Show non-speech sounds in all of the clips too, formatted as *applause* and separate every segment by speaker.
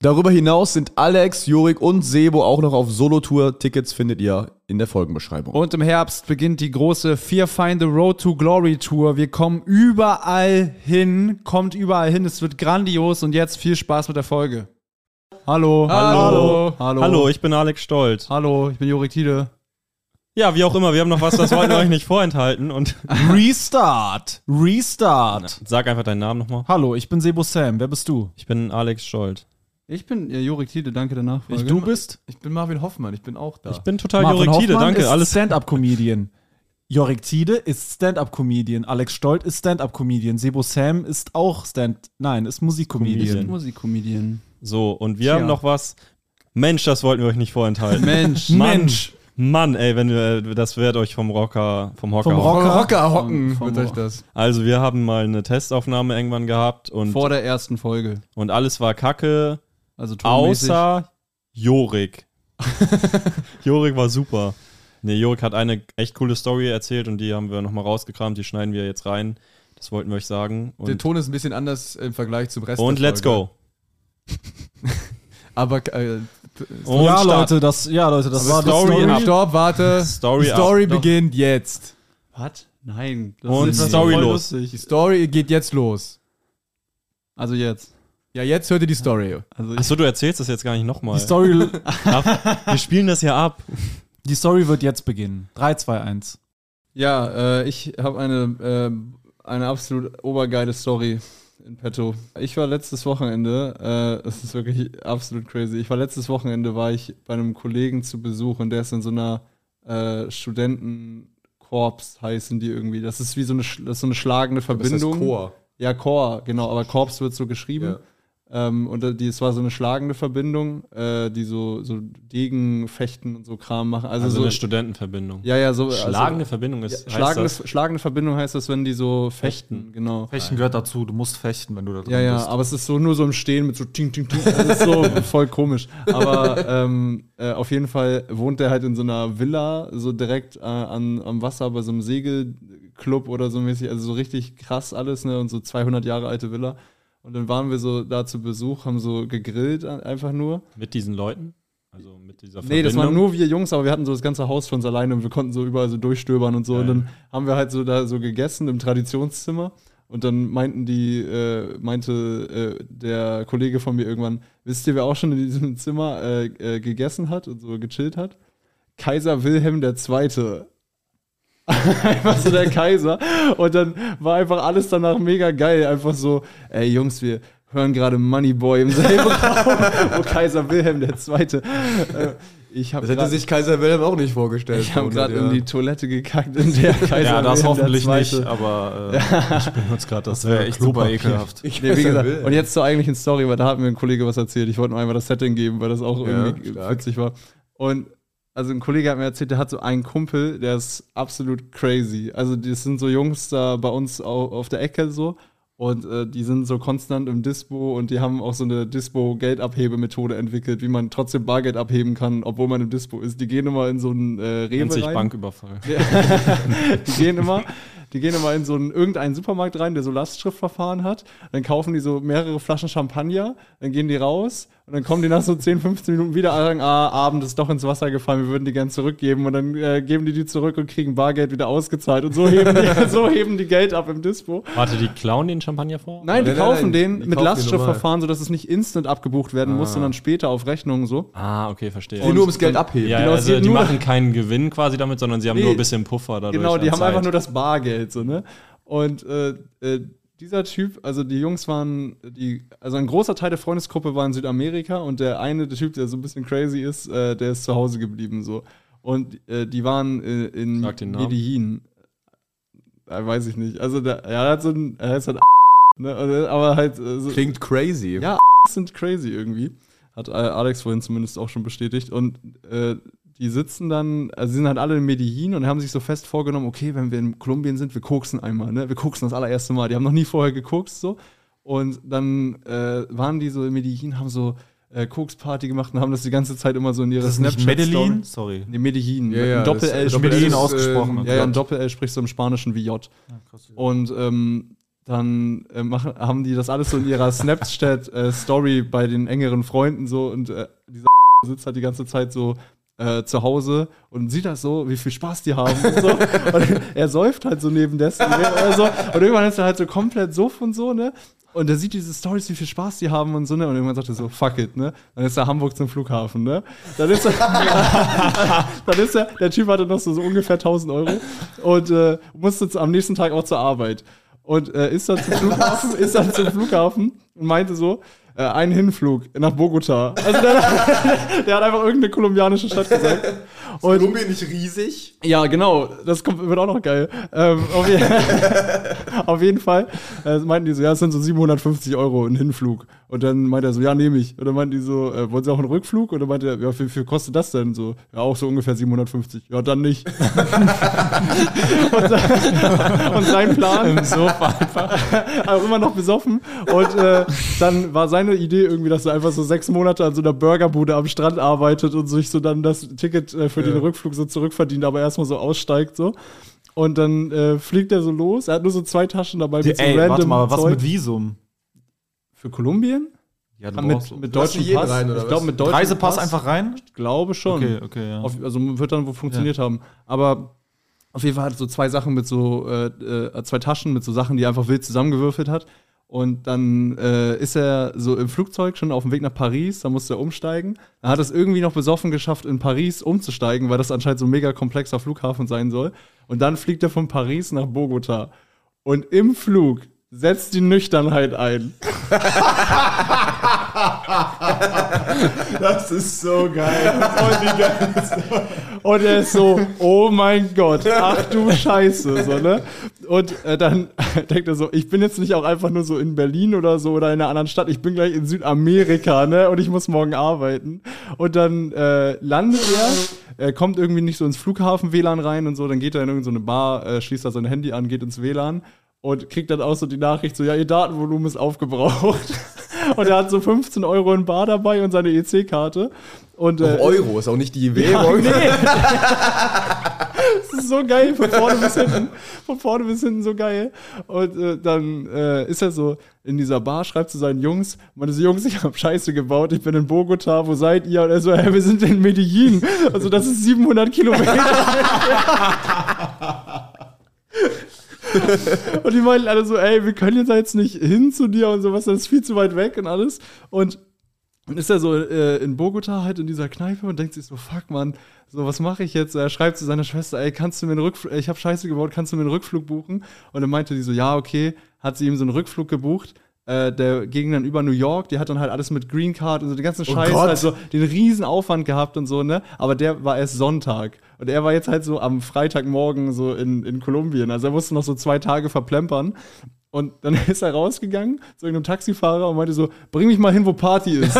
Speaker 1: Darüber hinaus sind Alex, Jurik und Sebo auch noch auf Solo-Tour. Tickets findet ihr in der Folgenbeschreibung.
Speaker 2: Und im Herbst beginnt die große Fear Find the Road to Glory Tour. Wir kommen überall hin, kommt überall hin. Es wird grandios und jetzt viel Spaß mit der Folge. Ah, Hallo.
Speaker 3: Hallo.
Speaker 2: Hallo.
Speaker 3: Hallo,
Speaker 2: Hallo.
Speaker 3: ich bin Alex Stolz.
Speaker 2: Hallo, ich bin Jurik Tiede.
Speaker 3: Ja, wie auch immer, wir haben noch was, das wollten wir
Speaker 4: *laughs*
Speaker 3: euch nicht vorenthalten. Und
Speaker 4: Restart. Restart.
Speaker 3: sag einfach deinen Namen nochmal.
Speaker 4: Hallo, ich bin Sebo Sam. Wer bist du?
Speaker 3: Ich bin Alex Stolz.
Speaker 2: Ich bin äh, Jurik Tiede, danke der Nachfrage.
Speaker 4: bist?
Speaker 1: Ich bin Marvin Hoffmann, ich bin auch da.
Speaker 3: Ich bin total Jurik Tiede, danke.
Speaker 4: ist
Speaker 3: Alles
Speaker 4: Stand-up-Comedian. Jorik Tiede ist Stand-up-Comedian. Alex Stolt ist Stand-up-Comedian. Sebo Sam ist auch Stand... Nein, ist
Speaker 2: Du bist
Speaker 4: Musikcomedian.
Speaker 2: Musikkomedian.
Speaker 3: so. Und wir
Speaker 2: Tja.
Speaker 3: haben noch was. Mensch, das wollten wir euch nicht vorenthalten.
Speaker 2: Mensch.
Speaker 3: Mann,
Speaker 4: Mensch.
Speaker 3: Mann, ey, wenn wir, das wird euch vom Rocker, vom Hocker.
Speaker 4: Vom
Speaker 3: hauen.
Speaker 4: Rocker.
Speaker 1: Rocker hocken
Speaker 2: Vom- vom-
Speaker 1: wird euch das.
Speaker 3: Also wir haben mal eine Testaufnahme irgendwann gehabt und,
Speaker 2: Vor der ersten Folge.
Speaker 3: und alles war Kacke,
Speaker 2: Also tonmäßig.
Speaker 3: außer Jorik. *laughs* Jorik war super. Nee, Jorik hat eine echt coole Story erzählt und die haben wir nochmal rausgekramt, die schneiden wir jetzt rein. Das wollten wir euch sagen.
Speaker 1: Der
Speaker 3: Und,
Speaker 1: Ton ist ein bisschen anders im Vergleich zum Rest.
Speaker 3: und
Speaker 1: der
Speaker 3: let's
Speaker 1: Folge.
Speaker 3: go.
Speaker 1: Aber äh,
Speaker 3: Und
Speaker 4: Oh, ja,
Speaker 3: Start.
Speaker 4: Leute, das, ja, Leute, das war die
Speaker 3: Story
Speaker 4: Story.
Speaker 3: ab.
Speaker 1: stopp, warte.
Speaker 3: Story
Speaker 1: Die Story
Speaker 3: ab.
Speaker 1: beginnt jetzt.
Speaker 2: Was? Nein. Das
Speaker 3: Und
Speaker 2: ist- das ist
Speaker 3: Story
Speaker 2: voll
Speaker 3: los.
Speaker 2: lustig.
Speaker 1: Die Story geht jetzt los.
Speaker 2: Also jetzt.
Speaker 1: Ja, jetzt hört ihr die Story.
Speaker 2: Also ich,
Speaker 3: Achso, du erzählst das jetzt gar nicht
Speaker 4: Die
Speaker 3: nochmal.
Speaker 4: Story,
Speaker 3: Wir spielen das ja ab.
Speaker 4: die Story wird jetzt beginnen. 3, 2, 1.
Speaker 1: Ja, äh, ich habe eine, äh, eine absolut obergeile Story in petto. Ich war letztes Wochenende, äh, es ist wirklich absolut crazy, ich war letztes Wochenende, war ich bei einem Kollegen zu Besuch und der ist in so einer äh, Studentenkorps heißen die irgendwie. Das ist wie so eine, sch- das ist so eine schlagende Verbindung. Ja, Chor, genau, aber Korps wird so geschrieben. Ähm, und da- die, es war so eine schlagende Verbindung, äh, die so, so Degen fechten und so Kram machen. Also,
Speaker 3: Also
Speaker 1: so,
Speaker 3: eine Studentenverbindung.
Speaker 1: ja, also ja, so.
Speaker 3: Schlagende Verbindung ist.
Speaker 1: Ja,
Speaker 3: heißt
Speaker 1: schlagende,
Speaker 3: das.
Speaker 1: schlagende Verbindung heißt das, wenn die so fechten, genau.
Speaker 4: Fechten gehört dazu. Du musst fechten, wenn du da drin
Speaker 1: Ja, ja, aber es ist so nur so im Stehen mit so ting, ting, ting. Das ist so voll komisch. Aber ähm, äh, auf jeden Fall wohnt der halt in so einer Villa, so direkt äh, an, am Wasser bei so einem Segelclub oder so mäßig. Also so richtig krass alles, ne? Und so 200 Jahre alte Villa. Und dann waren wir so da zu Besuch, haben so gegrillt äh, einfach nur.
Speaker 3: Mit diesen Leuten? Also mit dieser
Speaker 1: Nee,
Speaker 3: Verbindung?
Speaker 1: das waren nur wir Jungs, aber wir hatten so das ganze Haus für uns alleine und wir konnten so überall so durchstöbern und so. Und
Speaker 3: Geil.
Speaker 1: dann haben wir halt so da so gegessen im Traditionszimmer. Und dann meinten die, äh, meinte äh, der Kollege von mir irgendwann, wisst ihr, wer auch schon in diesem *laughs* Zimmer äh, äh, gegessen hat und so gechillt hat? Kaiser Wilhelm II. *laughs* einfach so der Kaiser. Und dann war einfach alles danach mega geil. Einfach so, ey Jungs, wir hören gerade Moneyboy im selben *laughs* Raum, wo Kaiser Wilhelm II. Äh, ich habe gerade
Speaker 5: Kaiser Wilhelm auch nicht vorgestellt.
Speaker 1: hab grad in die Toilette gekackt, in der Kaiser
Speaker 4: Ja, das
Speaker 1: Wilhelm
Speaker 4: hoffentlich
Speaker 1: II. *laughs*
Speaker 4: nicht, aber äh, ich benutze gerade das. wäre echt super ekelhaft.
Speaker 1: Ich nee, wie
Speaker 4: *laughs*
Speaker 1: gesagt, und jetzt zur eigentlichen Story, weil da hat mir ein Kollege was erzählt. Ich wollte nur einmal das Setting geben, weil das auch irgendwie witzig war. Und also ein Kollege hat mir erzählt, der hat so einen Kumpel, der ist absolut crazy. Also das sind so Jungs da bei uns auf, auf der Ecke so. Und äh, die sind so konstant im Dispo und die haben auch so eine Dispo-Geldabhebemethode entwickelt, wie man trotzdem Bargeld abheben kann, obwohl man im Dispo ist. Die gehen immer in so einen äh, Rewe
Speaker 3: Einzig
Speaker 1: rein.
Speaker 3: Banküberfall.
Speaker 1: Die gehen immer, die gehen immer in so einen, irgendeinen Supermarkt rein, der so Lastschriftverfahren hat. Dann kaufen die so mehrere Flaschen Champagner, dann gehen die raus und dann kommen die nach so 10, 15 Minuten wieder und sagen, ah, Abend ist doch ins Wasser gefallen, wir würden die gern zurückgeben. Und dann äh, geben die die zurück und kriegen Bargeld wieder ausgezahlt. Und so
Speaker 5: *laughs*
Speaker 1: heben die, so heben die Geld ab im Dispo.
Speaker 3: Warte, die klauen den Champagner vor?
Speaker 1: Nein, die
Speaker 5: Nein, nein,
Speaker 1: kaufen
Speaker 5: nein,
Speaker 1: den
Speaker 5: die kaufen
Speaker 1: mit
Speaker 5: die
Speaker 1: Lastschriftverfahren, sodass es nicht instant abgebucht werden muss, sondern später auf Rechnung so.
Speaker 3: Ah, okay, verstehe.
Speaker 5: nur ums Geld abheben.
Speaker 3: ja,
Speaker 1: genau,
Speaker 3: ja,
Speaker 1: es
Speaker 3: also
Speaker 1: geht
Speaker 3: die
Speaker 1: nur-
Speaker 3: machen keinen Gewinn quasi damit, sondern sie haben
Speaker 1: Nee.
Speaker 3: nur ein bisschen Puffer dadurch.
Speaker 1: Genau, die
Speaker 3: an
Speaker 1: haben
Speaker 3: Zeit.
Speaker 1: einfach *laughs* nur das Bargeld, so, ne? Und äh, äh, dieser Typ, also die Jungs waren, die, also ein großer Teil der Freundesgruppe war in Südamerika und der eine, der Typ, der so ein bisschen crazy ist, äh, der ist zu Hause geblieben, so. Und äh, die waren äh, in
Speaker 3: Sag den Namen.
Speaker 1: Medellin. Äh, weiß ich nicht. Also, der, ja, er hat so ein, er heißt halt, *laughs* ne? Also, aber halt, äh, so,
Speaker 5: Klingt crazy.
Speaker 1: *laughs* Ja. sind crazy irgendwie. Hat äh, Alex vorhin zumindest auch schon bestätigt. Und äh, die sitzen dann, also sie sind halt alle in Medellin und haben sich so fest vorgenommen, okay, wenn wir in Kolumbien sind, wir koksen einmal, ne? Wir koksen das allererste Mal. Die haben noch nie vorher gekokst so. Und dann äh, waren die so in Medellin, haben so äh, Koksparty gemacht und haben das die ganze Zeit immer so in ihre Snapchat-Story.
Speaker 4: Medellin? Sorry.
Speaker 1: *laughs* Nee, Medellin.
Speaker 5: Ja, ja,
Speaker 1: ein Doppel-L
Speaker 5: das-
Speaker 1: spricht-
Speaker 4: Medellin
Speaker 1: das ist,
Speaker 4: ausgesprochen.
Speaker 1: Ähm, ja, ja, ein Doppel-L sprichst du im Spanischen wie J. Und ähm, dann äh, machen, haben die das alles so in ihrer Snapchat-Story bei den engeren Freunden so und äh, dieser *laughs* sitzt halt die ganze Zeit so äh, zu Hause und sieht das so, wie viel Spaß die haben und so. und er säuft halt so neben dessen oder so. Und irgendwann ist er halt so komplett so und so, ne? Und er sieht diese Stories, wie viel Spaß die haben und so, ne? Und irgendwann sagt er so, fuck it, ne? Dann ist er Hamburg zum Flughafen, ne? Dann ist er, dann ist er, der Typ hatte noch so, so ungefähr 1000 Euro und äh, musste z- am nächsten Tag auch zur Arbeit. Und äh, ist dann zum Flughafen, ist dann zum Flughafen und meinte so, äh, einen Hinflug nach Bogota. Also der, *laughs* der hat einfach irgendeine kolumbianische Stadt gesagt. Und
Speaker 5: Kolumbien nicht riesig?
Speaker 1: ja, genau. Das kommt, wird auch noch geil. Ähm, auf, je auf jeden Fall äh, meinten die so, ja, es sind so 750 Euro ein Hinflug. Und dann meint er so, ja, nehme ich. Und dann meinten die so, äh, wollen Sie auch einen Rückflug? Und dann meinte er, ja, wie viel kostet das denn? So, ja, auch so ungefähr 750. Ja, dann nicht. und, se- und sein Plan. *laughs* aber immer noch besoffen. Und äh, dann war seine Idee irgendwie, dass er einfach so sechs Monate an so einer Burgerbude am Strand arbeitet und sich so dann das Ticket äh, für den Rückflug so zurückverdient, aber erstmal so aussteigt so. Und dann äh, fliegt er so los. Er hat nur so zwei Taschen dabei mit so
Speaker 4: Ey, warte mal, aber was
Speaker 1: Zeug.
Speaker 4: mit Visum?
Speaker 1: für Kolumbien?
Speaker 4: Ja, du brauchst-
Speaker 1: Mit, mit
Speaker 5: Lass
Speaker 1: deutschem
Speaker 5: die jeden
Speaker 1: Pass?
Speaker 5: rein, oder
Speaker 1: ich glaube
Speaker 5: was?
Speaker 1: mit deutschem
Speaker 4: Reisepass
Speaker 1: Pass,
Speaker 4: einfach rein?
Speaker 1: Ich glaube schon.
Speaker 4: okay, ja.
Speaker 1: Auf, also wird dann wohl funktioniert haben. Aber auf jeden Fall hat er so zwei Sachen mit so, äh, äh, zwei Taschen mit so Sachen, die er einfach wild zusammengewürfelt hat. Und dann äh, ist er so im Flugzeug schon auf dem Weg nach Paris, da musste er umsteigen. Er hat es irgendwie noch besoffen geschafft, in Paris umzusteigen, weil das anscheinend so ein mega komplexer Flughafen sein soll. Und dann fliegt er von Paris nach Bogota. Und im Flug setzt die Nüchternheit ein.
Speaker 5: *laughs* Das ist so geil.
Speaker 1: Und er ist so, oh mein Gott, ach du Scheiße. So, ne? Und äh, dann *laughs* denkt er so, ich bin jetzt nicht auch einfach nur so in Berlin oder so oder in einer anderen Stadt, ich bin gleich in Südamerika, ne? Und ich muss morgen arbeiten. Und dann äh, landet er, er kommt irgendwie nicht so ins Flughafen-WLAN rein und so, dann geht er in irgendeine so eine Bar, äh, schließt da sein Handy an, geht ins WLAN und kriegt dann auch so die Nachricht, so, ja, ihr Datenvolumen ist aufgebraucht. *laughs* Und er hat so 15 Euro in Bar dabei und seine EC-Karte. Und äh,
Speaker 5: Euro ist auch nicht die
Speaker 1: ja,
Speaker 5: Währung.
Speaker 1: nee. das ist so geil, von vorne bis hinten. Von vorne bis hinten so geil. Und äh, dann äh, ist er so in dieser Bar, schreibt zu seinen Jungs, meine Jungs, ich habe Scheiße gebaut, ich bin in Bogota, wo seid ihr? Und er so, hey, wir sind in Medellin. Also das ist 700 Kilometer. und die meinten alle so, ey, wir können jetzt, jetzt nicht hin zu dir und sowas, das ist viel zu weit weg und alles. Und dann ist er so äh, in Bogota halt in dieser Kneipe und denkt sich so, fuck Mann, so was mache ich jetzt? Er schreibt zu seiner Schwester, ey, kannst du mir einen Rückflug, ich habe Scheiße gebaut, kannst du mir einen Rückflug buchen? Und dann meinte die so, ja, okay, hat sie ihm so einen Rückflug gebucht. Äh, der ging dann über New York, die hat dann halt alles mit Green Card und so den ganzen Scheiß,
Speaker 5: Gott.
Speaker 1: also den riesen Aufwand gehabt und so, ne? Aber der war erst Sonntag. Und er war jetzt halt so am Freitagmorgen so in, in Kolumbien. Also er musste noch so zwei Tage verplempern. Und dann *laughs* ist er rausgegangen zu irgendeinem Taxifahrer und meinte so, bring mich mal hin, wo Party ist.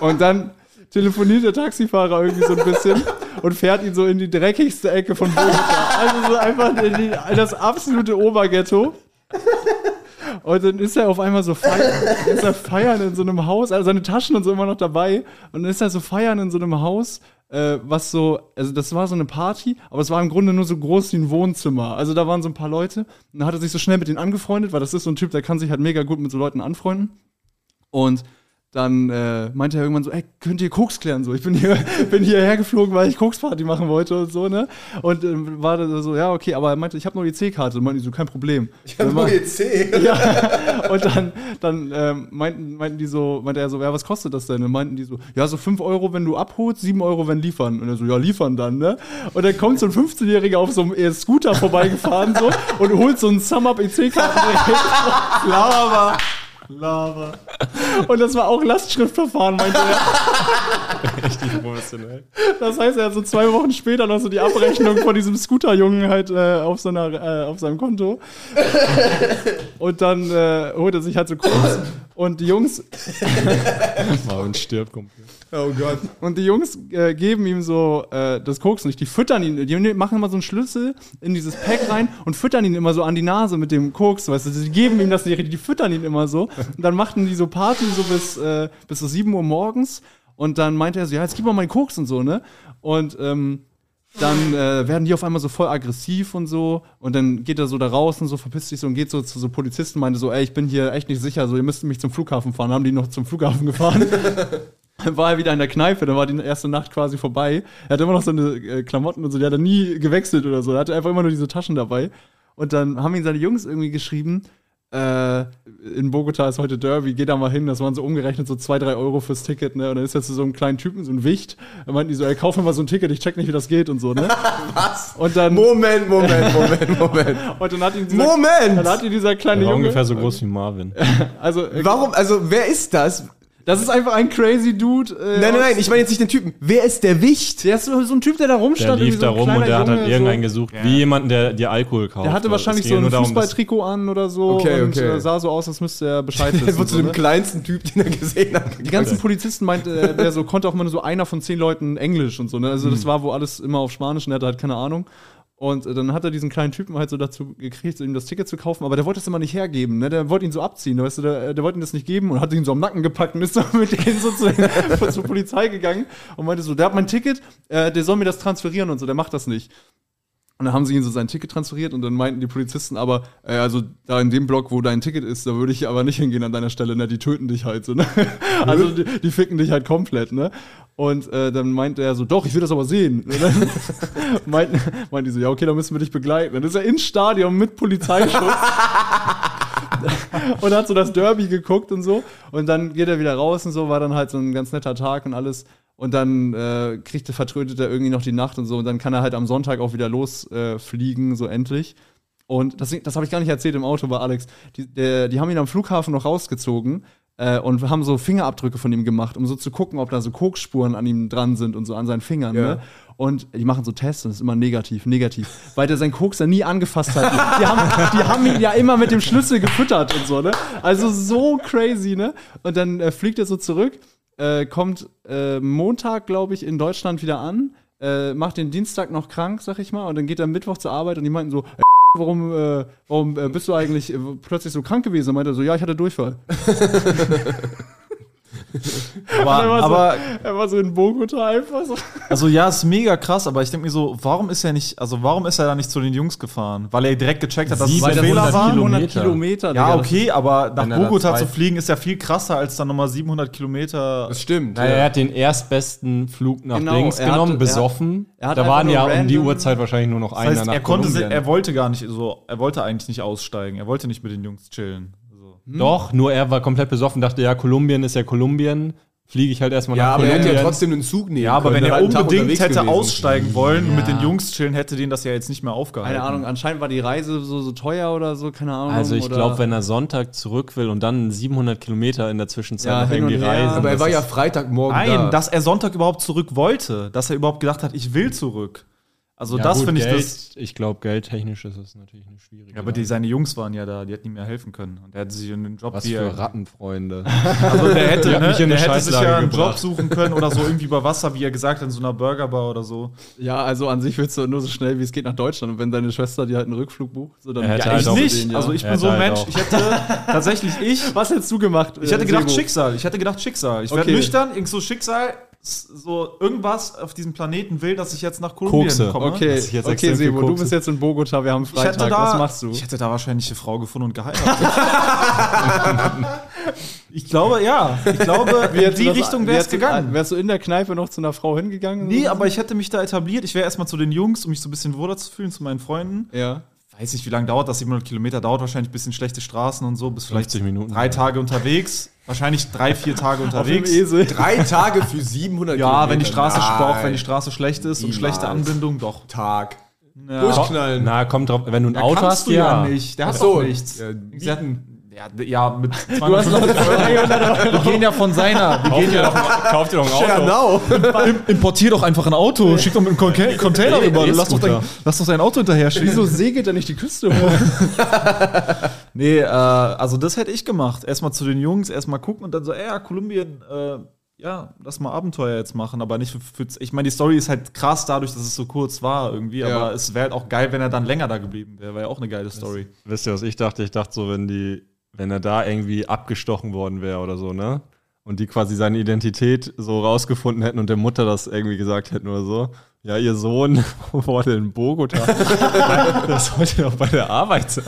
Speaker 1: Und dann telefoniert der Taxifahrer irgendwie so ein bisschen und fährt ihn so in die dreckigste Ecke von Bogota. Also so einfach in, die, in das absolute Oberghetto. Und dann ist er auf einmal so feiern, ist er feiern in so einem Haus, also seine Taschen und so immer noch dabei. Und dann ist er so feiern in so einem Haus, äh, was so, also das war so eine Party, aber es war im Grunde nur so groß wie ein Wohnzimmer. Also da waren so ein paar Leute. Und dann hat er sich so schnell mit denen angefreundet, weil das ist so ein Typ, der kann sich halt mega gut mit so Leuten anfreunden. Und dann äh, meinte er irgendwann so, ey, könnt ihr Koks klären? So, ich bin, hier, *laughs* bin hierher geflogen, weil ich Koksparty machen wollte und so, ne? Und ähm, war dann so, ja, okay, aber er meinte, ich habe nur EC-Karte. Und meinte ich so, kein Problem. Ich
Speaker 5: Nur EC.
Speaker 1: *laughs* ja. Und dann, dann ähm, meinten, meinten die so, meinte er so, ja, was kostet das denn? Und meinten die so, ja, so 5 Euro, wenn du abholst, 7 Euro, wenn liefern. Und er so, ja, liefern dann, ne? Und dann kommt so ein 15-Jähriger auf so einem äh, Scooter vorbeigefahren so und holt so einen Sum-Up-EC-Karten. Lava. Lava. Und das war auch Lastschriftverfahren, meinte er.
Speaker 6: Richtig professionell.
Speaker 1: Das heißt, er hat so zwei Wochen später noch so die Abrechnung von diesem Scooterjungen halt äh, auf, seiner, äh, auf seinem Konto. Und dann äh, holt er sich halt so kurz. Und die Jungs
Speaker 7: Marvin stirbt komplett.
Speaker 5: Oh Gott.
Speaker 1: Und die Jungs äh, geben ihm so äh, das Koks nicht. Die füttern ihn, die machen immer so einen Schlüssel in dieses Pack rein und füttern ihn immer so an die Nase mit dem Koks, weißt du. Die geben ihm das nicht, die füttern ihn immer so. Und dann machten die so Party so bis, äh, bis so 7 Uhr morgens. Und dann meinte er so, ja, jetzt gib mal meinen Koks und so, ne? Und ähm, dann äh, werden die auf einmal so voll aggressiv und so. Und dann geht er so da raus und so verpisst sich so und geht so zu so Polizisten, meinte so, ey, ich bin hier echt nicht sicher, so, ihr müsst mich zum Flughafen fahren. Dann haben die ihn noch zum Flughafen gefahren. Dann war er wieder in der Kneipe, dann war die erste Nacht quasi vorbei. Er hat immer noch seine äh, Klamotten und so, die hat er nie gewechselt oder so. Er hatte einfach immer nur diese Taschen dabei. Und dann haben ihn seine Jungs irgendwie geschrieben, äh, in Bogota ist heute Derby, geh da mal hin. Das waren so umgerechnet so zwei, drei Euro fürs Ticket, ne? Und dann ist jetzt so ein kleinen Typen, so ein Wicht. Da meinten die so, ey, kauf mir mal so ein Ticket, ich check nicht, wie das geht und so, ne?
Speaker 5: *laughs* Was?
Speaker 1: Und dann,
Speaker 5: Moment, Moment, Moment,
Speaker 1: *laughs*
Speaker 5: Moment.
Speaker 1: und dann hat ihn dieser,
Speaker 5: Moment!
Speaker 1: dann hat ihn dieser kleine
Speaker 6: Der war
Speaker 1: Junge.
Speaker 6: ungefähr so groß wie Marvin.
Speaker 1: Also, äh,
Speaker 5: Warum, also wer ist das?
Speaker 1: das ist einfach ein crazy Dude. äh,
Speaker 5: Nein, nein, nein,
Speaker 1: aus-
Speaker 5: ich meine jetzt nicht den Typen. Wer ist der Wicht?
Speaker 1: Der ist so, so ein Typ, der da
Speaker 6: Der
Speaker 1: rumstand. irgendwie
Speaker 6: lief
Speaker 1: so
Speaker 6: da
Speaker 1: ein
Speaker 6: rum und
Speaker 1: kleiner
Speaker 6: der hat halt
Speaker 1: Junge,
Speaker 6: irgendeinen gesucht. Wie jemanden, der dir Alkohol kauft.
Speaker 1: Der hatte
Speaker 6: Weil es
Speaker 1: wahrscheinlich
Speaker 6: ging
Speaker 1: so ein
Speaker 6: nur darum, dass-
Speaker 1: Fußballtrikot an oder so
Speaker 5: Okay,
Speaker 1: und
Speaker 5: okay.
Speaker 1: äh, sah so aus, als müsste er Bescheid
Speaker 5: Der
Speaker 1: wissen.
Speaker 5: wurde zu
Speaker 1: So,
Speaker 5: dem
Speaker 1: ne?
Speaker 5: kleinsten Typ, den er gesehen hat.
Speaker 1: Die ganzen Polizisten meinte, äh, der so konnte auch immer nur so einer von zehn Leuten Englisch und so. Ne? Also das war, wo alles immer auf Spanisch und er hatte halt keine Ahnung. Und äh, dann hat er diesen kleinen Typen halt so dazu gekriegt, ihm das Ticket zu kaufen, aber der wollte es immer nicht hergeben, ne? Der wollte ihn so abziehen, weißt du, der, der wollte ihm das nicht geben und hat ihn so *laughs* am Nacken gepackt und ist dann mit denen so zu, *laughs* zur Polizei gegangen und meinte so, der hat mein Ticket, äh, der soll mir das transferieren und so, der macht das nicht. Und dann haben sie ihn so sein Ticket transferiert und dann meinten die Polizisten aber, äh, also da in dem Block, wo dein Ticket ist, da würde ich aber nicht hingehen an deiner Stelle, ne? Die töten dich halt so, ne? Also die, die ficken dich halt komplett, ne? Und äh, dann meinte er so, doch, ich will das aber sehen. Und dann *laughs* meinten, meinten die so, ja, okay, dann müssen wir dich begleiten. Dann ist er ins Stadion mit Polizeischutz *laughs* und hat so das Derby geguckt und so. Und dann geht er wieder raus und so, war dann halt so ein ganz netter Tag und alles. Und dann äh, kriegt er, vertrödet er irgendwie noch die Nacht und so. Und dann kann er halt am Sonntag auch wieder losfliegen, äh, fliegen, so endlich. Und das, das habe ich gar nicht erzählt im Auto bei Alex. Die, der, die haben ihn am Flughafen noch rausgezogen äh, und haben so Fingerabdrücke von ihm gemacht, um so zu gucken, ob da so Koksspuren an ihm dran sind und so an seinen Fingern. Ne? Und die machen so Tests und es ist immer negativ, negativ. Weil der seinen Koks ja nie angefasst hat. Die haben, die haben ihn ja immer mit dem Schlüssel gefüttert und so, ne? Also so crazy, ne? Und dann äh, fliegt er so zurück, äh, kommt äh, Montag, glaube ich, in Deutschland wieder an, äh, macht den Dienstag noch krank, sag ich mal, und dann geht er Mittwoch zur Arbeit und die meinten so, warum, äh, warum äh, bist du eigentlich äh, plötzlich so krank gewesen? Und meinte er so, ja, ich hatte Durchfall.
Speaker 4: Aber, aber
Speaker 1: Er war so in Bogota einfach so.
Speaker 4: also ja, ist mega krass, aber ich denke mir so, warum ist er nicht, also warum ist er da nicht zu den Jungs gefahren? Weil er direkt gecheckt hat, dass es ein Fehler
Speaker 3: 700
Speaker 4: war.
Speaker 3: Kilo.
Speaker 1: 700
Speaker 3: Kilometer.
Speaker 1: Kilometer.
Speaker 4: Ja,
Speaker 1: Digga.
Speaker 4: okay, aber nach
Speaker 3: Wenn er da
Speaker 4: Bogota
Speaker 3: zwei-
Speaker 4: zu fliegen ist ja viel krasser als dann nochmal 700 Kilometer.
Speaker 5: Das stimmt.
Speaker 3: Naja, er hat den erstbesten Flug nach
Speaker 1: Genau,
Speaker 3: links
Speaker 1: er hat-
Speaker 3: genommen,
Speaker 1: er-
Speaker 3: besoffen.
Speaker 1: er hat
Speaker 3: da
Speaker 1: einfach
Speaker 3: waren
Speaker 1: nur
Speaker 3: ja um die
Speaker 1: random-
Speaker 3: Uhrzeit wahrscheinlich nur noch
Speaker 4: Das
Speaker 3: einer
Speaker 4: heißt,
Speaker 3: nach
Speaker 4: er konnte, si-
Speaker 3: Kolumbien.
Speaker 4: er wollte gar nicht so, er wollte eigentlich nicht aussteigen, er wollte nicht mit den Jungs chillen. So.
Speaker 3: Doch, nur er war komplett besoffen, dachte, ja, Kolumbien ist ja Kolumbien. Fliege ich halt erstmal nach Kolumbien.
Speaker 5: einen Zug nehmen
Speaker 4: Ja, aber wenn
Speaker 5: können.
Speaker 4: er
Speaker 3: halt
Speaker 5: wäre einen Tag
Speaker 4: unbedingt
Speaker 5: unterwegs
Speaker 4: hätte
Speaker 5: gewesen.
Speaker 4: aussteigen wollen und mit den Jungs chillen, hätte den das ja jetzt nicht mehr aufgehalten.
Speaker 1: Keine Ahnung, anscheinend war die Reise so, so teuer oder so, keine Ahnung.
Speaker 3: also ich
Speaker 1: oder-
Speaker 3: glaube, wenn er Sonntag zurück will und dann 700 Kilometer in der Zwischenzeit
Speaker 1: Ja,
Speaker 3: noch
Speaker 1: hin und
Speaker 3: irgendwie
Speaker 1: her.
Speaker 3: reisen.
Speaker 5: Aber er
Speaker 3: das
Speaker 5: war ja
Speaker 3: ist-
Speaker 5: Freitagmorgen
Speaker 4: Nein,
Speaker 5: da.
Speaker 4: dass er Sonntag überhaupt zurück wollte, dass er überhaupt gedacht hat, ich will zurück. Also
Speaker 3: ja,
Speaker 4: das
Speaker 3: gut,
Speaker 4: finde ich
Speaker 3: Geld,
Speaker 4: das.
Speaker 3: Ich glaube, geldtechnisch ist es natürlich eine schwierige
Speaker 4: Ja, aber die,
Speaker 3: Lage.
Speaker 4: seine Jungs waren ja da, die hätten ihm ja helfen können. Und er hätte sich in einen Job,
Speaker 3: Was
Speaker 4: wie
Speaker 3: für
Speaker 4: er,
Speaker 3: Rattenfreunde.
Speaker 4: also der hätte,
Speaker 3: Die hat
Speaker 4: ne,
Speaker 3: mich in eine
Speaker 4: der hätte sich
Speaker 3: Scheißlage
Speaker 4: ja einen
Speaker 3: gebracht.
Speaker 4: Job suchen können oder so irgendwie über Wasser, wie er gesagt hat, in so einer Burgerbar oder so.
Speaker 1: Ja, also an sich willst du nur so schnell wie es geht nach Deutschland. Und wenn deine Schwester dir halt einen Rückflug bucht, so dann.
Speaker 3: Er hätte
Speaker 1: Ja,
Speaker 3: halt
Speaker 4: ich
Speaker 3: auch
Speaker 4: nicht.
Speaker 1: den, ja.
Speaker 4: Also ich
Speaker 3: Er
Speaker 4: bin so ein
Speaker 3: hätte halt
Speaker 4: Mensch.
Speaker 3: auch.
Speaker 4: Ich hätte tatsächlich ich.
Speaker 1: was hättest du gemacht?
Speaker 4: Ich hätte
Speaker 1: äh,
Speaker 4: gedacht
Speaker 1: Sebo?
Speaker 4: Schicksal. Ich hätte gedacht Schicksal. Ich werde
Speaker 1: Okay.
Speaker 4: nüchtern. Irgend so Schicksal. s- So irgendwas auf diesem Planeten will, dass ich jetzt nach Kolumbien
Speaker 3: Kokse.
Speaker 4: komme.
Speaker 1: Okay,
Speaker 3: Dass ich jetzt
Speaker 1: okay
Speaker 3: extrem viel
Speaker 1: Sebo, du
Speaker 3: kokse.
Speaker 1: bist jetzt in Bogota, wir haben
Speaker 4: Ich
Speaker 1: Freitag.
Speaker 4: hätte da,
Speaker 1: was machst du?
Speaker 4: Ich hätte da wahrscheinlich eine Frau gefunden und *laughs* geheiratet. ich glaube, ja. Ich
Speaker 1: *laughs*
Speaker 4: glaube, in die Richtung wäre es gegangen.
Speaker 1: Wärst du in der Kneipe noch zu einer Frau hingegangen?
Speaker 4: Nee, aber ich hätte mich da etabliert. Ich wäre erstmal zu den Jungs, um mich so ein bisschen wohler zu fühlen, zu meinen Freunden.
Speaker 1: Ja.
Speaker 4: Weiß nicht, wie lange dauert das? 700 Kilometer dauert wahrscheinlich ein bisschen schlechte Straßen und so. Bis vielleicht
Speaker 3: 50 Minuten.
Speaker 4: drei Tage unterwegs. Wahrscheinlich drei, vier Tage unterwegs.
Speaker 1: Esel.
Speaker 5: Drei Tage für 700
Speaker 4: Ja, wenn die Straße
Speaker 5: Nein.
Speaker 4: Sport, wenn die Straße schlecht ist und
Speaker 5: Niemals.
Speaker 4: schlechte Anbindung, doch.
Speaker 5: Tag.
Speaker 4: Ja.
Speaker 5: Durchknallen.
Speaker 3: Na, kommt drauf, wenn du ein Auto
Speaker 4: kannst
Speaker 3: hast,
Speaker 4: du ja, nicht. Der hat
Speaker 5: Ach so.
Speaker 4: doch nichts.
Speaker 5: Ja,
Speaker 4: Sie hatten- Ja, Ja, d- ja mit 250 *laughs* Euro. Wir gehen ja von *laughs* seiner. Wir gehen ja
Speaker 8: Kauft ihr doch ein Auto.
Speaker 5: Genau.
Speaker 4: Importier doch einfach ein Auto, schick doch mit einem *laughs* Con- Container rüber.
Speaker 3: Ist
Speaker 4: Lass doch,
Speaker 3: gut,
Speaker 4: dein,
Speaker 3: ja.
Speaker 4: lass doch sein Auto *laughs* hinterher schicken.
Speaker 1: Wieso segelt er nicht die *laughs* Küste hoch?
Speaker 4: Nee, äh, also das hätte ich gemacht. Erstmal zu den Jungs, erstmal gucken und dann so, ey, ja, Kolumbien, äh, ja, lass mal Abenteuer jetzt machen, aber nicht für, für ich meine, die Story ist halt krass dadurch, dass es so kurz war irgendwie, aber es wäre halt auch geil, wenn er dann länger da geblieben wäre, wäre ja auch eine geile Story.
Speaker 3: Wisst ihr, was ich dachte? Ich dachte so, wenn die, wenn er da irgendwie abgestochen worden wäre oder so, ne? Und die quasi seine Identität so rausgefunden hätten und der Mutter das irgendwie gesagt hätten oder so. Ja, ihr Sohn *laughs* wurde
Speaker 4: *laughs*
Speaker 3: in Bogota. das sollte doch bei der Arbeit sein.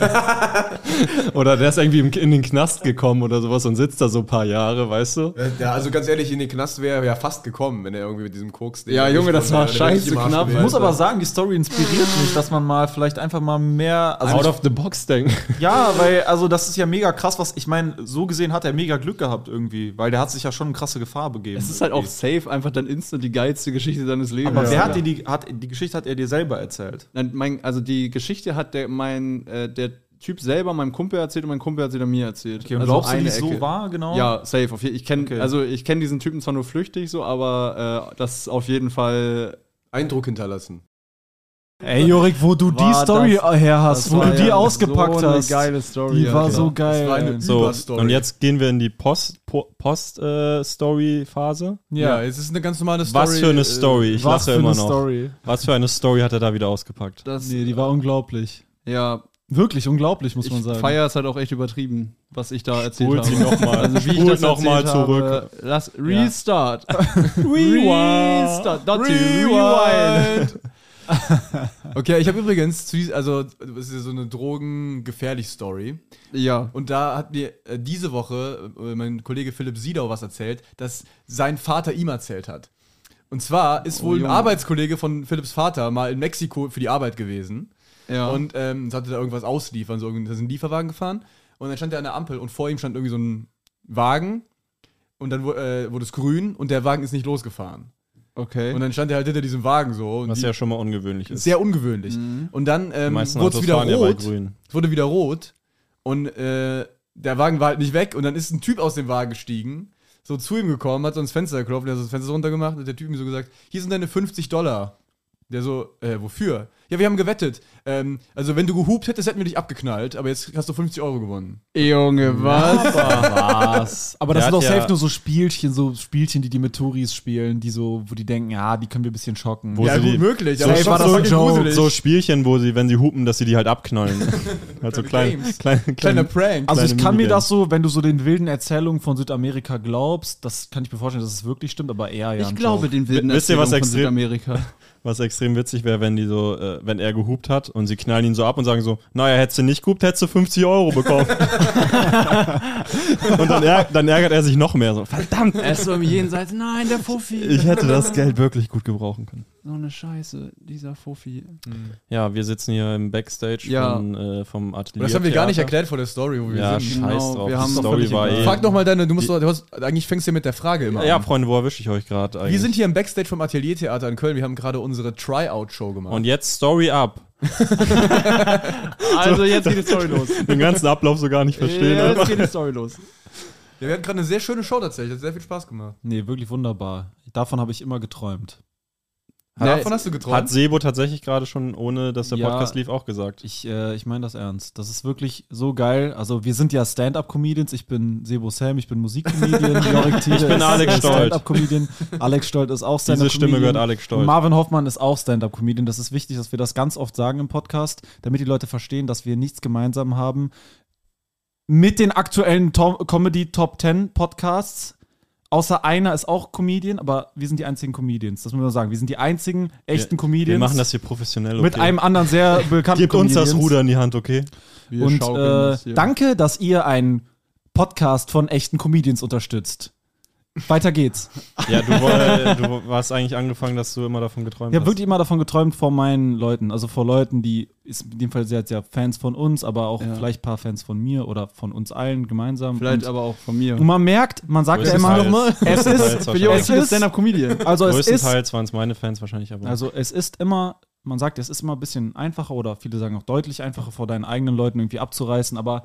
Speaker 3: oder der ist irgendwie im, in den Knast gekommen oder sowas und sitzt da so ein paar Jahre, weißt du?
Speaker 5: Ja, also ganz ehrlich, in den Knast wäre er ja fast gekommen, wenn er irgendwie mit diesem Koks.
Speaker 9: Ja, Junge, das war scheiße knapp.
Speaker 4: Ich muss
Speaker 5: Muss aber
Speaker 4: aber sagen, die Story inspiriert mich, dass man mal vielleicht einfach mal mehr. Also
Speaker 3: Out of the box denken.
Speaker 4: Ja, weil, also das ist ja mega krass, was ich meine, so gesehen hat er mega Glück gehabt irgendwie, weil der hat sich ja schon eine krasse Gefahr begeben.
Speaker 1: Es ist halt auch safe, einfach dann instant die geilste Geschichte seines Lebens.
Speaker 4: Aber wer hat dir
Speaker 1: die?
Speaker 4: die, hat, die Geschichte hat er dir selber erzählt?
Speaker 1: Nein, mein, also die Geschichte hat der, mein, äh, der Typ selber meinem Kumpel erzählt und mein Kumpel hat sie dann mir erzählt.
Speaker 4: Okay, und
Speaker 1: also
Speaker 4: glaubst du, die
Speaker 1: eine
Speaker 4: ist
Speaker 1: Ecke.
Speaker 4: so wahr, genau?
Speaker 1: Ja, safe. Auf je, ich kenne
Speaker 4: Okay.
Speaker 1: also ich kenn diesen Typen zwar nur flüchtig so, aber äh, das ist auf jeden Fall.
Speaker 5: Eindruck hinterlassen.
Speaker 4: Ey, Jorik, wo du
Speaker 1: War das-
Speaker 4: her hast,
Speaker 1: das war ja so eine geile Story.
Speaker 4: die war
Speaker 1: Alter.
Speaker 4: so geil.
Speaker 3: So,
Speaker 5: Überstory.
Speaker 3: und jetzt gehen wir in die Post-Story-Phase. Po, Post, äh, Story-Phase.
Speaker 4: ja.
Speaker 9: es ist eine ganz normale
Speaker 3: Was für eine Story, ich
Speaker 4: äh, Was
Speaker 3: lache
Speaker 4: für
Speaker 3: immer
Speaker 4: eine
Speaker 3: noch.
Speaker 4: Story.
Speaker 3: Was für eine Story hat er da wieder ausgepackt?
Speaker 1: Das,
Speaker 4: Nee, die war unglaublich.
Speaker 1: ja,
Speaker 4: Wirklich unglaublich, muss man
Speaker 1: ich
Speaker 4: sagen.
Speaker 1: feier es halt auch echt übertrieben, was ich da erzählt
Speaker 3: Holt
Speaker 1: habe.
Speaker 3: sie nochmal.
Speaker 1: Also wie ich das
Speaker 3: Holt nochmal
Speaker 1: erzählt
Speaker 3: zurück.
Speaker 1: Habe, lass restart. restart. Not to rewind.
Speaker 5: Okay, ich habe übrigens, zu dies- also das ist ja so eine Drogen-gefährlich-Story.
Speaker 1: Ja.
Speaker 5: Und da hat mir äh, diese Woche äh, mein Kollege Philipp Siedau was erzählt, dass sein Vater ihm erzählt hat. Und zwar
Speaker 3: Oh,
Speaker 5: ist wohl ein
Speaker 1: Junge.
Speaker 5: Arbeitskollege von Philipps Vater mal in Mexiko für die Arbeit gewesen.
Speaker 1: Ja.
Speaker 5: Und ähm, sollte da irgendwas ausliefern, so irgendwie- da sind Lieferwagen gefahren. Und dann stand er an der Ampel und vor ihm stand irgendwie so ein Wagen. Und dann wu- äh, wurde es grün und der Wagen ist nicht losgefahren.
Speaker 1: okay.
Speaker 5: Und dann stand er halt hinter diesem Wagen so. Und
Speaker 3: Was
Speaker 5: die-
Speaker 3: ja schon mal ungewöhnlich ist.
Speaker 5: sehr ungewöhnlich. Und dann
Speaker 3: Die
Speaker 5: ähm,
Speaker 3: meisten
Speaker 5: wurde es
Speaker 3: Autos
Speaker 5: wieder
Speaker 3: fahren ja bei
Speaker 5: rot.
Speaker 3: grün.
Speaker 5: Es wurde wieder rot und äh, der Wagen war halt nicht weg und dann ist ein Typ aus dem Wagen gestiegen, so zu ihm gekommen, hat so ins Fenster geklopft, der hat so das Fenster runtergemacht und der Typ ihm so gesagt, hier sind deine 50 Dollar. Der so, äh, wofür? Ja, wir haben gewettet. Ähm, also wenn du gehupt hättest, hätten wir dich abgeknallt, aber jetzt hast du 50 Euro gewonnen.
Speaker 1: Junge, was?
Speaker 4: Was? Aber das
Speaker 3: Der
Speaker 4: sind doch
Speaker 3: hat ja-
Speaker 4: safe nur so Spielchen, so Spielchen, die die mit Touris spielen, die so, wo die denken, ja, die können wir ein bisschen schocken.
Speaker 3: Wo sie die,
Speaker 5: möglich.
Speaker 4: Safe
Speaker 5: schon
Speaker 4: war das
Speaker 5: so
Speaker 4: ein
Speaker 5: fucking
Speaker 4: Joke.
Speaker 5: gruselig.
Speaker 3: so Spielchen, wo sie, wenn sie hupen, dass sie die halt abknallen.
Speaker 5: *laughs*
Speaker 3: halt so klein,
Speaker 5: Games.
Speaker 3: klein, klein,
Speaker 5: Kleiner Prank.
Speaker 4: also ich
Speaker 3: kleine
Speaker 4: kann mir
Speaker 3: Minigame.
Speaker 4: das so, wenn du so den wilden Erzählungen von Südamerika glaubst, das kann ich mir vorstellen, dass es wirklich stimmt, aber eher ja.
Speaker 1: Ich
Speaker 4: ein
Speaker 1: glaube
Speaker 4: Joke.
Speaker 1: den wilden
Speaker 3: Wisst ihr, was
Speaker 1: Erzählungen
Speaker 3: extrem-
Speaker 1: von Südamerika.
Speaker 3: Was extrem witzig wäre, wenn die so, äh, wenn er gehupt hat und sie knallen ihn so ab und sagen so, naja, hättest du nicht gehupt, hättest du 50
Speaker 5: *laughs*
Speaker 3: Euro bekommen. und dann, ärg- dann ärgert er sich noch mehr so, verdammt,
Speaker 1: Er ist so im Jenseits. Nein, der Fuffi.
Speaker 3: ich hätte das Geld wirklich gut gebrauchen können.
Speaker 1: so eine Scheiße, dieser Fuffi.
Speaker 3: Ja, wir sitzen hier im Backstage
Speaker 1: Ja.
Speaker 3: von, äh, vom Atelier.
Speaker 5: Und das haben wir gar nicht
Speaker 3: Theater.
Speaker 5: erklärt vor der Story, wo wir
Speaker 3: Ja,
Speaker 5: sind.
Speaker 3: scheiß
Speaker 1: Genau,
Speaker 3: drauf.
Speaker 1: wir
Speaker 3: die
Speaker 1: haben doch
Speaker 3: Story
Speaker 1: völlig
Speaker 3: war
Speaker 1: egal.
Speaker 3: eh.
Speaker 5: Frag doch mal deine, du musst doch, du hast, eigentlich fängst du mit der Frage immer
Speaker 3: ja,
Speaker 5: an.
Speaker 3: Freunde, wo erwische ich euch gerade eigentlich?
Speaker 5: Wir sind hier im Backstage vom Ateliertheater in Köln. Wir haben gerade unsere Tryout-Show gemacht.
Speaker 3: und jetzt Story ab.
Speaker 1: Also jetzt geht die Story los.
Speaker 3: Den ganzen Ablauf
Speaker 4: *laughs*
Speaker 3: so gar nicht verstehen.
Speaker 1: Jetzt geht die Story los.
Speaker 5: Ja, wir hatten gerade eine sehr schöne Show tatsächlich. Hat sehr viel Spaß gemacht.
Speaker 4: Nee, wirklich wunderbar. Davon habe ich immer geträumt.
Speaker 5: Davon hast du geträumt.
Speaker 3: Hat Sebo tatsächlich gerade schon, ohne dass der
Speaker 4: Ja.
Speaker 3: Podcast lief, auch gesagt.
Speaker 4: Ich, äh, ich meine das ernst. Das ist wirklich so geil. Also wir sind ja Stand-Up-Comedians. Ich bin Sebo Sam, ich bin
Speaker 3: *laughs*
Speaker 4: Musikcomedian. Jorik Thiele
Speaker 3: Ich bin
Speaker 4: ist,
Speaker 3: Alex
Speaker 4: äh,
Speaker 3: Stolt.
Speaker 4: Stand-Up-Comedian. Alex Stolt ist auch
Speaker 3: Diese
Speaker 4: Stand-Up-Comedian.
Speaker 3: Stimme gehört Alex
Speaker 4: Und
Speaker 3: Stolz.
Speaker 4: Marvin Hoffmann ist auch Stand-Up-Comedian. Das ist wichtig, dass wir das ganz oft sagen im Podcast, damit die Leute verstehen, dass wir nichts gemeinsam haben mit den aktuellen Tom Comedy Top 10 Podcasts. Außer einer ist auch Comedian, aber wir sind die einzigen Comedians. Das muss man sagen. Wir sind die einzigen echten Comedians.
Speaker 3: wir machen das hier professionell. Okay.
Speaker 4: mit einem anderen sehr bekannten
Speaker 3: Gebt uns das
Speaker 4: Comedians.
Speaker 3: Ruder in die
Speaker 4: *laughs*
Speaker 3: Hand, okay?
Speaker 1: Wir
Speaker 4: und
Speaker 1: schaukeln das
Speaker 4: äh,
Speaker 1: hier.
Speaker 4: danke, dass ihr einen Podcast von echten Comedians unterstützt. Weiter
Speaker 1: *laughs*
Speaker 4: geht's.
Speaker 3: Ja, du, woll- du warst eigentlich angefangen, dass du immer davon geträumt
Speaker 4: Ich habe
Speaker 3: hast.
Speaker 4: wirklich immer davon geträumt vor meinen Leuten, also vor Leuten, die ist in dem Fall sehr, sehr Fans von uns, aber auch
Speaker 1: Ja.
Speaker 4: vielleicht ein paar Fans von mir oder von uns allen gemeinsam.
Speaker 1: Vielleicht
Speaker 4: und,
Speaker 1: aber auch von mir.
Speaker 4: und man merkt, man sagt ja immer
Speaker 3: Größtenteils.
Speaker 4: es ist,
Speaker 3: Größtenteils wahrscheinlich.
Speaker 4: es ist,
Speaker 1: Stand-Up-Comedian.
Speaker 4: also es ist,
Speaker 3: Größtenteils waren es meine Fans wahrscheinlich, aber
Speaker 4: also es ist immer, man sagt, es ist immer ein bisschen einfacher oder viele sagen auch deutlich einfacher vor deinen eigenen Leuten irgendwie abzureißen, aber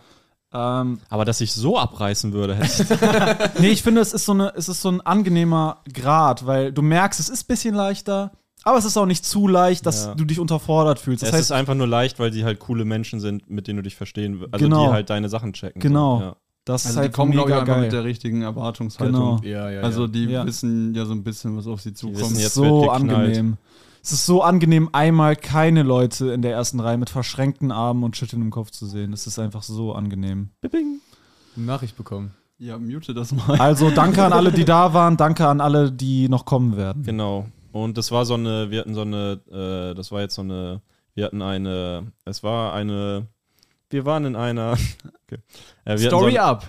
Speaker 4: äh, Ähm,
Speaker 3: Aber dass ich so abreißen würde, hätte ich
Speaker 4: nee, ich finde, es ist, so eine, es ist so ein angenehmer Grad, weil du merkst, es ist ein bisschen leichter, aber es ist auch nicht zu leicht, dass
Speaker 3: Ja.
Speaker 4: du dich unterfordert fühlst. *laughs* Das
Speaker 3: es ist
Speaker 4: heißt,
Speaker 3: einfach nur leicht, weil die halt coole Menschen sind, mit denen du dich verstehen willst. Also
Speaker 4: Genau.
Speaker 3: die halt deine Sachen checken.
Speaker 4: Genau.
Speaker 3: Ja.
Speaker 4: das ist
Speaker 2: Also die
Speaker 4: halt
Speaker 2: kommen, glaube ich,
Speaker 4: mega
Speaker 2: einfach
Speaker 4: geil.
Speaker 2: mit der richtigen Erwartungshaltung.
Speaker 4: Genau.
Speaker 5: Ja, ja.
Speaker 2: Also
Speaker 5: Also,
Speaker 2: die
Speaker 4: Ja.
Speaker 2: wissen ja so ein bisschen, was auf sie
Speaker 4: Es
Speaker 2: zukommt.
Speaker 3: wissen
Speaker 4: ist
Speaker 3: jetzt
Speaker 4: so
Speaker 3: wird geknallt.
Speaker 4: angenehm. Es ist so angenehm, einmal keine Leute in der ersten Reihe mit verschränkten Armen und Schütteln im Kopf zu sehen. Es ist einfach so angenehm.
Speaker 5: Nachricht bekommen.
Speaker 2: Ja, mute das mal.
Speaker 4: Also danke an alle, die da waren, danke an alle, die noch kommen werden.
Speaker 3: Genau. Und das war so eine, wir hatten so eine, äh, das war jetzt so eine, wir hatten eine, es war eine, wir waren in einer. *laughs* Okay. Äh, wir hatten so
Speaker 5: Story
Speaker 3: ein-
Speaker 5: up.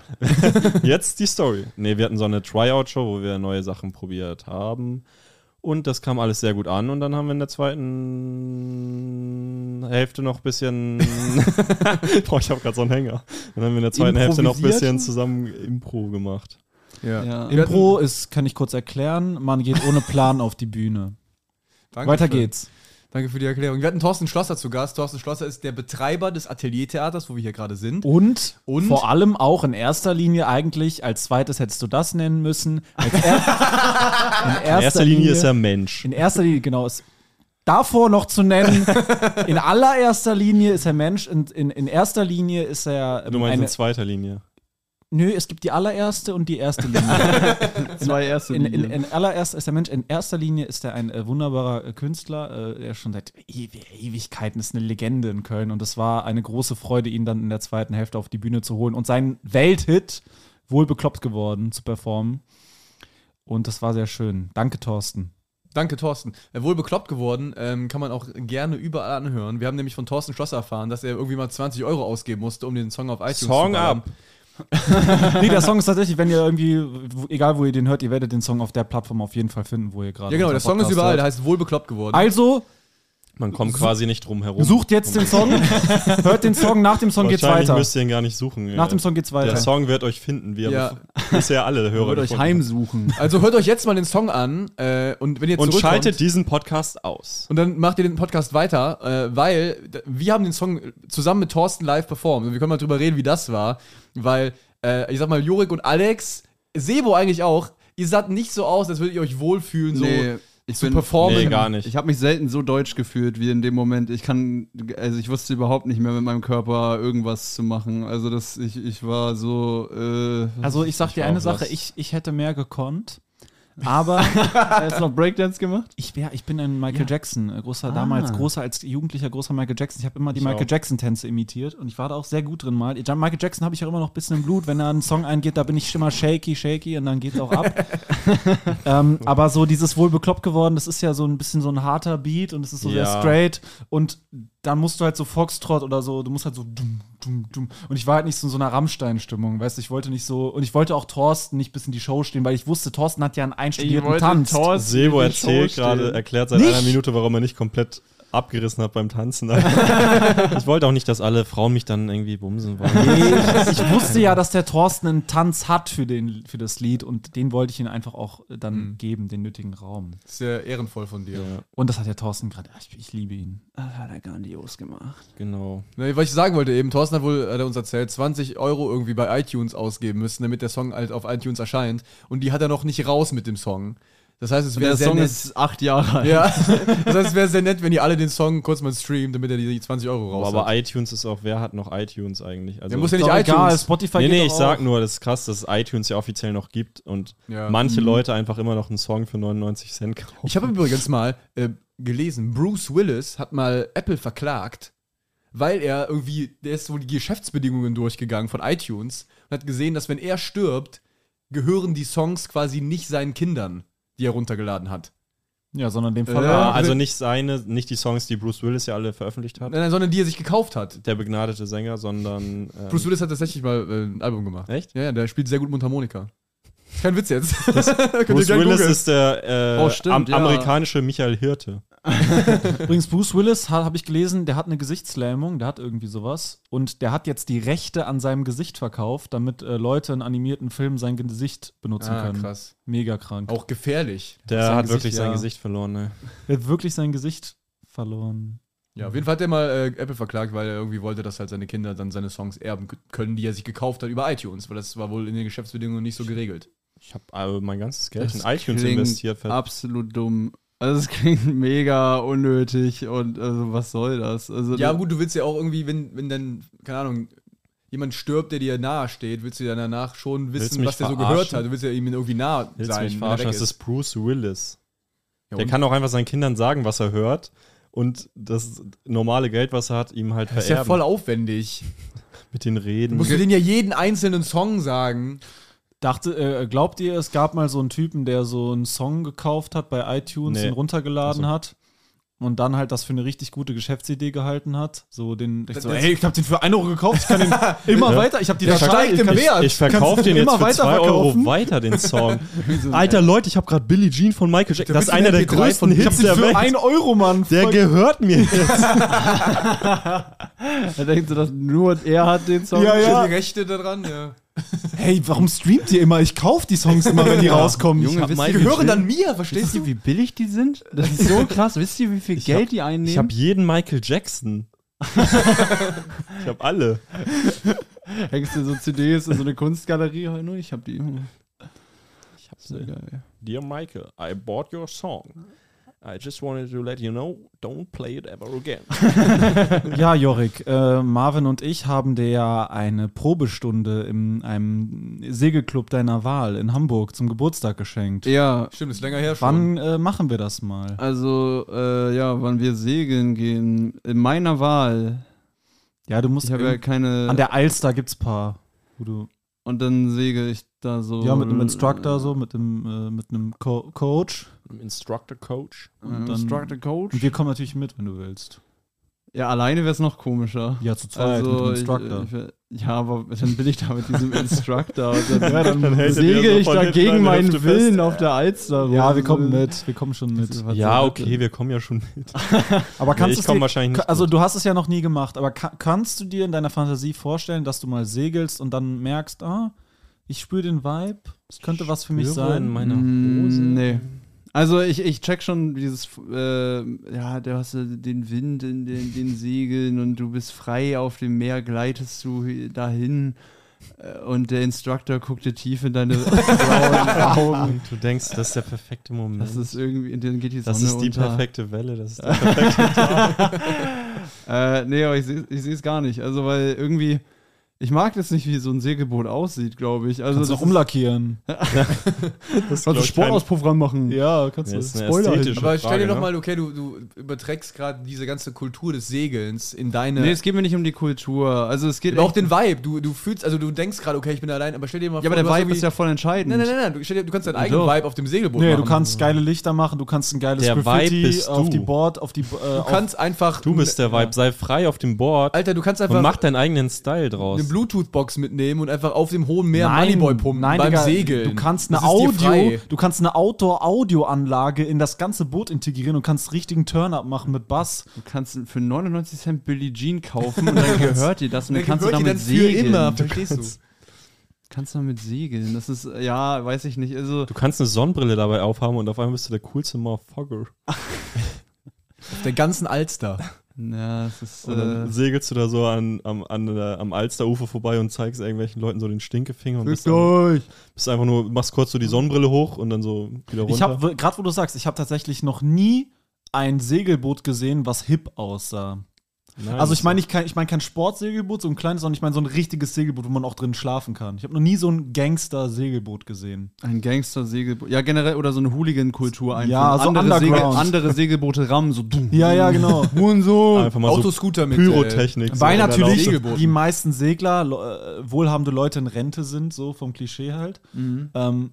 Speaker 3: Jetzt die Story. Nee, wir hatten so eine Tryout-Show, wo wir neue Sachen probiert haben. Und das kam alles sehr gut an. Und dann haben wir in der zweiten Hälfte noch ein bisschen. *laughs* Boah, ich habe gerade so einen Hänger. Dann haben wir in der zweiten Hälfte noch ein
Speaker 4: Improvisiert?
Speaker 3: bisschen zusammen Impro gemacht.
Speaker 5: Ja.
Speaker 2: Ja.
Speaker 4: Impro ist, kann ich kurz erklären, man geht ohne Plan auf die Bühne.
Speaker 5: Danke
Speaker 4: Weiter
Speaker 5: für-
Speaker 4: geht's.
Speaker 5: Danke für die Erklärung. Wir hatten Thorsten Schlosser zu Gast. Thorsten Schlosser ist der Betreiber des Ateliertheaters, wo wir hier gerade sind.
Speaker 3: Oh.
Speaker 4: Und,
Speaker 5: Und?
Speaker 4: vor allem auch in erster Linie eigentlich, als zweites hättest du das nennen müssen. Als
Speaker 3: *laughs*
Speaker 4: er in, erster
Speaker 3: In erster Linie, ist er Mensch.
Speaker 4: In erster Linie, genau. Ist davor noch zu nennen,
Speaker 3: *laughs*
Speaker 4: in allererster Linie ist er Mensch und in, in erster Linie ist er. ähm,
Speaker 3: Du meinst
Speaker 4: eine,
Speaker 3: in zweiter Linie.
Speaker 4: Nö, es gibt die allererste und die erste Linie.
Speaker 2: Zwei erste
Speaker 4: In, in,
Speaker 2: Linien.
Speaker 4: in allererster ist der Mensch, in erster Linie ist er ein äh, wunderbarer äh, Künstler, äh, der schon seit ewi- Ewigkeiten ist eine Legende in Köln und es war eine große Freude, ihn dann in der zweiten Hälfte auf die Bühne zu holen und seinen Welthit, wohl bekloppt geworden, zu performen. Und das war sehr schön. Danke, Thorsten.
Speaker 5: Danke, Thorsten. Äh, wohl bekloppt geworden, ähm, kann man auch gerne überall anhören. Wir haben nämlich von Thorsten Schlosser erfahren, dass er irgendwie mal 20 Euro ausgeben musste, um den Song auf iTunes
Speaker 3: Song
Speaker 5: ballern.
Speaker 3: ab.
Speaker 4: Nee, der Song ist tatsächlich, wenn ihr irgendwie, wo- egal wo ihr den hört, ihr werdet den Song auf der Plattform auf jeden Fall finden, wo ihr gerade.
Speaker 5: Ja, genau, der
Speaker 4: unseren
Speaker 5: Song ist
Speaker 4: Podcast
Speaker 5: überall, der
Speaker 4: hört.
Speaker 5: heißt wohl bekloppt geworden.
Speaker 4: Also,
Speaker 3: Man kommt quasi nicht drum
Speaker 5: Um,
Speaker 3: herum.
Speaker 4: sucht jetzt den
Speaker 5: *laughs*
Speaker 4: Song, hört den Song, nach dem Song geht's
Speaker 3: Wahrscheinlich
Speaker 4: weiter.
Speaker 3: müsst ihr ihn gar nicht suchen.
Speaker 4: Nach dem Song geht's
Speaker 3: Der
Speaker 4: weiter.
Speaker 3: Song wird euch finden, *laughs* wie
Speaker 5: Ja.
Speaker 3: ja. bisher alle Hörer
Speaker 2: Wollt euch
Speaker 3: gefunden hat.
Speaker 2: heimsuchen.
Speaker 5: Also hört euch jetzt mal den Song an äh, und wenn ihr
Speaker 3: Und
Speaker 5: zurückkommt-
Speaker 3: schaltet diesen Podcast aus.
Speaker 5: Und dann macht ihr den Podcast weiter, äh, weil d- wir haben den Song zusammen mit Thorsten live performt. Und wir können mal drüber reden, wie das war. Weil, äh, ich sag mal, Jurik und Alex, Sebo eigentlich auch, ihr saht nicht so aus, als würdet ihr euch wohlfühlen, so
Speaker 2: ich
Speaker 5: zu
Speaker 2: bin
Speaker 5: performen.
Speaker 3: Nee, gar nicht.
Speaker 2: Ich habe mich selten so deutsch gefühlt wie in dem Moment. Ich kann, also ich wusste überhaupt nicht mehr mit meinem Körper irgendwas zu machen. Also das, ich, ich war so. Äh,
Speaker 4: Also ich sag dir eine
Speaker 3: auch
Speaker 4: Sache,
Speaker 3: was.
Speaker 4: ich, ich hätte mehr gekonnt, aber
Speaker 2: hast du noch Breakdance gemacht?
Speaker 4: ich, wär, ich bin ein Michael Jackson, äh, großer damals, großer als Jugendlicher, großer Michael Jackson. Ich habe immer die Michael Jackson-Tänze imitiert und ich war da auch sehr gut drin mal. Ja, Michael Jackson habe ich ja immer noch ein bisschen im Blut. Wenn er einen Song eingeht, da bin ich immer shaky, shaky und dann geht auch ab. ähm, aber so dieses wohl bekloppt geworden, das ist ja so ein bisschen so ein harter Beat und es ist so sehr
Speaker 3: Ja.
Speaker 4: straight und dann musst du halt so Foxtrot oder so, du musst halt so dumm, dumm, dumm. Und ich war halt nicht so in so einer Rammstein-Stimmung, weißt du, ich wollte nicht so, und ich wollte auch Thorsten nicht bis in die Show stehen, weil ich wusste, Thorsten hat ja einen einstudierten Tanz.
Speaker 3: Sebo erzählt gerade, erklärt seit
Speaker 4: Nicht?
Speaker 3: einer Minute, warum er nicht komplett abgerissen hat beim
Speaker 4: *laughs*
Speaker 3: Tanzen. *laughs* ich wollte auch nicht, dass alle Frauen mich dann irgendwie bumsen wollen.
Speaker 4: *laughs* Nee, ich, ich wusste ja, dass der Thorsten einen Tanz hat für, den, für das Lied und den wollte ich ihm einfach auch äh, dann
Speaker 3: Mhm.
Speaker 4: geben, den nötigen Raum.
Speaker 5: Das ist ja ehrenvoll von dir.
Speaker 4: Und das hat der Thorsten gerade. Ich, ich liebe ihn.
Speaker 2: hat er grandios gemacht.
Speaker 3: Genau.
Speaker 5: Ne, Was ich sagen wollte eben, Thorsten hat wohl, hat er uns erzählt, 20 Euro irgendwie bei iTunes ausgeben müssen, damit der Song halt auf iTunes erscheint. Und die hat er noch nicht raus mit dem Song. Das heißt, es
Speaker 2: Der
Speaker 5: wäre sehr
Speaker 2: Song
Speaker 5: nett.
Speaker 2: ist acht Jahre alt.
Speaker 5: *laughs* ja, das heißt, es wäre sehr nett, wenn ihr alle den Song kurz mal streamt, damit er die 20 Euro raus
Speaker 3: Aber
Speaker 5: hat.
Speaker 4: halt.
Speaker 3: iTunes ist auch, wer hat noch iTunes eigentlich? Also,
Speaker 5: Der muss ja nicht
Speaker 4: Doch,
Speaker 5: iTunes.
Speaker 4: egal, Spotify
Speaker 3: nee,
Speaker 4: geht
Speaker 3: nee,
Speaker 4: doch
Speaker 3: ich sag nur, das ist krass, dass es iTunes ja offiziell noch gibt und
Speaker 5: Ja.
Speaker 3: manche
Speaker 4: Mhm.
Speaker 3: Leute einfach immer noch einen Song für 99 Cent kaufen.
Speaker 5: Ich habe übrigens mal äh, gelesen, Bruce Willis hat mal Apple verklagt, weil er irgendwie, der ist wohl die Geschäftsbedingungen durchgegangen von iTunes und hat gesehen, dass wenn er stirbt, gehören die Songs quasi nicht seinen Kindern, die er runtergeladen hat.
Speaker 4: Ja, sondern dem Fall.
Speaker 3: ja, also nicht seine, nicht die Songs, die Bruce Willis ja alle veröffentlicht hat,
Speaker 5: Nein, nein, sondern die er sich gekauft hat.
Speaker 3: der begnadete Sänger, sondern ähm,
Speaker 5: Bruce Willis hat tatsächlich mal äh, ein Album gemacht.
Speaker 3: Echt?
Speaker 5: Ja, ja, der spielt sehr gut Mundharmonika. Kein Witz jetzt. *laughs* Könnt ihr
Speaker 3: Bruce
Speaker 5: gern
Speaker 3: Willis
Speaker 5: googeln.
Speaker 3: ist der äh,
Speaker 2: Oh, stimmt,
Speaker 3: am,
Speaker 2: ja.
Speaker 3: amerikanische Michael Hirte.
Speaker 4: Übrigens, Bruce Willis habe ich gelesen, der hat eine Gesichtslähmung, der hat irgendwie sowas. Und der hat jetzt die Rechte an seinem Gesicht verkauft, damit äh, Leute in animierten Filmen sein Gesicht benutzen
Speaker 5: ah,
Speaker 4: können.
Speaker 5: krass.
Speaker 4: Mega krank.
Speaker 5: Auch gefährlich.
Speaker 3: Der
Speaker 5: Sein
Speaker 3: hat
Speaker 5: Gesicht,
Speaker 3: wirklich sein
Speaker 5: ja.
Speaker 3: Gesicht verloren. Ne?
Speaker 4: Er hat wirklich sein Gesicht verloren.
Speaker 5: Ja, auf jeden Fall hat er mal äh, Apple verklagt, weil er irgendwie wollte, dass halt seine Kinder dann seine Songs erben k- können, die er sich gekauft hat über iTunes, weil das war wohl in den Geschäftsbedingungen nicht so geregelt.
Speaker 3: Ich habe äh, mein ganzes Geld
Speaker 1: Das
Speaker 3: in iTunes
Speaker 1: klingt
Speaker 3: investiert. Ver-
Speaker 1: Absolut dumm. Also
Speaker 2: *laughs*
Speaker 1: es klingt mega unnötig und also was soll das? Also
Speaker 5: Ja, gut, du willst ja auch irgendwie, wenn, wenn dann, keine Ahnung, jemand stirbt, der dir nahe steht, willst du ja danach schon
Speaker 3: Willst
Speaker 5: wissen,
Speaker 3: du mich
Speaker 5: was der so
Speaker 3: verarschen?
Speaker 5: gehört hat. Du willst ja ihm irgendwie nahe
Speaker 3: Willst du
Speaker 5: sein.
Speaker 3: mich
Speaker 5: wenn er
Speaker 3: verarschen?
Speaker 5: weg
Speaker 3: Das ist Bruce Willis.
Speaker 5: Ja,
Speaker 3: der
Speaker 5: und?
Speaker 3: kann auch einfach seinen Kindern sagen, was er hört. Und das normale Geld, was er hat, ihm halt
Speaker 5: Das ist
Speaker 3: vererben.
Speaker 5: ja voll aufwendig.
Speaker 3: mit den Reden.
Speaker 5: Musst du denen ja jeden einzelnen Song sagen.
Speaker 4: Dachte, äh, glaubt ihr, es gab mal so einen Typen, der so einen Song gekauft hat bei iTunes
Speaker 3: Nee.
Speaker 4: und runtergeladen hat und dann halt das für eine richtig gute Geschäftsidee gehalten hat? So den, ich so,
Speaker 5: das-
Speaker 4: hey, ich hab den für 1 Euro gekauft, ich kann *laughs* den immer weiter, ich hab die
Speaker 5: Der
Speaker 4: Datei,
Speaker 5: steigt
Speaker 4: ich
Speaker 5: im
Speaker 4: kann-
Speaker 5: Wert.
Speaker 3: Ich verkaufe den jetzt
Speaker 4: immer
Speaker 3: für 2
Speaker 4: weiterverkaufen?
Speaker 3: Euro weiter, den Song. Alter Leute, ich habe gerade Billie Jean von Michael Jackson. Das
Speaker 5: bist
Speaker 3: ist
Speaker 5: du
Speaker 3: einer der
Speaker 5: mit MP3
Speaker 3: größten
Speaker 5: von- Ich hab
Speaker 3: Hits
Speaker 5: sie
Speaker 3: der
Speaker 5: für
Speaker 3: Welt.
Speaker 4: Ein Euro, Mann.
Speaker 3: Der
Speaker 4: voll-
Speaker 3: gehört mir jetzt.
Speaker 1: da denkst du, dass nur er hat den Song?
Speaker 4: Ja, ja.
Speaker 5: Die Rechte daran, ja.
Speaker 4: hey, warum streamt ihr immer? Ich kauf die Songs immer, wenn die rauskommen.
Speaker 1: Junge,
Speaker 4: Ich hab-
Speaker 1: wisst
Speaker 5: Die
Speaker 1: ihr, wie
Speaker 5: gehören
Speaker 1: viel-
Speaker 5: dann mir, verstehst
Speaker 1: Wisst
Speaker 5: du?
Speaker 1: ihr, wie billig die sind? Das ist so krass. Wisst ihr, wie viel Geld die einnehmen?
Speaker 3: Ich habe jeden Michael Jackson. ich habe alle.
Speaker 1: Hängst du so CDs in *laughs* so eine Kunstgalerie halt nur? Ich hab die. Ich hab's
Speaker 3: sie.
Speaker 1: geil.
Speaker 3: Dear Michael, I bought your song. I just wanted to let you know, don't play it ever again.
Speaker 4: Ja, Jorik, äh, Marvin und ich haben dir ja eine Probestunde in einem Segelclub deiner Wahl in Hamburg zum Geburtstag geschenkt.
Speaker 1: Ja,
Speaker 5: Stimmt, ist länger her schon.
Speaker 4: Wann äh, machen wir das mal?
Speaker 1: also, äh, ja, wann wir segeln gehen, in meiner Wahl.
Speaker 4: Ja, du musst.
Speaker 1: Ich habe ja
Speaker 4: im-
Speaker 1: keine.
Speaker 4: an der Alster gibt's paar. Wo du,
Speaker 1: und dann segel ich da so.
Speaker 4: ja, mit einem Instructor, so, mit einem, äh, mit einem Co Coach.
Speaker 3: Instructor Coach.
Speaker 1: Mit
Speaker 4: und
Speaker 1: einem
Speaker 4: dann-
Speaker 1: äh, Instructor
Speaker 4: Und
Speaker 1: Coach.
Speaker 4: wir kommen natürlich mit, wenn du willst.
Speaker 1: Ja, alleine wäre es noch komischer.
Speaker 4: Ja, zu zweit mit
Speaker 1: Also,
Speaker 4: einem Instructor.
Speaker 1: Ich, ich, ja, aber *laughs* dann bin ich da mit diesem Instructor. Und dann
Speaker 4: ja, dann,
Speaker 3: hält er dir
Speaker 1: segel
Speaker 3: so
Speaker 1: ich
Speaker 3: von
Speaker 1: da
Speaker 3: hinten
Speaker 1: gegen
Speaker 3: an der
Speaker 1: meinen
Speaker 3: Hüfte
Speaker 1: Willen
Speaker 3: fest.
Speaker 1: auf der Alster. rum.
Speaker 4: ja, wir kommen
Speaker 1: So-
Speaker 4: mit. Wir kommen schon mit.
Speaker 3: Ja, okay, wir kommen ja schon mit.
Speaker 4: Aber kannst
Speaker 3: ich
Speaker 4: du es
Speaker 3: komm
Speaker 4: dir-
Speaker 3: wahrscheinlich
Speaker 4: ka-
Speaker 3: nicht
Speaker 4: Also du hast es ja noch nie gemacht, aber ka kannst du dir in deiner Fantasie vorstellen, dass du mal segelst und dann merkst, ah, ich spüre den Vibe, es könnte was für mich sein.
Speaker 1: Mm, Nee. Also ich, ich check schon dieses, äh, ja, da hast du den Wind in den, den Segeln und du bist frei auf dem Meer, gleitest du dahin äh, und der Instructor guckt dir tief in deine blauen Augen.
Speaker 3: Und du denkst, das ist der perfekte Moment.
Speaker 1: Das ist irgendwie, und dann geht die Sonne
Speaker 3: Das ist die
Speaker 1: unter.
Speaker 3: perfekte Welle. Das ist
Speaker 1: Äh, nee, aber ich sehe es gar nicht. Also weil irgendwie, ich mag das nicht, wie so ein Segelboot aussieht, glaube ich. Also
Speaker 4: Kannst du
Speaker 1: das
Speaker 4: noch umlackieren.
Speaker 3: das
Speaker 1: kannst du Sportauspuff ranmachen.
Speaker 4: Ja, kannst
Speaker 3: Das ist eine
Speaker 4: Spoiler hin.
Speaker 3: ästhetische
Speaker 5: Aber stell dir
Speaker 3: Frage,
Speaker 5: doch
Speaker 3: ne?
Speaker 5: mal, okay, du, du überträgst gerade diese ganze Kultur des Segelns in deine.
Speaker 1: Nee, es geht mir nicht um die Kultur. Also es geht
Speaker 5: aber auch
Speaker 1: echt-
Speaker 5: den Vibe. Du, du fühlst, also du denkst gerade, okay, ich bin allein, aber stell dir mal
Speaker 1: Ja, aber der
Speaker 5: du hast
Speaker 1: Vibe ist ja
Speaker 5: irgendwie-
Speaker 1: voll entscheidend.
Speaker 5: Nein, nein, nein, nein. Du, stell dir, du kannst deinen eigenen
Speaker 1: Doch.
Speaker 5: Vibe auf dem Segelboot
Speaker 4: Nee,
Speaker 5: machen.
Speaker 4: du kannst geile Lichter machen, du kannst ein geiles
Speaker 3: Der Vibe
Speaker 4: Graffiti
Speaker 3: bist
Speaker 4: auf
Speaker 3: du.
Speaker 4: die Board, auf die äh,
Speaker 5: Du
Speaker 4: auf,
Speaker 5: kannst einfach. ne,
Speaker 3: Du bist der Vibe. Sei frei auf dem Board
Speaker 5: Alter, du kannst
Speaker 3: und mach
Speaker 5: einfach
Speaker 3: deinen eigenen Style
Speaker 5: eine
Speaker 3: draus.
Speaker 5: Bluetooth-Box mitnehmen und einfach auf dem hohen Meer Moneyboy pumpen
Speaker 4: nein,
Speaker 5: beim
Speaker 4: Digga,
Speaker 5: Segeln.
Speaker 4: Du kannst eine
Speaker 5: Das ist
Speaker 4: Audio,
Speaker 5: dir frei.
Speaker 4: du kannst eine Outdoor-Audioanlage in das ganze Boot integrieren und kannst richtigen Turn-up machen mit Bass.
Speaker 1: Du kannst für 99 Cent Billie Jean kaufen und dann gehört dir das und dann kannst du
Speaker 5: gehört dir
Speaker 1: damit
Speaker 5: dann für
Speaker 1: segeln.
Speaker 5: immer, verstehst du?
Speaker 1: Kannst du damit segeln. Das ist, äh, ja, weiß ich nicht. Also,
Speaker 3: Du kannst eine Sonnenbrille dabei aufhaben und auf einmal bist du der coolste Motherfucker.
Speaker 5: Auf der ganzen Alster.
Speaker 1: ja, das ist,
Speaker 3: Und dann
Speaker 1: äh,
Speaker 3: segelst du da so an, am, an, der- am Alsterufer vorbei und zeigst irgendwelchen Leuten so den Stinkefinger und bist, dann, bist einfach nur, machst kurz so die Sonnenbrille hoch und dann so wieder runter.
Speaker 4: Ich habe, gerade wo du sagst, ich habe tatsächlich noch nie ein Segelboot gesehen, was hip aussah.
Speaker 3: Nein,
Speaker 4: Also ich meine nicht kein, ich meine kein Sportsegelboot, so ein kleines, sondern ich meine so ein richtiges Segelboot, wo man auch drin schlafen kann. Ich habe noch nie so ein Gangster-Segelboot gesehen.
Speaker 1: ein Gangster-Segelboot. Ja, generell, oder so eine Hooligan-Kultur einfach.
Speaker 4: Ja, so
Speaker 1: andere,
Speaker 4: underground.
Speaker 1: andere Segelboote rammen, so dumm.
Speaker 4: Ja, ja, *laughs* genau.
Speaker 1: Hurensohn.
Speaker 3: einfach mal so
Speaker 5: Autoscooter mit.
Speaker 3: Pyrotechnik. so
Speaker 4: Weil
Speaker 3: in der
Speaker 4: äh, natürlich
Speaker 3: Laune.
Speaker 5: Segelbooten.
Speaker 4: die meisten Segler lo- äh, wohlhabende Leute in Rente sind, so vom Klischee halt.
Speaker 3: Mhm.
Speaker 4: Ähm,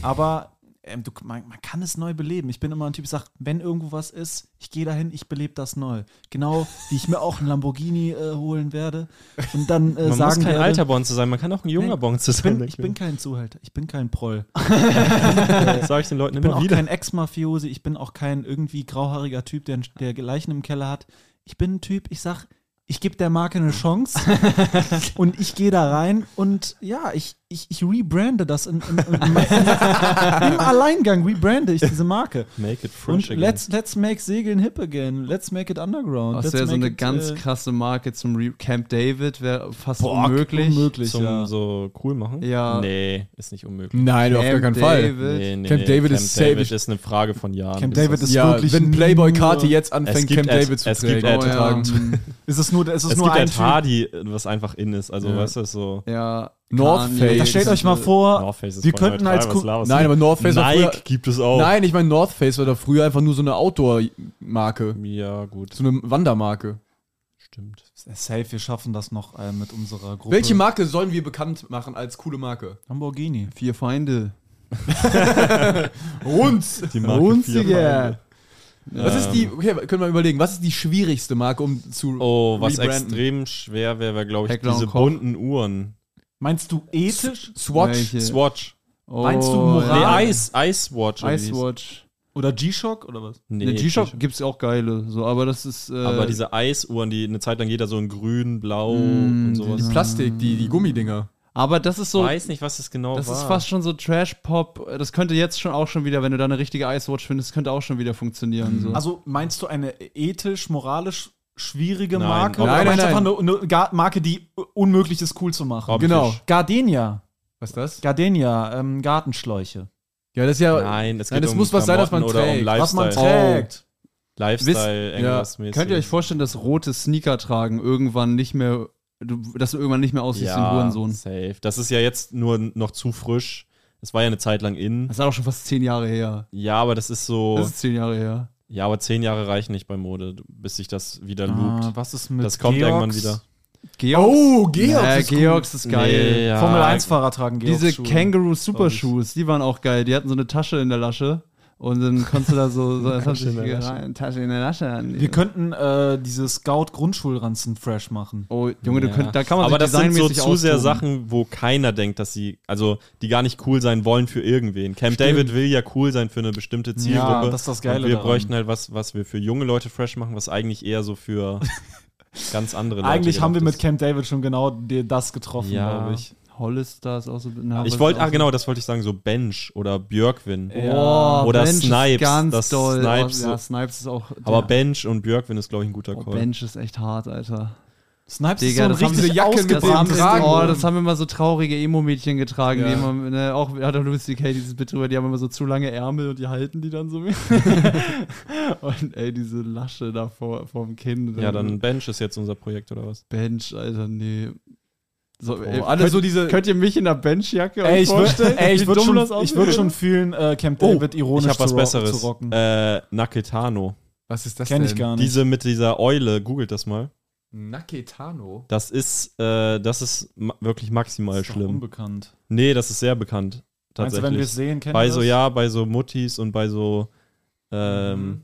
Speaker 4: aber ähm, du, man, man kann es neu beleben. Ich bin immer ein Typ, ich sage, wenn irgendwo was ist, ich gehe dahin, ich belebe das neu. Genau wie ich mir auch einen Lamborghini äh, holen werde. Und dann äh,
Speaker 3: Man
Speaker 4: sagen
Speaker 3: muss kein
Speaker 4: werde,
Speaker 3: alter ne? Bonze sein, man kann auch ein junger
Speaker 4: Nee,
Speaker 3: Bonze
Speaker 4: ich
Speaker 3: sein.
Speaker 4: bin, ich bin kein Zuhälter, ich bin kein Proll.
Speaker 3: *laughs* das sage ich den Leuten
Speaker 4: Ich bin
Speaker 3: immer
Speaker 4: auch
Speaker 3: wieder.
Speaker 4: kein Ex-Mafiosi, ich bin auch kein irgendwie grauhaariger Typ, der, der Leichen im Keller hat. Ich bin ein Typ, ich *laughs* sag, ich gebe der Marke eine Chance und ich gehe da rein und ja, ich, ich, ich rebrande das in, in, in, im Alleingang, rebrande ich diese Marke.
Speaker 3: Make it fresh
Speaker 4: Und
Speaker 3: again.
Speaker 4: let's, let's make Segeln hip again. Let's make it underground.
Speaker 1: Ah, Das
Speaker 4: let's
Speaker 1: wäre so
Speaker 4: make
Speaker 1: eine
Speaker 4: it,
Speaker 1: ganz
Speaker 4: äh,
Speaker 1: krasse Marke zum Re Camp David, wäre fast
Speaker 4: boah,
Speaker 1: unmöglich.
Speaker 4: unmöglich
Speaker 3: zum
Speaker 4: ja.
Speaker 3: so cool machen?
Speaker 1: Ja.
Speaker 3: Nee, ist nicht unmöglich.
Speaker 5: Nein, auf gar keinen Fall.
Speaker 1: David.
Speaker 5: Camp David ist safe.
Speaker 3: David ist eine Frage von Jahren.
Speaker 4: Camp
Speaker 3: bis
Speaker 4: David
Speaker 3: das-
Speaker 4: ist
Speaker 5: Ja,
Speaker 4: wirklich
Speaker 5: wenn Playboy
Speaker 4: nur-
Speaker 5: Kati jetzt
Speaker 3: Es
Speaker 5: anfängt,
Speaker 3: gibt
Speaker 5: Camp
Speaker 3: Ed-
Speaker 5: David zu
Speaker 3: es gibt
Speaker 5: tragen. Oh,
Speaker 3: Ed-
Speaker 5: ja.
Speaker 4: Ist es nur, ist es
Speaker 3: es
Speaker 4: nur
Speaker 3: gibt
Speaker 4: ein
Speaker 3: halt
Speaker 4: Typ?
Speaker 3: Hardy, was einfach in ist. Also, weißt du, ist so.
Speaker 1: Ja.
Speaker 5: North
Speaker 1: Kanye.
Speaker 5: Face.
Speaker 4: Da stellt euch mal vor,
Speaker 3: North Face ist
Speaker 4: wir
Speaker 3: voll
Speaker 4: könnten als
Speaker 3: was
Speaker 4: Ku-
Speaker 3: laberst
Speaker 5: Nein,
Speaker 3: du?
Speaker 5: aber North Face war früher,
Speaker 3: Nike gibt es auch.
Speaker 5: Nein, ich meine, North Face war da früher einfach nur so eine Outdoor-Marke.
Speaker 3: Ja, gut,
Speaker 5: So eine Wandermarke.
Speaker 3: stimmt.
Speaker 4: safe, wir schaffen das noch äh, mit unserer Gruppe.
Speaker 5: Welche Marke sollen wir bekannt machen als coole Marke?
Speaker 4: Lamborghini.
Speaker 1: Vier Feinde.
Speaker 5: Uns!
Speaker 3: Die Marke Runziger.
Speaker 5: Was ist die, okay, können wir überlegen, was ist die schwierigste Marke, um zu.
Speaker 3: Oh, was
Speaker 5: Rebranden.
Speaker 3: extrem schwer wäre, wäre, glaube ich,
Speaker 1: Heckler und
Speaker 3: diese
Speaker 1: Koch.
Speaker 3: bunten Uhren.
Speaker 4: Meinst du ethisch?
Speaker 5: Swatch?
Speaker 1: Welche?
Speaker 3: Swatch.
Speaker 1: Oh,
Speaker 4: Meinst du Moral?
Speaker 3: Nee, Ice, Ice Watch. oder wie die hieß.
Speaker 1: Icewatch.
Speaker 4: Oder G-Shock oder was?
Speaker 3: Nee,
Speaker 1: Ne, G-Shock gibt's auch geile. So, aber das ist. Äh,
Speaker 3: Aber diese Eisuhren, die eine Zeit lang jeder so in grün, blau
Speaker 1: Mm,
Speaker 3: und
Speaker 5: Die
Speaker 3: sowas.
Speaker 5: Plastik, die, die Gummidinger.
Speaker 1: aber das ist
Speaker 3: Ich
Speaker 1: so.
Speaker 3: weiß nicht, was das genau
Speaker 1: Das
Speaker 3: war.
Speaker 1: ist fast schon so Trash-Pop. Das könnte jetzt schon auch schon wieder, wenn du da eine richtige Icewatch findest, könnte auch schon wieder
Speaker 3: Mhm.
Speaker 1: funktionieren.
Speaker 3: Hm.
Speaker 1: So.
Speaker 4: Also meinst du eine ethisch, moralisch schwierige
Speaker 3: Nein.
Speaker 4: Marke?
Speaker 3: Nein,
Speaker 4: oder
Speaker 5: nein,
Speaker 4: meinst du
Speaker 5: nein.
Speaker 4: einfach eine, eine Ga- Marke, die unmöglich ist, cool zu machen?
Speaker 3: Optisch.
Speaker 5: Genau.
Speaker 4: Gardenia.
Speaker 5: Was ist das?
Speaker 4: Gardenia, ähm, Gartenschläuche.
Speaker 5: Ja, das ist ja.
Speaker 3: Nein, es
Speaker 5: Nein,
Speaker 3: geht
Speaker 5: das
Speaker 3: um
Speaker 5: muss was sein, was man
Speaker 3: Klamotten oder
Speaker 5: trägt.
Speaker 3: Um Lifestyle.
Speaker 4: Was man trägt.
Speaker 3: Lifestyle, irgendwas mäßig.
Speaker 1: Könnt ihr euch vorstellen, dass rote Sneaker tragen irgendwann nicht mehr, du, dass du irgendwann nicht mehr aussiehst wie ein
Speaker 3: ja,
Speaker 1: Hurensohn?
Speaker 3: safe. Das ist ja jetzt nur noch zu frisch. Das war ja eine Zeit lang in.
Speaker 1: Das ist auch schon fast zehn Jahre her.
Speaker 3: Ja, aber das ist so.
Speaker 1: Das ist zehn Jahre her.
Speaker 3: ja, aber zehn Jahre reichen nicht bei Mode, du- bis sich das wieder
Speaker 4: Ah,
Speaker 3: loopt.
Speaker 4: was ist mit
Speaker 3: Oh, Das kommt irgendwann
Speaker 4: Georgs?
Speaker 3: wieder.
Speaker 1: Georgs.
Speaker 5: Oh, Georgs
Speaker 1: Ja,
Speaker 5: ist gut.
Speaker 1: Georgs ist
Speaker 3: Nee,
Speaker 1: geil.
Speaker 3: ja.
Speaker 4: Formel 1-Fahrer tragen Georgs
Speaker 1: Diese
Speaker 4: Schuhe.
Speaker 1: Kangaroo Super Shoes, die waren auch geil. Die hatten so eine Tasche in der Lasche. Und dann konntest du da so,
Speaker 3: *laughs*
Speaker 1: so das hat sich rein- Tasche in der Lasche an.
Speaker 4: Wir könnten äh, diese Scout-Grundschulranzen fresh machen.
Speaker 1: Oh, Junge, du
Speaker 3: Ja.
Speaker 1: könnt, da kann man
Speaker 3: Aber das sind so
Speaker 1: designmäßig
Speaker 3: zu sehr
Speaker 1: austoben.
Speaker 3: Sachen, wo keiner denkt, dass sie, also die gar nicht cool sein wollen für irgendwen. Camp David will ja cool sein für eine bestimmte Zielgruppe.
Speaker 4: das ist das Geile
Speaker 3: Und wir
Speaker 4: daran.
Speaker 3: bräuchten halt was, was wir für junge Leute fresh machen, was eigentlich eher
Speaker 1: *laughs*
Speaker 3: so für ganz andere Leute
Speaker 4: Eigentlich haben wir
Speaker 3: gedacht
Speaker 4: mit Camp David schon genau die- das getroffen,
Speaker 3: ist. ja.
Speaker 4: glaube ich.
Speaker 1: Hollister ist auch so. na,
Speaker 3: Ich
Speaker 1: was
Speaker 3: wollte,
Speaker 1: auch
Speaker 3: ah
Speaker 1: so-
Speaker 3: genau, das wollte ich sagen, so Bench oder Björkwin.
Speaker 1: Boah,
Speaker 3: Oder
Speaker 1: Bench
Speaker 3: Snipes,
Speaker 1: Ist ganz
Speaker 3: das
Speaker 1: doll.
Speaker 3: Snipes-
Speaker 1: oh, ja, Snipes ist auch.
Speaker 3: Aber
Speaker 1: der-
Speaker 3: Bench und Björkwin ist, glaube ich, ein guter
Speaker 1: oh,
Speaker 3: Call.
Speaker 1: Bench ist echt hart, Alter.
Speaker 4: Snipes ist
Speaker 1: Digga, das
Speaker 4: so ein
Speaker 1: haben
Speaker 4: richtig
Speaker 5: diese Jacken mit
Speaker 1: Das
Speaker 5: Dem
Speaker 1: haben,
Speaker 4: ausgebranntes
Speaker 5: Tragen.
Speaker 1: oh, das haben immer so traurige Emo-Mädchen getragen.
Speaker 5: Ja.
Speaker 1: Die immer, ne, auch hat auch Louis C.K. dieses Bit drüber, die haben immer so zu lange Ärmel und die halten die dann so.
Speaker 3: *laughs*
Speaker 1: und ey, diese Lasche da vor, vorm Kinn.
Speaker 3: Ja, dann Bench ist jetzt unser Projekt oder was?
Speaker 1: Bench, Alter, nee. So, ey,
Speaker 5: Oh, alle
Speaker 1: könnt,
Speaker 5: so diese.
Speaker 1: könnt ihr mich in der Benchjacke
Speaker 4: Ey,
Speaker 1: euch
Speaker 4: ich würde
Speaker 1: vorstellen?
Speaker 4: ey, ich
Speaker 1: Wie
Speaker 4: würd
Speaker 1: dumm
Speaker 4: schon,
Speaker 1: das
Speaker 4: ich
Speaker 1: aussieht?
Speaker 4: würd schon fühlen, äh, Camp David ironisch
Speaker 3: ich habe was
Speaker 4: zu, ro
Speaker 3: Besseres.
Speaker 4: zu rocken.
Speaker 3: Äh, Naketano.
Speaker 5: Was ist das
Speaker 4: Kenn
Speaker 5: denn?
Speaker 4: ich gar nicht.
Speaker 3: Diese mit dieser Eule, googelt das mal.
Speaker 5: Naketano.
Speaker 3: Das ist, äh, das ist ma wirklich maximal
Speaker 4: ist doch
Speaker 3: schlimm.
Speaker 4: unbekannt.
Speaker 3: Nee, das ist sehr bekannt.
Speaker 4: Meinst du, wenn wir es
Speaker 3: Tatsächlich.
Speaker 4: sehen, kennen
Speaker 3: bei
Speaker 4: wir
Speaker 3: so,
Speaker 4: das?
Speaker 3: ja, bei so Muttis und bei so, ähm,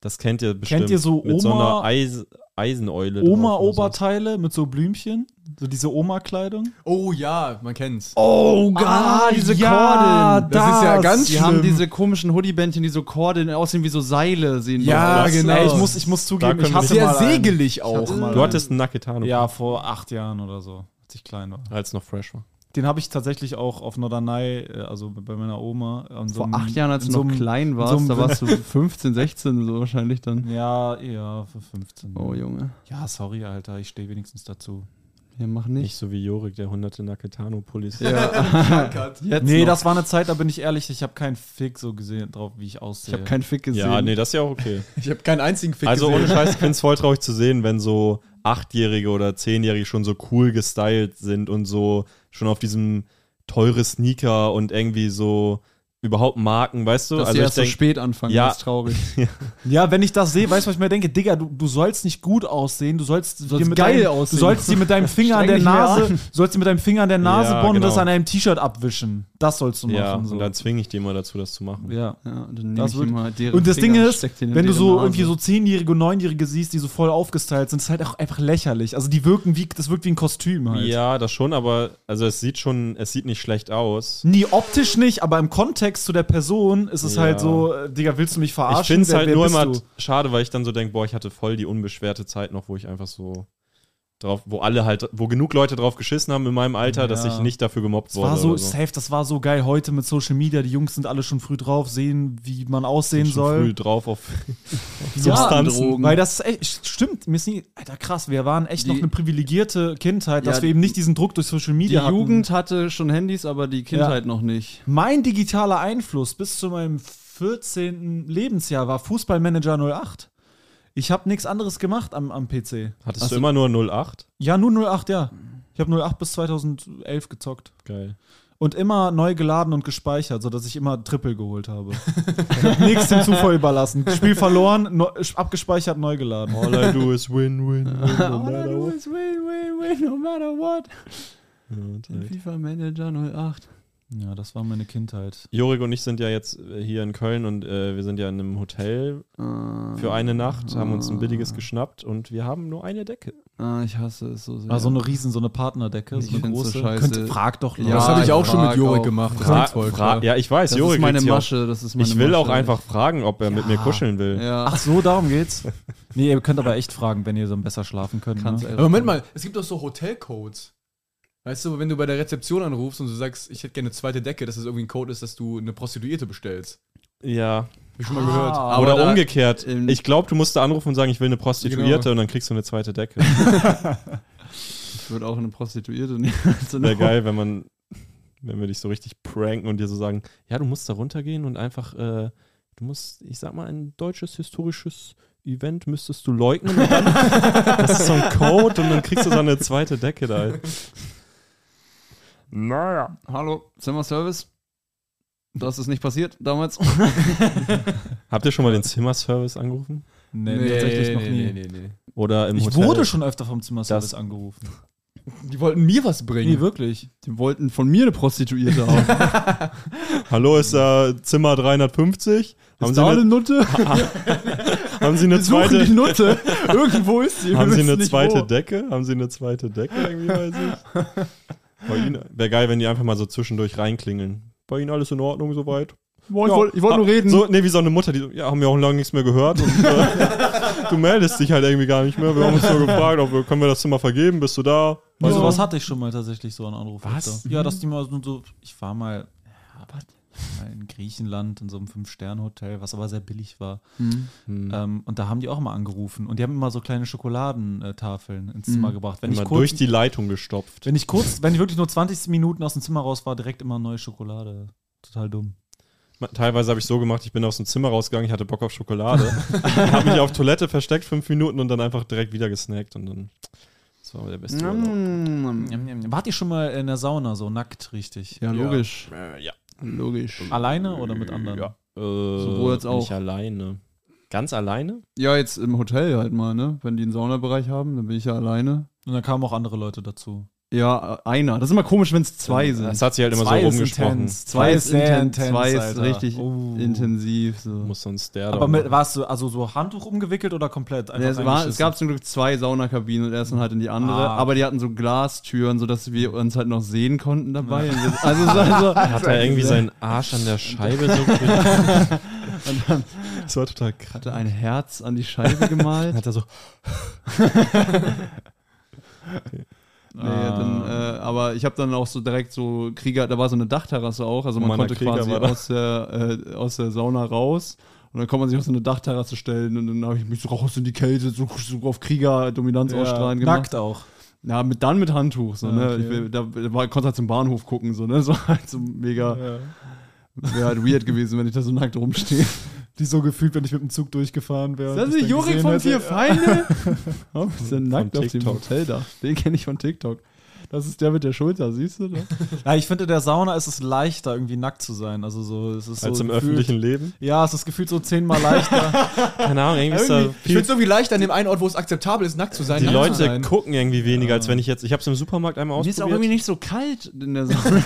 Speaker 3: das kennt ihr bestimmt.
Speaker 4: Mhm. Kennt ihr so
Speaker 3: Mit so
Speaker 4: Oma-
Speaker 3: einer Eis Eiseneule. drauf oder sowas.
Speaker 4: Oma-Oberteile mit so Blümchen? So diese Oma-Kleidung?
Speaker 5: Oh ja, man kennt's.
Speaker 4: Oh,
Speaker 1: Ah, diese Kordeln.
Speaker 5: Das ist ja ganz
Speaker 1: Die haben diese komischen Hoodie-Bändchen, die so Kordeln aussehen wie so Seile, sehen die
Speaker 5: Ja,
Speaker 1: aus.
Speaker 5: genau.
Speaker 4: Ey, ich muss, ich muss zugeben,
Speaker 3: können
Speaker 4: Oh, ich
Speaker 3: wir
Speaker 4: hasse
Speaker 5: Sehr
Speaker 4: mal einen.
Speaker 5: segelig auch.
Speaker 4: mal
Speaker 3: Du hattest einen Naketano,
Speaker 4: Ja, vor acht Jahren oder so, als ich klein war.
Speaker 3: als es noch fresh war.
Speaker 4: Den habe ich tatsächlich auch auf Norderney, äh, also bei meiner Oma. an so
Speaker 1: Vor
Speaker 4: einem-
Speaker 1: acht Jahren, als
Speaker 4: in
Speaker 1: du
Speaker 4: so
Speaker 1: noch
Speaker 4: einem-
Speaker 1: klein warst,
Speaker 4: so einem-
Speaker 1: da
Speaker 4: *laughs*
Speaker 1: warst du 15, 16 so wahrscheinlich dann.
Speaker 4: Ja, ja, für 15.
Speaker 1: Oh Junge,
Speaker 4: Ja, sorry, Alter, ich stehe wenigstens dazu.
Speaker 1: wir machen nicht.
Speaker 3: Nicht so wie Jorik, der hunderte Naketano-Pullis.
Speaker 1: Jetzt
Speaker 4: nee,
Speaker 1: noch.
Speaker 4: das war eine Zeit, da bin ich ehrlich, ich habe keinen Fick so gesehen drauf, wie ich
Speaker 1: ich
Speaker 4: aussehe.
Speaker 1: habe keinen Fick gesehen.
Speaker 3: Ja, nee, das ist ja auch *laughs* okay.
Speaker 5: Ich habe keinen einzigen Fick
Speaker 3: Also
Speaker 5: gesehen.
Speaker 3: ohne Scheiß, ich find's voll traurig zu sehen, wenn so Achtjährige oder Zehnjährige schon so cool gestylt sind und so schon auf diesem teure Sneaker und irgendwie so überhaupt Marken, weißt du?
Speaker 1: Dass die
Speaker 3: also ich
Speaker 1: erst so
Speaker 3: denk,
Speaker 1: spät anfangen,
Speaker 3: Ja.
Speaker 1: das ist traurig.
Speaker 4: Ja, wenn ich das sehe, weißt du, was ich mir denke? Digga, du, du sollst nicht gut aussehen, du sollst,
Speaker 1: sollst geil
Speaker 4: deinem,
Speaker 1: aussehen.
Speaker 4: Du sollst dir mit
Speaker 1: *laughs*
Speaker 4: deinem Finger an
Speaker 1: Streng
Speaker 4: der
Speaker 1: dich mehr
Speaker 4: Nase,
Speaker 1: an.
Speaker 4: sollst dir mit deinem Finger an der Nase
Speaker 3: Ja,
Speaker 4: bohren und
Speaker 3: genau.
Speaker 4: das an einem T-Shirt abwischen. Das sollst du machen.
Speaker 3: ja,
Speaker 4: so.
Speaker 3: und dann zwinge ich die immer dazu, das zu machen.
Speaker 4: ja.
Speaker 1: Ja, und dann nehm
Speaker 4: Das
Speaker 1: ich
Speaker 4: wird-
Speaker 1: immer deren
Speaker 4: Und das
Speaker 1: Finger
Speaker 4: Ding
Speaker 1: und
Speaker 4: ist,
Speaker 1: steck den in
Speaker 4: wenn du
Speaker 1: deren
Speaker 4: so
Speaker 1: Nase.
Speaker 4: irgendwie so Zehnjährige und Neunjährige siehst, die so voll aufgestylt sind, ist halt auch einfach lächerlich. Also die wirken wie, das wirkt wie ein Kostüm halt.
Speaker 3: Ja, das schon, aber also es sieht schon, es sieht nicht schlecht aus.
Speaker 4: Nie optisch nicht, aber im Kontext zu der Person ist es
Speaker 3: Ja.
Speaker 4: halt so, äh, Digga, willst du mich verarschen?
Speaker 3: Ich find's
Speaker 4: Wer-
Speaker 3: halt
Speaker 4: wer
Speaker 3: nur
Speaker 4: bist
Speaker 3: immer
Speaker 4: du?
Speaker 3: t- schade, weil ich dann so denke, boah, ich hatte voll die unbeschwerte Zeit noch, wo ich einfach so drauf, wo alle halt, wo genug Leute drauf geschissen haben in meinem Alter, dass ich nicht dafür gemobbt
Speaker 4: Das
Speaker 3: wurde.
Speaker 4: war so
Speaker 3: oder so.
Speaker 4: safe, das war so geil heute mit Social Media. Die Jungs sind alle schon früh drauf, sehen, wie man aussehen soll.
Speaker 3: früh drauf auf
Speaker 4: Substanzen. Weil das ist echt, stimmt, mir ist nie, alter krass, wir waren echt noch eine privilegierte Kindheit, dass
Speaker 1: Ja,
Speaker 4: wir eben nicht diesen Druck durch Social Media
Speaker 1: die
Speaker 4: hatten.
Speaker 1: Jugend hatte schon Handys, aber die Kindheit noch nicht.
Speaker 4: Mein digitaler Einfluss bis zu meinem 14. Lebensjahr war Fußballmanager 08. Ich habe nichts anderes gemacht am, am PC.
Speaker 3: Hattest du immer nur 08?
Speaker 4: Ja, nur 08, ja. Ich habe 08 bis 2011 gezockt.
Speaker 3: Geil.
Speaker 4: Und immer neu geladen und gespeichert, sodass ich immer Triple geholt habe. Ich hab Nichts dem Zufall überlassen. Spiel verloren, neu, abgespeichert, neu geladen.
Speaker 3: All I do is win, win, win, *laughs* no
Speaker 1: All I
Speaker 3: matter
Speaker 1: do
Speaker 3: what.
Speaker 1: is win, win, win, no matter what.
Speaker 3: Ja, halt.
Speaker 1: FIFA Manager 08.
Speaker 4: Ja, das war meine Kindheit.
Speaker 3: Jorik und ich sind ja jetzt äh, hier in Köln und äh, wir sind ja in einem Hotel
Speaker 1: Ah,
Speaker 3: für eine Nacht, haben uns ein billiges geschnappt und wir haben nur eine Decke.
Speaker 1: ah, ich hasse es so sehr.
Speaker 4: War so eine riesen, so eine Partnerdecke,
Speaker 1: Ich
Speaker 4: so eine
Speaker 1: find's so
Speaker 4: große.
Speaker 1: scheiße.
Speaker 4: Könnte, frag doch Leute.
Speaker 1: Ja,
Speaker 5: das habe ich auch schon mit
Speaker 1: frag
Speaker 5: Jorik
Speaker 1: auch.
Speaker 5: gemacht. Das ne?
Speaker 3: Fra-
Speaker 5: ist voll
Speaker 3: fra-
Speaker 5: klar.
Speaker 3: ja, ich weiß,
Speaker 1: das
Speaker 3: Jorik
Speaker 1: ist meine
Speaker 3: jetzt hier auch-
Speaker 1: Masche, das ist meine
Speaker 3: Ich will auch
Speaker 1: Masche.
Speaker 3: einfach fragen, ob er mit mir kuscheln will.
Speaker 1: Ja.
Speaker 4: Ach so, darum geht's. Nee, ihr könnt aber echt fragen, wenn ihr so besser schlafen könnt.
Speaker 1: Kann's
Speaker 4: Ne?
Speaker 1: einfach.
Speaker 5: Aber Moment mal, es gibt doch so Hotelcodes. Weißt du, wenn du bei der Rezeption anrufst und du sagst, ich hätte gerne eine zweite Decke, dass es irgendwie ein Code ist, dass du eine Prostituierte bestellst.
Speaker 3: Ja.
Speaker 5: Hab ich schon mal gehört.
Speaker 1: Ah, Aber
Speaker 3: Oder
Speaker 1: da-
Speaker 3: umgekehrt.
Speaker 1: ähm,
Speaker 3: ich glaube, du musst da anrufen und sagen, ich will eine Prostituierte
Speaker 5: Genau.
Speaker 3: und dann kriegst du eine zweite Decke.
Speaker 1: *laughs* Ich würde auch eine Prostituierte
Speaker 3: *laughs*
Speaker 1: nehmen. So *laughs* eine
Speaker 3: Wäre geil, wenn man, wenn wir dich so richtig pranken und dir so sagen, ja, du musst da runtergehen und einfach, äh, du musst, ich sag mal, ein deutsches historisches Event müsstest du leugnen. Und dann, das ist so ein Code und dann kriegst du so eine zweite Decke da. Naja.
Speaker 1: Hallo, Zimmerservice. Das ist nicht passiert damals.
Speaker 3: Habt ihr schon mal den Zimmerservice angerufen?
Speaker 4: Nee, tatsächlich noch nie.
Speaker 3: Oder im
Speaker 4: Ich
Speaker 3: Hotel?
Speaker 4: wurde schon öfter vom Zimmerservice
Speaker 3: Das-
Speaker 4: angerufen.
Speaker 5: Die wollten mir was bringen.
Speaker 4: Nee, wirklich.
Speaker 1: Die wollten von mir eine Prostituierte
Speaker 3: *laughs*
Speaker 1: haben.
Speaker 3: Hallo, ist da Zimmer 350? Haben Sie, eine,
Speaker 1: Nutte?
Speaker 3: haben Sie eine
Speaker 1: Suchen die
Speaker 3: zweite, *laughs*
Speaker 1: Nutte. Irgendwo ist sie. wir
Speaker 3: haben Sie
Speaker 1: wissen
Speaker 3: eine
Speaker 1: nicht
Speaker 3: zweite
Speaker 1: wo.
Speaker 3: Decke? Haben Sie eine zweite Decke
Speaker 1: *laughs*
Speaker 3: irgendwie bei sich? Bei Ihnen wäre geil, wenn die einfach mal so zwischendurch reinklingeln. Bei Ihnen alles in Ordnung soweit?
Speaker 1: Boah, Oh, ich
Speaker 3: Ja.
Speaker 1: wollt- ich wollte nur
Speaker 3: Ah,
Speaker 1: reden.
Speaker 3: So, nee, wie so eine Mutter, die so, ja, haben wir auch lange nichts mehr gehört
Speaker 1: *laughs*
Speaker 3: und äh, du meldest dich halt irgendwie gar nicht mehr. Wir haben uns nur gefragt, ob wir, können wir das Zimmer vergeben? Bist du da?
Speaker 4: Also,
Speaker 3: Ja.
Speaker 4: was hatte ich schon mal tatsächlich so einen Anruf? Was?
Speaker 1: Mhm.
Speaker 4: Ja, dass die mal so- so. Ich war mal. Ja, mal In Griechenland, in so einem Fünf-Sterne-Hotel, was aber sehr billig war.
Speaker 1: Mhm.
Speaker 3: Mhm.
Speaker 4: Ähm, und da haben die auch mal angerufen. Und die haben immer so kleine Schokoladentafeln äh,
Speaker 1: Mhm.
Speaker 4: ins Zimmer gebracht. Wenn
Speaker 3: Immer
Speaker 4: ich kurz,
Speaker 3: durch die Leitung gestopft.
Speaker 4: Wenn ich kurz, wenn ich wirklich nur 20 Minuten aus dem Zimmer raus war, direkt immer neue Schokolade. Total dumm.
Speaker 3: Ma- Teilweise habe ich so gemacht, ich bin aus dem Zimmer rausgegangen, ich hatte Bock auf Schokolade, *laughs* habe mich auf Toilette versteckt, fünf Minuten und dann einfach direkt wieder gesnackt und dann. Das war der beste.
Speaker 4: Mm.
Speaker 3: Urlaub.
Speaker 1: Mm.
Speaker 4: Wart ihr schon mal in der Sauna so nackt, richtig?
Speaker 1: Ja, logisch.
Speaker 3: Äh, ja.
Speaker 1: Logisch.
Speaker 4: Alleine oder mit anderen?
Speaker 3: Ja. Äh,
Speaker 1: Sowohl als auch.
Speaker 3: Nicht alleine. Ganz alleine?
Speaker 1: Ja, jetzt im Hotel halt mal, ne? Wenn die einen Saunabereich haben, dann bin ich ja alleine.
Speaker 4: Und dann kamen auch andere Leute dazu.
Speaker 1: Ja, äh, einer. Das ist immer komisch, wenn es zwei sind.
Speaker 3: Das hat sie halt immer so rumgesprochen.
Speaker 4: Zwei ist sehr
Speaker 1: inten-
Speaker 4: intens.
Speaker 1: zwei ist
Speaker 4: Alter.
Speaker 1: richtig
Speaker 4: Oh.
Speaker 1: intensiv. So.
Speaker 3: Muss so ein Stare
Speaker 4: Aber mit, warst du also so Handtuch umgewickelt oder komplett?
Speaker 1: Ja, es, war, es
Speaker 4: reingeschissen?
Speaker 1: gab zum Glück zwei Saunakabinen und er ist dann halt in die andere,
Speaker 4: Ah.
Speaker 1: aber die hatten so Glastüren, sodass wir uns halt noch sehen konnten dabei. Und wir- Also, es war so,
Speaker 3: Hat er irgendwie seinen Arsch an der Scheibe so gedrückt? Das war total krass.
Speaker 1: hatte ein Herz an die
Speaker 3: *laughs*
Speaker 1: Scheibe gemalt.
Speaker 3: Hat er so,
Speaker 1: *laughs* nee,
Speaker 3: Ah.
Speaker 1: dann, äh, aber ich habe dann auch so direkt so Krieger, da war so eine Dachterrasse auch, also man
Speaker 3: Mann,
Speaker 1: konnte
Speaker 3: der Krieger
Speaker 1: quasi
Speaker 3: war da.
Speaker 1: aus der, äh, aus der Sauna raus. Und dann konnte man sich auf so eine Dachterrasse stellen und dann habe ich mich so raus in die Kälte, so, so auf Krieger Dominanz ausstrahlen gemacht.
Speaker 4: Nackt auch.
Speaker 1: Ja, mit, dann mit Handtuch, so, ne?
Speaker 4: okay.
Speaker 1: Ich, will- da da war, konnte halt zum Bahnhof gucken, so, ne? *laughs* So halt so mega. Wäre halt weird gewesen, wenn ich da so nackt rumstehe.
Speaker 4: Die so gefühlt, wenn ich mit dem Zug durchgefahren wäre.
Speaker 1: Das ist Jurik von Vier *laughs* Feinde. oh, ist ja nackt auf dem
Speaker 3: TikTok.
Speaker 1: Hoteldach. Den kenne ich von TikTok. Das ist der mit der Schulter, siehst du? Ne?
Speaker 4: Ja, ich finde, in der Sauna ist es leichter, irgendwie nackt zu sein. Also so, es ist
Speaker 3: als
Speaker 4: so
Speaker 3: im
Speaker 4: gefühlt-
Speaker 3: öffentlichen Leben.
Speaker 4: Ja, es ist gefühlt so zehnmal
Speaker 1: *laughs*
Speaker 4: leichter.
Speaker 3: Keine Ahnung, irgendwie ist da
Speaker 5: ich
Speaker 3: viel
Speaker 5: finde es irgendwie leicht an dem einen Ort, wo es akzeptabel ist, nackt zu sein.
Speaker 3: Die
Speaker 5: nackt zu
Speaker 3: Leute
Speaker 5: sein.
Speaker 3: gucken irgendwie weniger, als wenn ich jetzt. Ich habe es im Supermarkt einmal
Speaker 1: Mir
Speaker 3: ausprobiert.
Speaker 1: ist auch irgendwie nicht so kalt in
Speaker 2: *laughs*
Speaker 1: der Sonne.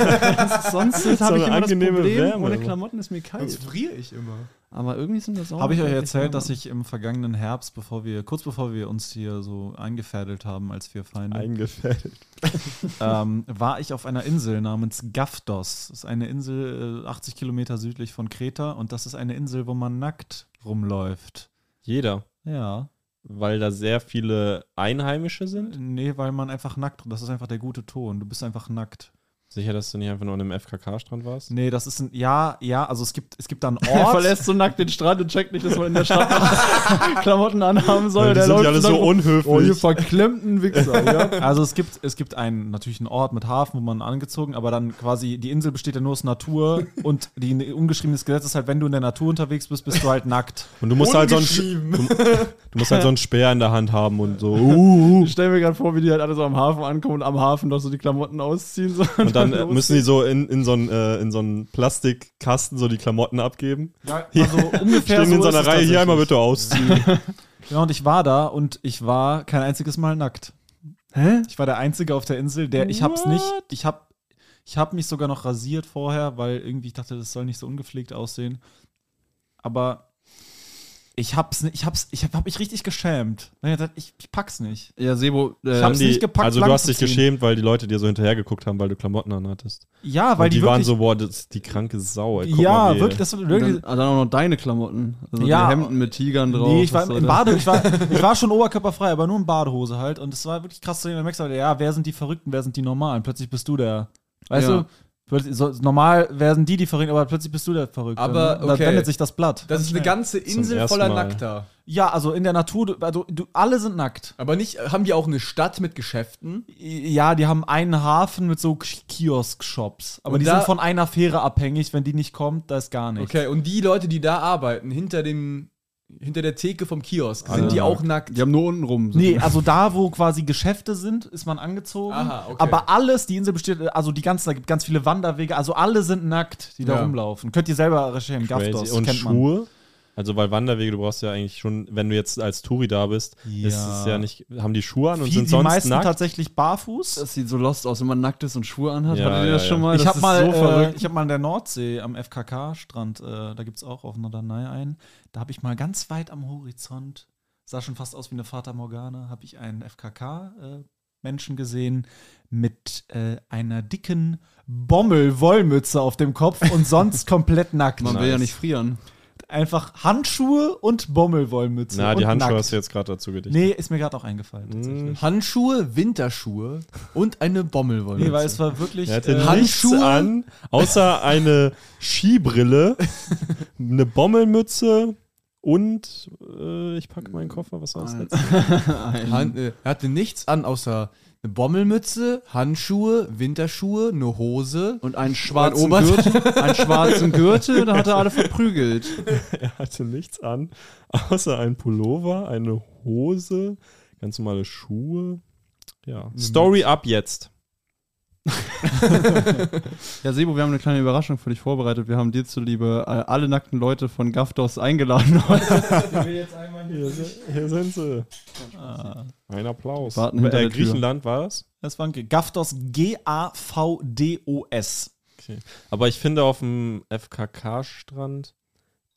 Speaker 1: Sonst
Speaker 3: So
Speaker 1: habe
Speaker 3: eine
Speaker 1: ich immer das
Speaker 3: angenehme
Speaker 1: Problem,
Speaker 3: Wärme.
Speaker 1: ohne Klamotten ist mir kalt.
Speaker 5: Sonst friere ich immer.
Speaker 1: Aber irgendwie sind das auch.
Speaker 4: Habe ich euch erzählt, dass ich im vergangenen Herbst, bevor wir, kurz bevor wir uns hier so eingefädelt haben als vier Feinde,
Speaker 3: eingefällt.
Speaker 4: ähm, war ich auf einer Insel namens Gafdos. Das ist eine Insel äh, 80 Kilometer südlich von Kreta und das ist eine Insel, wo man nackt rumläuft.
Speaker 3: Jeder.
Speaker 4: Ja.
Speaker 3: weil da sehr viele Einheimische sind?
Speaker 4: Nee, weil man einfach nackt, das ist einfach der gute Ton. Du bist einfach nackt.
Speaker 3: Sicher, dass du nicht einfach nur an einem FKK-Strand warst?
Speaker 4: Nee, das ist ein, ja, ja, also es gibt, es gibt da einen
Speaker 2: Er
Speaker 4: Ort.
Speaker 2: verlässt so nackt den Strand und checkt nicht, dass man in der Stadt *laughs*
Speaker 1: *laughs*
Speaker 2: Klamotten anhaben soll.
Speaker 3: Weil die
Speaker 2: der
Speaker 3: sind ja
Speaker 2: läuft
Speaker 3: alle
Speaker 2: und dann
Speaker 3: so
Speaker 2: rum.
Speaker 3: unhöflich.
Speaker 2: Oh, ihr verklemmten Wichser. ja.
Speaker 4: also es gibt, es gibt einen, natürlich einen Ort mit Hafen, wo man angezogen, aber dann quasi, die Insel besteht ja nur aus Natur und die ungeschriebenes Gesetz ist halt, wenn du in der Natur unterwegs bist, bist du halt nackt.
Speaker 3: Und du musst halt so ein du, du musst halt so einen Speer in der Hand haben und so. Uh,
Speaker 2: Ich stell mir gerade vor, wie die halt alle so am Hafen ankommen und am Hafen noch so die Klamotten ausziehen. So *laughs*
Speaker 3: und dann äh,
Speaker 2: los.
Speaker 3: müssen die so in, in so einen äh, in so einen Plastikkasten so die Klamotten abgeben.
Speaker 4: Ja, also ungefähr
Speaker 3: Stehen in
Speaker 4: so
Speaker 3: so
Speaker 4: ist
Speaker 3: einer
Speaker 4: es
Speaker 3: Reihe hier einmal
Speaker 4: tatsächlich.
Speaker 3: bitte ausziehen.
Speaker 4: Ja, und ich war da und ich war kein einziges Mal nackt.
Speaker 2: Hä?
Speaker 4: Ich war der Einzige auf der Insel, der ich hab's nicht. Ich hab, ich hab mich sogar noch rasiert vorher, weil irgendwie ich dachte, das soll nicht so ungepflegt aussehen. Aber ich hab's nicht, ich hab's, ich hab, hab mich richtig geschämt. Ich hab gedacht, Ich, ich pack's nicht.
Speaker 1: Ja, Sebo, äh,
Speaker 4: hab's
Speaker 3: Haben die-
Speaker 4: nicht gepackt,
Speaker 3: also du
Speaker 4: lang
Speaker 3: hast
Speaker 4: zu
Speaker 3: dich
Speaker 4: ziehen.
Speaker 3: geschämt, weil die Leute dir so hinterher geguckt haben, weil du Klamotten anhattest.
Speaker 4: Ja,
Speaker 3: Weil
Speaker 4: weil
Speaker 3: und die,
Speaker 4: die,
Speaker 3: waren
Speaker 4: wirklich,
Speaker 3: so, boah, das ist die kranke Sau. Ey, guck mal,
Speaker 4: Ja,
Speaker 3: wie-
Speaker 4: wirklich, das war
Speaker 1: dann,
Speaker 4: wirklich.
Speaker 1: ah, dann auch noch deine Klamotten. Also
Speaker 4: Ja.
Speaker 1: die Hemden mit Tigern drauf.
Speaker 4: Nee, ich war im,
Speaker 1: was soll
Speaker 4: im
Speaker 1: das?
Speaker 4: Bade, ich war, ich war schon oberkörperfrei, aber nur in Badehose halt. Und es war wirklich krass zu sehen, weil du merkst, halt, ja, wer sind die Verrückten, wer sind die Normalen? Plötzlich bist du der. Weißt
Speaker 1: Ja.
Speaker 4: du? Plötzlich, so, normal wären die die Verrückten, aber plötzlich bist du der Verrückte.
Speaker 5: Aber,
Speaker 4: ne? Dann
Speaker 5: okay.
Speaker 4: wendet sich das Blatt.
Speaker 5: Das ist eine ganze Insel
Speaker 3: ersten
Speaker 5: voller
Speaker 3: Mal.
Speaker 5: Nackter.
Speaker 4: ja, also in der Natur, du, also, du, alle sind nackt.
Speaker 5: Aber nicht, haben die auch eine Stadt mit Geschäften?
Speaker 4: Ja, die haben einen Hafen mit so Ki- Kiosk-Shops. Aber
Speaker 5: Und
Speaker 4: die
Speaker 5: da-
Speaker 4: sind von einer Fähre abhängig. Wenn die nicht kommt, da ist gar nichts.
Speaker 5: Okay, und die Leute, die da arbeiten, hinter dem, hinter der Theke vom Kiosk,
Speaker 3: Alle
Speaker 5: sind die auch nackt?
Speaker 1: Die haben nur unten rum.
Speaker 4: Nee, also da, wo quasi Geschäfte sind, ist man angezogen.
Speaker 5: Aha, okay.
Speaker 4: Aber alles, die Insel besteht, also die ganzen, da gibt ganz viele Wanderwege, also alle sind nackt, die da
Speaker 5: Ja.
Speaker 4: rumlaufen. Könnt ihr selber recherchieren, Gaftos,
Speaker 3: Crazy. Und
Speaker 4: kennt man.
Speaker 3: Schuhe? Also, weil Wanderwege, du brauchst ja eigentlich schon, wenn du jetzt als Touri da bist, ist es ja nicht, haben die Schuhe an und
Speaker 4: Viel,
Speaker 3: sind
Speaker 4: die
Speaker 3: sonst
Speaker 4: meisten
Speaker 3: nackt.
Speaker 4: tatsächlich barfuß.
Speaker 1: *laughs* Das sieht so lost aus, wenn man nackt ist und Schuhe anhat.
Speaker 3: Ja,
Speaker 1: Hattet ihr das
Speaker 3: ja,
Speaker 1: schon
Speaker 3: ja.
Speaker 1: mal?
Speaker 4: ich
Speaker 1: Das
Speaker 4: habe
Speaker 1: ist
Speaker 4: mal,
Speaker 1: so
Speaker 4: äh,
Speaker 1: verrückt.
Speaker 4: ich hab mal in der Nordsee am FKK-Strand, äh, da gibt es auch auf Norderney einen, da habe ich mal ganz weit am Horizont, sah schon fast aus wie eine Fata Morgana, habe ich einen FKK-Menschen äh, gesehen mit äh, einer dicken Bommel-Wollmütze auf dem Kopf und
Speaker 1: *laughs*
Speaker 4: sonst komplett nackt.
Speaker 1: Man will ja nicht frieren.
Speaker 4: Einfach Handschuhe und Bommel-Wollmütze.
Speaker 3: Na, die
Speaker 4: und
Speaker 3: Handschuhe
Speaker 4: nackt.
Speaker 3: hast du jetzt gerade dazu gedichtet.
Speaker 4: Nee, ist mir gerade auch eingefallen. tatsächlich.
Speaker 1: Hm.
Speaker 5: Handschuhe, Winterschuhe und eine Bommelwolle.
Speaker 4: Nee, weil es war wirklich.
Speaker 3: Er hatte
Speaker 4: äh,
Speaker 3: nichts
Speaker 5: Handschuhe?
Speaker 3: an, außer eine Skibrille, eine Bommelmütze und äh, ich packe meinen Koffer. Was war das letzte?
Speaker 5: Han äh, er hatte nichts an, außer eine Bommelmütze, Handschuhe, Winterschuhe, eine Hose.
Speaker 1: Und einen schwarzen
Speaker 5: Obert-
Speaker 1: *laughs* Gürtel. einen schwarzen Gürtel, da hat er alle verprügelt.
Speaker 3: Er hatte nichts an, außer ein Pullover, eine Hose, ganz normale Schuhe. Ja. Story ab jetzt.
Speaker 1: Ja, Sebo, wir haben eine kleine Überraschung für dich vorbereitet. Wir haben dir zuliebe äh, alle nackten Leute von Gaftos eingeladen. *laughs*
Speaker 3: Hier sind, hier sind sie.
Speaker 4: ah,
Speaker 3: Ein Applaus.
Speaker 1: Warten hinter
Speaker 3: äh,
Speaker 1: der Tür.
Speaker 3: Griechenland war es.
Speaker 4: das war ein Ge- Gaftos G-A-V-D-O-S.
Speaker 3: Aber ich finde auf dem FKK-Strand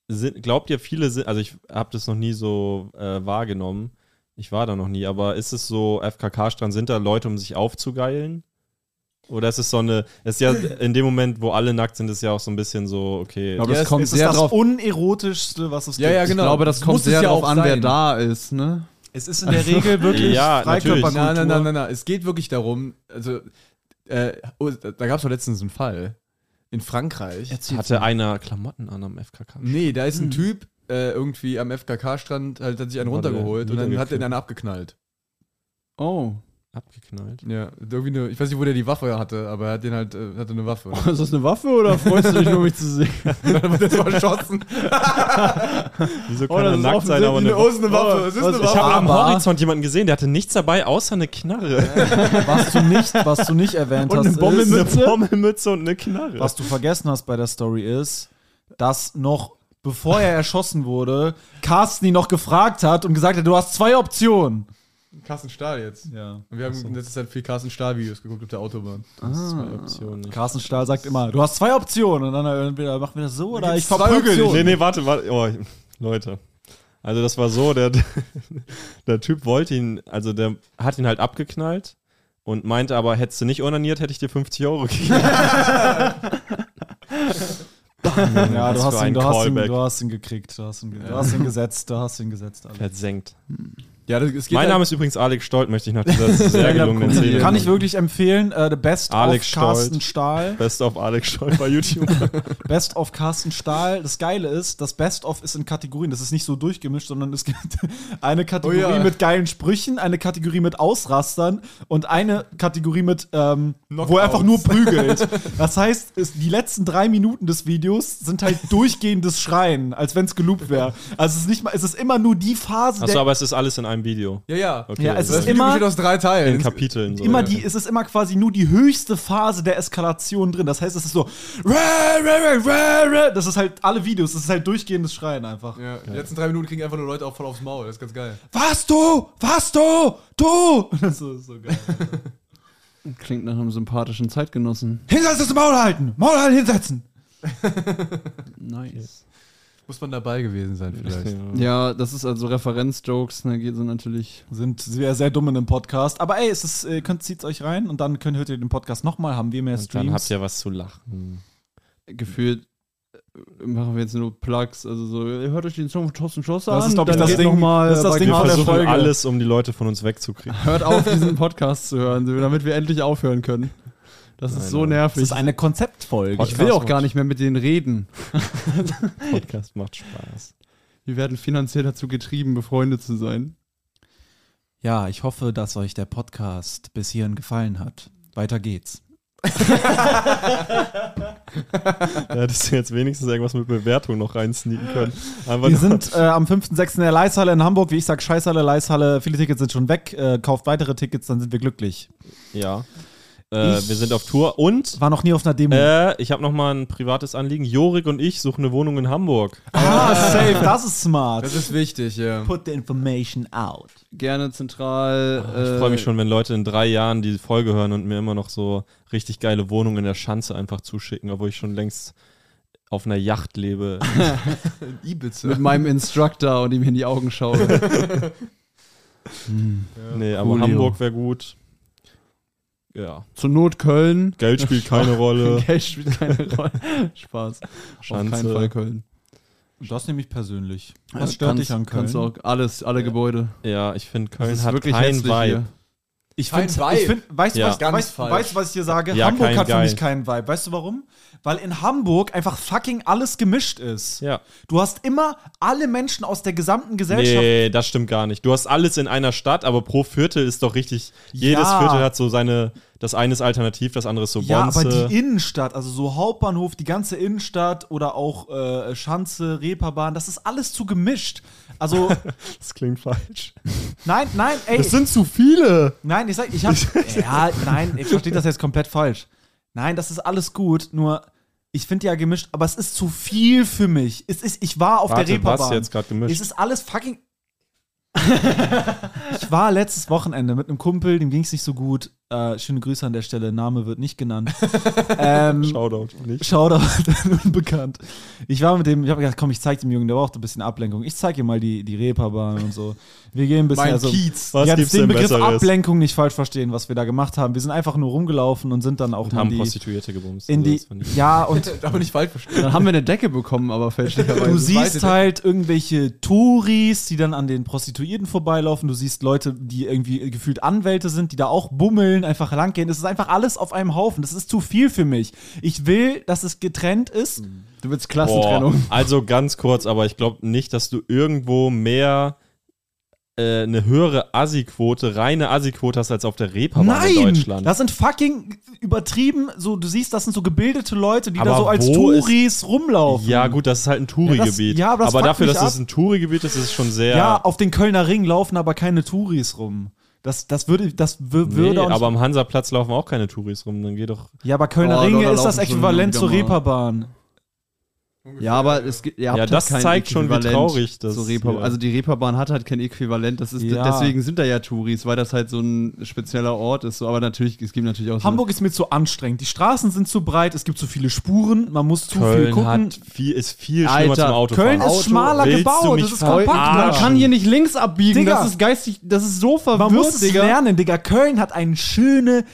Speaker 3: sind, glaubt ihr viele sind, also ich habe das noch nie so äh, wahrgenommen. Ich war da noch nie, aber ist es so FKK-Strand sind da Leute, um sich aufzugeilen? Oder ist es so eine, es ist ja in dem Moment, wo alle nackt sind, ist ja auch so ein bisschen so, okay.
Speaker 1: Aber das kommt
Speaker 4: Es ist
Speaker 1: sehr
Speaker 4: das
Speaker 1: drauf.
Speaker 4: unerotischste, was es
Speaker 5: Ja,
Speaker 4: gibt.
Speaker 5: ja, genau.
Speaker 1: Ich glaube, das
Speaker 5: Das
Speaker 1: kommt
Speaker 5: muss es
Speaker 1: sehr
Speaker 5: ja
Speaker 1: drauf
Speaker 5: auch
Speaker 1: an, wer
Speaker 5: sein.
Speaker 1: da ist, ne?
Speaker 4: Es ist in der Regel *laughs* wirklich
Speaker 3: Ja,
Speaker 5: Nein,
Speaker 3: natürlich.
Speaker 5: nein,
Speaker 4: Freikörperkultur.
Speaker 5: nein, nein, nein. Es geht wirklich darum, also, äh, oh, da gab es doch letztens einen Fall. In Frankreich.
Speaker 3: hatte einer Klamotten an am FKK?
Speaker 5: Nee, da
Speaker 1: Hm.
Speaker 5: ist ein Typ äh, irgendwie am FKK-Strand, halt, hat sich einen
Speaker 3: Wurde
Speaker 5: runtergeholt und dann hat
Speaker 3: niedergeknallt.
Speaker 5: er einen abgeknallt.
Speaker 1: Oh.
Speaker 3: Abgeknallt.
Speaker 5: Ja, irgendwie eine, ich weiß nicht, wo der die Waffe hatte, aber er hat den halt, äh, hatte eine Waffe.
Speaker 1: *laughs* Ist das eine Waffe oder freust du dich nur, mich zu sehen?
Speaker 5: Und dann wurde er erschossen.
Speaker 3: Wieso
Speaker 1: Oh,
Speaker 3: kann
Speaker 1: das
Speaker 3: er
Speaker 1: ist
Speaker 3: nackt sein,
Speaker 1: offensichtlich
Speaker 3: aber eine
Speaker 5: Oh, ist eine Waffe. Es ist eine
Speaker 3: ich
Speaker 5: Waffe.
Speaker 3: habe am
Speaker 4: Aber-
Speaker 3: Horizont jemanden gesehen, der hatte nichts dabei, außer eine Knarre.
Speaker 4: Was du nicht, was du nicht *laughs* erwähnt
Speaker 1: Und
Speaker 4: hast,
Speaker 1: eine Bommelmütze.
Speaker 4: ist,
Speaker 3: Eine Bommelmütze und eine Knarre.
Speaker 4: was du vergessen hast bei der Story ist, dass noch bevor er erschossen wurde, Carsten ihn noch gefragt hat und gesagt hat, du hast zwei Optionen.
Speaker 5: Carsten Stahl jetzt.
Speaker 4: Ja.
Speaker 5: Und wir haben in letzter Zeit viel Carsten Stahl-Videos geguckt auf der Autobahn.
Speaker 3: Zwei Optionen.
Speaker 4: Carsten Stahl sagt immer, du hast zwei Optionen und dann entweder machen wir das so oder ich
Speaker 5: gibt's zwei
Speaker 4: verprügel dich.
Speaker 5: Optionen.
Speaker 3: Nee, nee, warte, warte. Oh, Leute. Also das war so, der, *laughs* der Typ wollte ihn, also der hat ihn halt abgeknallt und meinte aber, hättest du nicht ordiniert, hätte ich dir 50 Euro gegeben.
Speaker 4: Ja,
Speaker 3: Was
Speaker 4: du
Speaker 3: für
Speaker 4: hast, ihn,
Speaker 3: ein
Speaker 4: du, hast ihn,
Speaker 3: Callback.
Speaker 4: du hast ihn gekriegt, du hast ihn, ge- du hast ihn gesetzt, du hast ihn gesetzt. Alter.
Speaker 3: Versenkt.
Speaker 5: Ja, das, es geht
Speaker 3: mein
Speaker 5: halt-
Speaker 3: Name ist übrigens Alex Stolt, möchte ich
Speaker 4: *laughs*
Speaker 3: nach dieser sehr gelungenen Szene.
Speaker 4: genau, Kann ich wirklich empfehlen, äh, The Best
Speaker 3: Alex
Speaker 4: of Carsten Stahl.
Speaker 3: Best auf Alex Stolt
Speaker 4: *laughs*
Speaker 3: bei YouTube.
Speaker 4: Best of Carsten Stahl. Das Geile ist, das Best of ist in Kategorien. Das ist nicht so durchgemischt, sondern es gibt *laughs* eine Kategorie
Speaker 5: Oh ja.
Speaker 4: mit geilen Sprüchen, eine Kategorie mit Ausrastern und eine Kategorie mit, ähm, wo er einfach nur prügelt. Das heißt, es, die letzten drei Minuten des Videos sind halt durchgehendes Schreien, als wenn es geloopt wäre. Also es ist nicht mal, es ist immer nur die Phase
Speaker 3: Achso, aber es ist alles in einem Video.
Speaker 5: Ja, ja.
Speaker 3: Okay.
Speaker 4: Ja, es
Speaker 5: Das
Speaker 4: ist
Speaker 3: also
Speaker 5: Video
Speaker 4: immer-
Speaker 5: besteht aus drei Teilen.
Speaker 3: in Kapiteln. So.
Speaker 4: immer die, es ist immer quasi nur die höchste Phase der Eskalation drin. Das heißt, es ist so, "Rä, rä, rä, rä, rä." das ist halt alle Videos, das ist halt durchgehendes Schreien einfach.
Speaker 5: Ja, die letzten drei Minuten kriegen einfach nur Leute auch voll aufs Maul. Das ist ganz geil.
Speaker 4: Was du? Was du? Du? Das ist so geil.
Speaker 1: Klingt nach einem sympathischen Zeitgenossen.
Speaker 4: Hinsetzen, das Maul halten! Maul halten, hinsetzen!
Speaker 1: Nice.
Speaker 5: Muss man dabei gewesen sein vielleicht.
Speaker 1: Ja, das ist also Referenzjokes, ne, geht so natürlich.
Speaker 4: Sind sehr, sehr dumm in dem Podcast. Aber ey, es ist, äh, könnt, zieht's euch rein und dann könnt, hört ihr den Podcast nochmal, haben wir mehr Streams.
Speaker 3: Dann habt ihr was zu lachen.
Speaker 1: Gefühlt äh, machen wir jetzt nur Plugs, also so, ihr hört euch den Song von Thorsten Schlosser
Speaker 4: Das
Speaker 1: an,
Speaker 4: ist, glaub ich,
Speaker 1: dann
Speaker 4: das
Speaker 1: geht
Speaker 4: Ding-
Speaker 1: noch mal
Speaker 4: das ist das
Speaker 1: bei
Speaker 4: Ding
Speaker 3: Wir
Speaker 4: von Genau, der
Speaker 1: Gelegenheit.
Speaker 3: versuchen
Speaker 4: Folge.
Speaker 3: alles, um die Leute von uns wegzukriegen.
Speaker 1: Hört auf, diesen Podcast zu hören, so, damit wir endlich aufhören können. Das ist so
Speaker 4: Das
Speaker 1: nervig.
Speaker 4: ist eine Konzeptfolge.
Speaker 1: Ich will auch gar nicht mehr mit denen reden.
Speaker 3: Podcast macht Spaß.
Speaker 1: Wir werden finanziell dazu getrieben, befreundet zu sein.
Speaker 4: Ja, ich hoffe, dass euch der Podcast bis hierhin gefallen hat. Weiter geht's.
Speaker 3: *laughs* Da hättest du jetzt wenigstens irgendwas mit Bewertung noch reinsneaken können. Einfach
Speaker 4: Wir
Speaker 3: nur-
Speaker 4: sind äh, am 5.6. in der Leishalle in Hamburg. Wie ich sag, Scheißhalle, Leishalle. Viele Tickets sind schon weg. Äh, kauft weitere Tickets, dann sind wir glücklich.
Speaker 3: ja. Äh, wir sind auf Tour und
Speaker 4: War noch nie auf einer Demo.
Speaker 3: äh, ich habe nochmal ein privates Anliegen. Jorik und ich suchen eine Wohnung in Hamburg.
Speaker 4: ah, safe. Das ist smart.
Speaker 5: Das ist wichtig, ja.
Speaker 4: Put the information out.
Speaker 1: Gerne zentral.
Speaker 3: Ah,
Speaker 1: äh,
Speaker 3: Ich freue mich schon, wenn Leute in drei Jahren die Folge hören und mir immer noch so richtig geile Wohnungen in der Schanze einfach zuschicken, obwohl ich schon längst auf einer Yacht lebe.
Speaker 5: Ibiza.
Speaker 1: mit meinem Instructor und ihm in die Augen
Speaker 3: *laughs*
Speaker 1: schaue.
Speaker 3: nee, aber
Speaker 1: cool,
Speaker 3: Hamburg wäre gut. Ja.
Speaker 1: Zur Not Köln.
Speaker 3: Geld
Speaker 1: *laughs*
Speaker 3: spielt keine Rolle.
Speaker 1: Geld spielt
Speaker 3: *laughs*
Speaker 1: keine Rolle. Spaß. Auf keinen Fall
Speaker 3: Schanze.
Speaker 1: Köln.
Speaker 4: Das nehme ich persönlich.
Speaker 1: Ja,
Speaker 4: Was stört
Speaker 1: kannst-
Speaker 4: dich an Köln?
Speaker 1: Kannst du auch alles, alle Gebäude.
Speaker 3: Ja, ich finde,
Speaker 1: Das
Speaker 3: Köln
Speaker 1: ist
Speaker 3: hat
Speaker 1: wirklich
Speaker 3: kein
Speaker 1: hässlich
Speaker 3: Vibe.
Speaker 1: hier.
Speaker 4: Ich
Speaker 5: Kein
Speaker 4: finde,
Speaker 5: Vibe.
Speaker 4: ich find, weißt du,
Speaker 3: Ja.
Speaker 4: weißt, du,
Speaker 5: Ganz
Speaker 4: weißt,
Speaker 5: falsch.
Speaker 4: weißt, du, was ich hier sage?
Speaker 3: Ja,
Speaker 4: Hamburg
Speaker 3: kein
Speaker 4: hat für
Speaker 3: geil.
Speaker 4: mich keinen Vibe. Weißt du warum? Weil in Hamburg einfach fucking alles gemischt ist.
Speaker 3: Ja.
Speaker 4: Du hast immer alle Menschen aus der gesamten Gesellschaft.
Speaker 3: Nee, das stimmt gar nicht. Du hast alles in einer Stadt, aber pro Viertel ist doch richtig. Jedes
Speaker 4: Ja.
Speaker 3: Viertel hat so seine. Das eine ist alternativ, das andere ist so
Speaker 4: Ja,
Speaker 3: Bonze.
Speaker 4: aber die Innenstadt, also so Hauptbahnhof, die ganze Innenstadt oder auch äh, Schanze, Reeperbahn, das ist alles zu gemischt.
Speaker 3: *laughs*
Speaker 4: Also,
Speaker 3: das klingt falsch.
Speaker 4: nein, nein, ey.
Speaker 3: Das sind zu viele.
Speaker 4: Nein, ich sag, ich
Speaker 3: *laughs*
Speaker 4: hab. ja, nein, ich verstehe das jetzt komplett falsch. Nein, das ist alles gut, nur ich finde ja gemischt, aber es ist zu viel für mich. Es ist, ich war auf der
Speaker 3: Warte,
Speaker 4: Reeperbahn.
Speaker 3: was jetzt gerade
Speaker 4: es
Speaker 3: gemischt?
Speaker 4: ist alles fucking. *laughs* ich war letztes Wochenende mit einem Kumpel, dem ging es nicht so gut. Äh, schöne Grüße an der Stelle, Name wird nicht
Speaker 3: *laughs*
Speaker 4: genannt. ähm,
Speaker 3: Shoutout. Nicht.
Speaker 4: Shoutout *laughs* an unbekannt. Ich war mit dem, ich habe gedacht, komm, ich zeig dem Jungen, der braucht ein bisschen Ablenkung. Ich zeig ihm mal die, die Reeperbahn und so. Wir gehen ein bisschen.
Speaker 5: Mein
Speaker 4: also,
Speaker 5: Kiez.
Speaker 3: Was
Speaker 4: jetzt
Speaker 3: gibt's
Speaker 4: den
Speaker 3: denn
Speaker 4: Begriff
Speaker 3: Besseres?
Speaker 4: Ablenkung nicht falsch verstehen, was wir da gemacht haben. Wir sind einfach nur rumgelaufen und sind dann auch in
Speaker 3: Haben
Speaker 4: die,
Speaker 3: Prostituierte gebumst.
Speaker 4: in
Speaker 3: also
Speaker 4: die
Speaker 3: das fand ich-
Speaker 4: ja
Speaker 3: *laughs*
Speaker 4: und
Speaker 5: Darf man nicht falsch verstehen.
Speaker 1: Dann haben wir eine Decke bekommen, aber fälschlicherweise.
Speaker 4: Du
Speaker 5: weite
Speaker 4: siehst
Speaker 5: Decke.
Speaker 4: halt irgendwelche Touris, die dann an den Prostituierten vorbeilaufen. Du siehst Leute, die irgendwie gefühlt Anwälte sind, die da auch bummeln, einfach langgehen. Das ist einfach alles auf einem Haufen. Das ist zu viel für mich. Ich will, dass es getrennt ist.
Speaker 1: Du willst
Speaker 3: Boah,
Speaker 1: Klassentrennung.
Speaker 3: also ganz kurz, aber ich glaube nicht, dass du irgendwo mehr äh, eine höhere Assi-Quote, reine Assi-Quote hast als auf der Reeperbahn in Deutschland.
Speaker 4: das sind fucking übertrieben. So, du siehst, das sind so gebildete Leute, die da
Speaker 3: Aber
Speaker 4: so als
Speaker 3: wo ist-
Speaker 4: Touris rumlaufen.
Speaker 3: ja, gut, das ist halt ein Touri-Gebiet.
Speaker 4: Ja, das- ja, aber das fuckt
Speaker 3: dafür,
Speaker 4: mich
Speaker 3: dass es
Speaker 4: ab.
Speaker 3: ein Touri-Gebiet ist, ist es schon sehr.
Speaker 4: Ja, auf den Kölner Ring laufen aber keine Touris rum. Das, das würde, das wür- würde
Speaker 3: Nee,
Speaker 4: uns-
Speaker 3: aber am Hansaplatz laufen auch keine Touris rum, dann geh doch.
Speaker 4: Ja, aber Kölner
Speaker 1: Oh,
Speaker 4: Ring
Speaker 1: da
Speaker 4: ist das
Speaker 1: laufen schon
Speaker 4: Äquivalent zur
Speaker 1: wieder mal.
Speaker 4: Reeperbahn.
Speaker 1: Ja, aber es gibt. ihr habt
Speaker 3: Ja,
Speaker 1: halt
Speaker 3: das
Speaker 1: kein
Speaker 3: zeigt schon, wie
Speaker 1: Äquivalent
Speaker 3: traurig das
Speaker 1: zur Reeper-
Speaker 3: hier-
Speaker 1: Also die Reeperbahn hat halt kein Äquivalent. Das ist,
Speaker 4: Ja.
Speaker 1: Deswegen sind da ja Touris, weil das halt so ein spezieller Ort ist. So, aber natürlich, es gibt natürlich auch so
Speaker 4: Hamburg ist mir zu anstrengend. Die Straßen sind zu breit, es gibt zu viele Spuren, man muss zu viel gucken.
Speaker 3: viel, ist viel
Speaker 1: Alter,
Speaker 3: schlimmer zum Autofahren.
Speaker 4: Köln ist
Speaker 3: Auto,
Speaker 4: schmaler
Speaker 3: willst
Speaker 4: gebaut,
Speaker 3: du mich
Speaker 4: das ist
Speaker 3: verarschen?
Speaker 4: kompakter.
Speaker 1: Man kann hier nicht links abbiegen,
Speaker 4: Digga.
Speaker 1: das ist geistig, das ist so
Speaker 4: Man
Speaker 1: verwirrt,
Speaker 4: muss es
Speaker 1: Digga.
Speaker 4: lernen, Digga. Köln hat eine schöne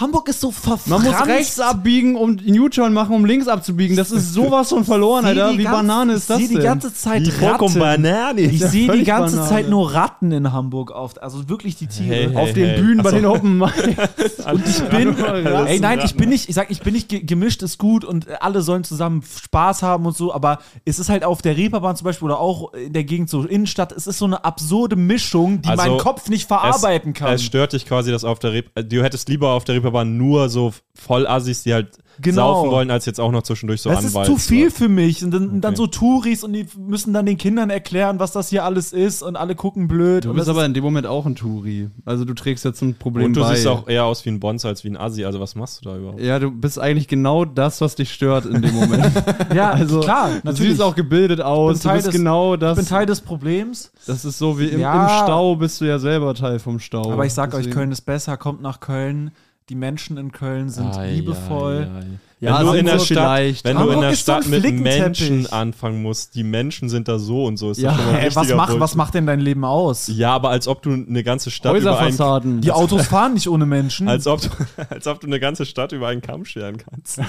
Speaker 4: Hamburg ist so verfranst.
Speaker 2: Man muss rechts abbiegen, um einen U-Turn machen, um links abzubiegen. Das ist sowas von verloren,
Speaker 4: Ich seh
Speaker 2: Alter.
Speaker 4: die
Speaker 2: Wie
Speaker 4: ganz-
Speaker 2: Banane ist das
Speaker 4: Ich
Speaker 2: denn?
Speaker 4: sehe die ganze Zeit
Speaker 3: vollkommen
Speaker 4: Ratten.
Speaker 3: Banane.
Speaker 4: halt Ich sehe die
Speaker 2: völlig
Speaker 4: ganze
Speaker 2: Banane.
Speaker 4: Zeit nur Ratten in Hamburg auf. Also wirklich die Tiere.
Speaker 3: Hey, hey,
Speaker 4: auf den
Speaker 3: hey.
Speaker 4: Bühnen.
Speaker 2: Bühnen bei
Speaker 3: Ach so.
Speaker 2: den Open
Speaker 4: *laughs*
Speaker 3: *laughs*
Speaker 4: Und ich bin.
Speaker 2: Ratten.
Speaker 4: Ey, nein, ich bin nicht, ich sag, ich bin nicht ge- gemischt, ist gut und äh, alle sollen zusammen Spaß haben und so, aber es ist halt auf der Reeperbahn zum Beispiel oder auch in der Gegend so Innenstadt, es ist so eine absurde Mischung, die
Speaker 3: Also,
Speaker 4: mein Kopf nicht verarbeiten
Speaker 3: es,
Speaker 4: kann.
Speaker 3: Es stört dich quasi, dass auf der Reep äh, du hättest lieber auf der Reeperbahn nur so Vollassis, die halt
Speaker 4: Genau.
Speaker 3: saufen wollen, als jetzt auch noch zwischendurch so
Speaker 4: Das ist
Speaker 3: Anwalt.
Speaker 4: zu viel für mich. Und dann, und dann
Speaker 3: Okay.
Speaker 4: so Touris und die müssen dann den Kindern erklären, was das hier alles ist und alle gucken blöd.
Speaker 2: Du
Speaker 4: und
Speaker 2: bist
Speaker 4: das
Speaker 2: aber in dem Moment auch ein Touri. Also du trägst ja zum Problem
Speaker 3: Und du
Speaker 2: bei.
Speaker 3: siehst auch eher aus wie ein Bonzer als wie ein Assi. Also was machst du da überhaupt?
Speaker 2: ja, du bist eigentlich genau das, was dich stört in dem *laughs* Moment.
Speaker 4: ist, *laughs* ja,
Speaker 2: also,
Speaker 4: klar,
Speaker 2: du siehst auch gebildet aus.
Speaker 4: bin Teil
Speaker 2: Du bist
Speaker 4: des-
Speaker 2: genau das.
Speaker 4: ich bin Teil des Problems,
Speaker 2: das ist so wie im,
Speaker 4: Ja.
Speaker 2: im Stau bist du ja selber Teil vom Stau.
Speaker 3: Oh,
Speaker 4: aber ich sag euch,
Speaker 2: Deswegen-
Speaker 4: Köln ist besser, kommt nach Köln. Die Menschen in Köln sind
Speaker 3: Ah,
Speaker 4: liebevoll. also,
Speaker 2: Ja,
Speaker 3: wenn du in der
Speaker 2: Hamburg
Speaker 3: Stadt,
Speaker 2: vielleicht.
Speaker 3: wenn du
Speaker 4: Hamburg
Speaker 3: in der
Speaker 4: ist so ein
Speaker 3: Stadt mit
Speaker 4: Flickenteppich.
Speaker 3: Menschen anfangen musst, die Menschen sind da so und so ist
Speaker 2: Ja,
Speaker 3: das schon mal ein
Speaker 4: Ey, was,
Speaker 3: richtiger
Speaker 4: macht, was
Speaker 3: Bullshit.
Speaker 4: macht denn dein Leben aus?
Speaker 3: Ja, aber als ob du eine ganze Stadt über einen,
Speaker 2: Häuserfassaden.
Speaker 4: Die
Speaker 3: *laughs*
Speaker 4: Autos fahren nicht ohne Menschen.
Speaker 3: als ob du, *laughs* als ob du eine ganze Stadt über einen Kamm scheren kannst.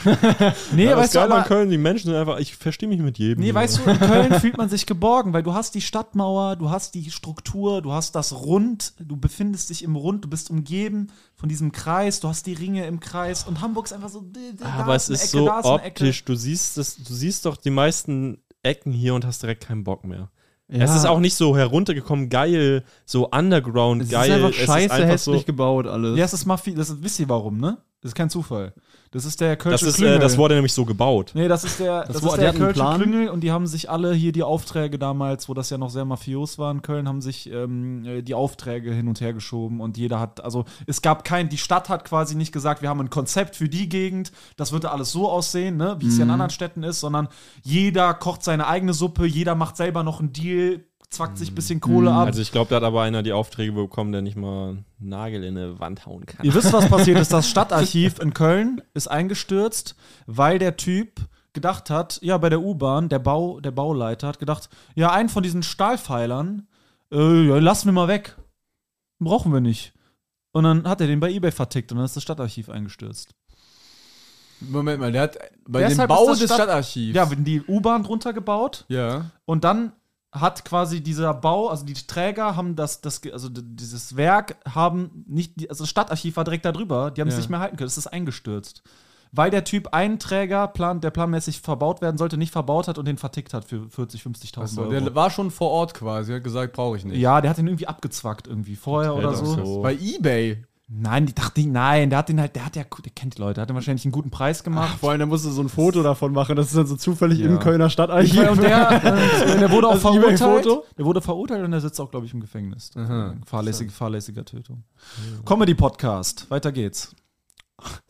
Speaker 4: nee,
Speaker 3: Ja,
Speaker 4: weißt du,
Speaker 3: an
Speaker 4: aber,
Speaker 3: Köln, die Menschen sind einfach, ich verstehe mich mit jedem.
Speaker 4: nee,
Speaker 3: hier.
Speaker 4: weißt du, in Köln fühlt man sich geborgen, weil du hast die Stadtmauer, du hast die Struktur, du hast das Rund, du befindest dich im Rund, du bist umgeben von diesem Kreis, du hast die Ringe im Kreis und Hamburg ist einfach so.
Speaker 3: Ah, Aber es ist so optisch, du siehst das, du siehst doch die meisten Ecken hier und hast direkt keinen Bock mehr. Es ist auch nicht so heruntergekommen, geil, so underground,
Speaker 2: es
Speaker 3: geil.
Speaker 2: ist einfach scheiße
Speaker 3: einfach
Speaker 2: hässlich
Speaker 3: so,
Speaker 2: gebaut alles.
Speaker 4: Ja, es ist Mafia, das ist, wisst ihr warum, ne? Das ist kein Zufall. Das ist der Kölsche
Speaker 3: das, ist, äh, das wurde nämlich so gebaut.
Speaker 4: Nee, das ist der, das
Speaker 2: wo-
Speaker 4: ist
Speaker 2: die
Speaker 4: der
Speaker 2: hatten einen
Speaker 4: Kölsche
Speaker 2: Plan?
Speaker 4: Klüngel und die haben sich alle hier die Aufträge damals, wo das ja noch sehr mafios war in Köln, haben sich ähm, äh, die Aufträge hin und her geschoben und jeder hat, also es gab kein, die Stadt hat quasi nicht gesagt, wir haben ein Konzept für die Gegend, das wird da alles so aussehen, ne, wie es
Speaker 2: Mhm.
Speaker 4: ja in anderen Städten ist, sondern jeder kocht seine eigene Suppe, jeder macht selber noch einen Deal, zwackt
Speaker 2: Mhm.
Speaker 4: sich ein bisschen Kohle ab.
Speaker 3: Also ich glaube, da hat aber einer die Aufträge bekommen, der nicht mal einen Nagel in eine Wand hauen kann.
Speaker 4: Ihr wisst, was passiert ist. Das Stadtarchiv in Köln ist eingestürzt, weil der Typ gedacht hat, ja, bei der U-Bahn, der, Bau, der Bauleiter hat gedacht, ja, einen von diesen Stahlpfeilern, äh, ja, lassen wir mal weg. Brauchen wir nicht. Und dann hat er den bei Ebay vertickt und dann ist das Stadtarchiv eingestürzt.
Speaker 5: Moment mal, der hat bei
Speaker 4: Deshalb
Speaker 5: dem
Speaker 4: ist
Speaker 5: Bau
Speaker 4: das
Speaker 5: des
Speaker 4: Stadt-
Speaker 5: Stadtarchivs.
Speaker 4: Ja, wenn die U-Bahn drunter gebaut
Speaker 5: ja.
Speaker 4: und dann hat quasi dieser Bau, also die Träger haben das, das ge- also d- dieses Werk haben nicht, die- also das Stadtarchiv war direkt darüber, die haben es
Speaker 5: Ja.
Speaker 4: nicht mehr halten können, es ist eingestürzt. Weil der Typ einen Träger, plan, der planmäßig verbaut werden sollte, nicht verbaut hat und den vertickt hat für 40, 50.000
Speaker 5: Achso,
Speaker 4: Euro.
Speaker 5: der war schon vor Ort quasi, hat gesagt, brauche ich nicht.
Speaker 4: ja, der hat den irgendwie abgezwackt irgendwie vorher oder so.
Speaker 5: Bei Ebay.
Speaker 4: Nein, die dachte ich, nein, der hat den halt, der hat ja, der kennt die Leute, der hat den wahrscheinlich einen guten Preis gemacht.
Speaker 2: Vor allem, da musst du so ein Foto davon machen. Das ist dann so zufällig im Kölner
Speaker 5: *laughs*
Speaker 2: Stadtarchiv. *laughs*
Speaker 4: Ja, und der, äh, der wurde auch
Speaker 2: Das eBay-Foto?
Speaker 4: verurteilt. Der wurde verurteilt und der sitzt auch, glaube ich, im Gefängnis. Fahrlässige, fahrlässiger Tötung. Comedy-Podcast. Weiter geht's.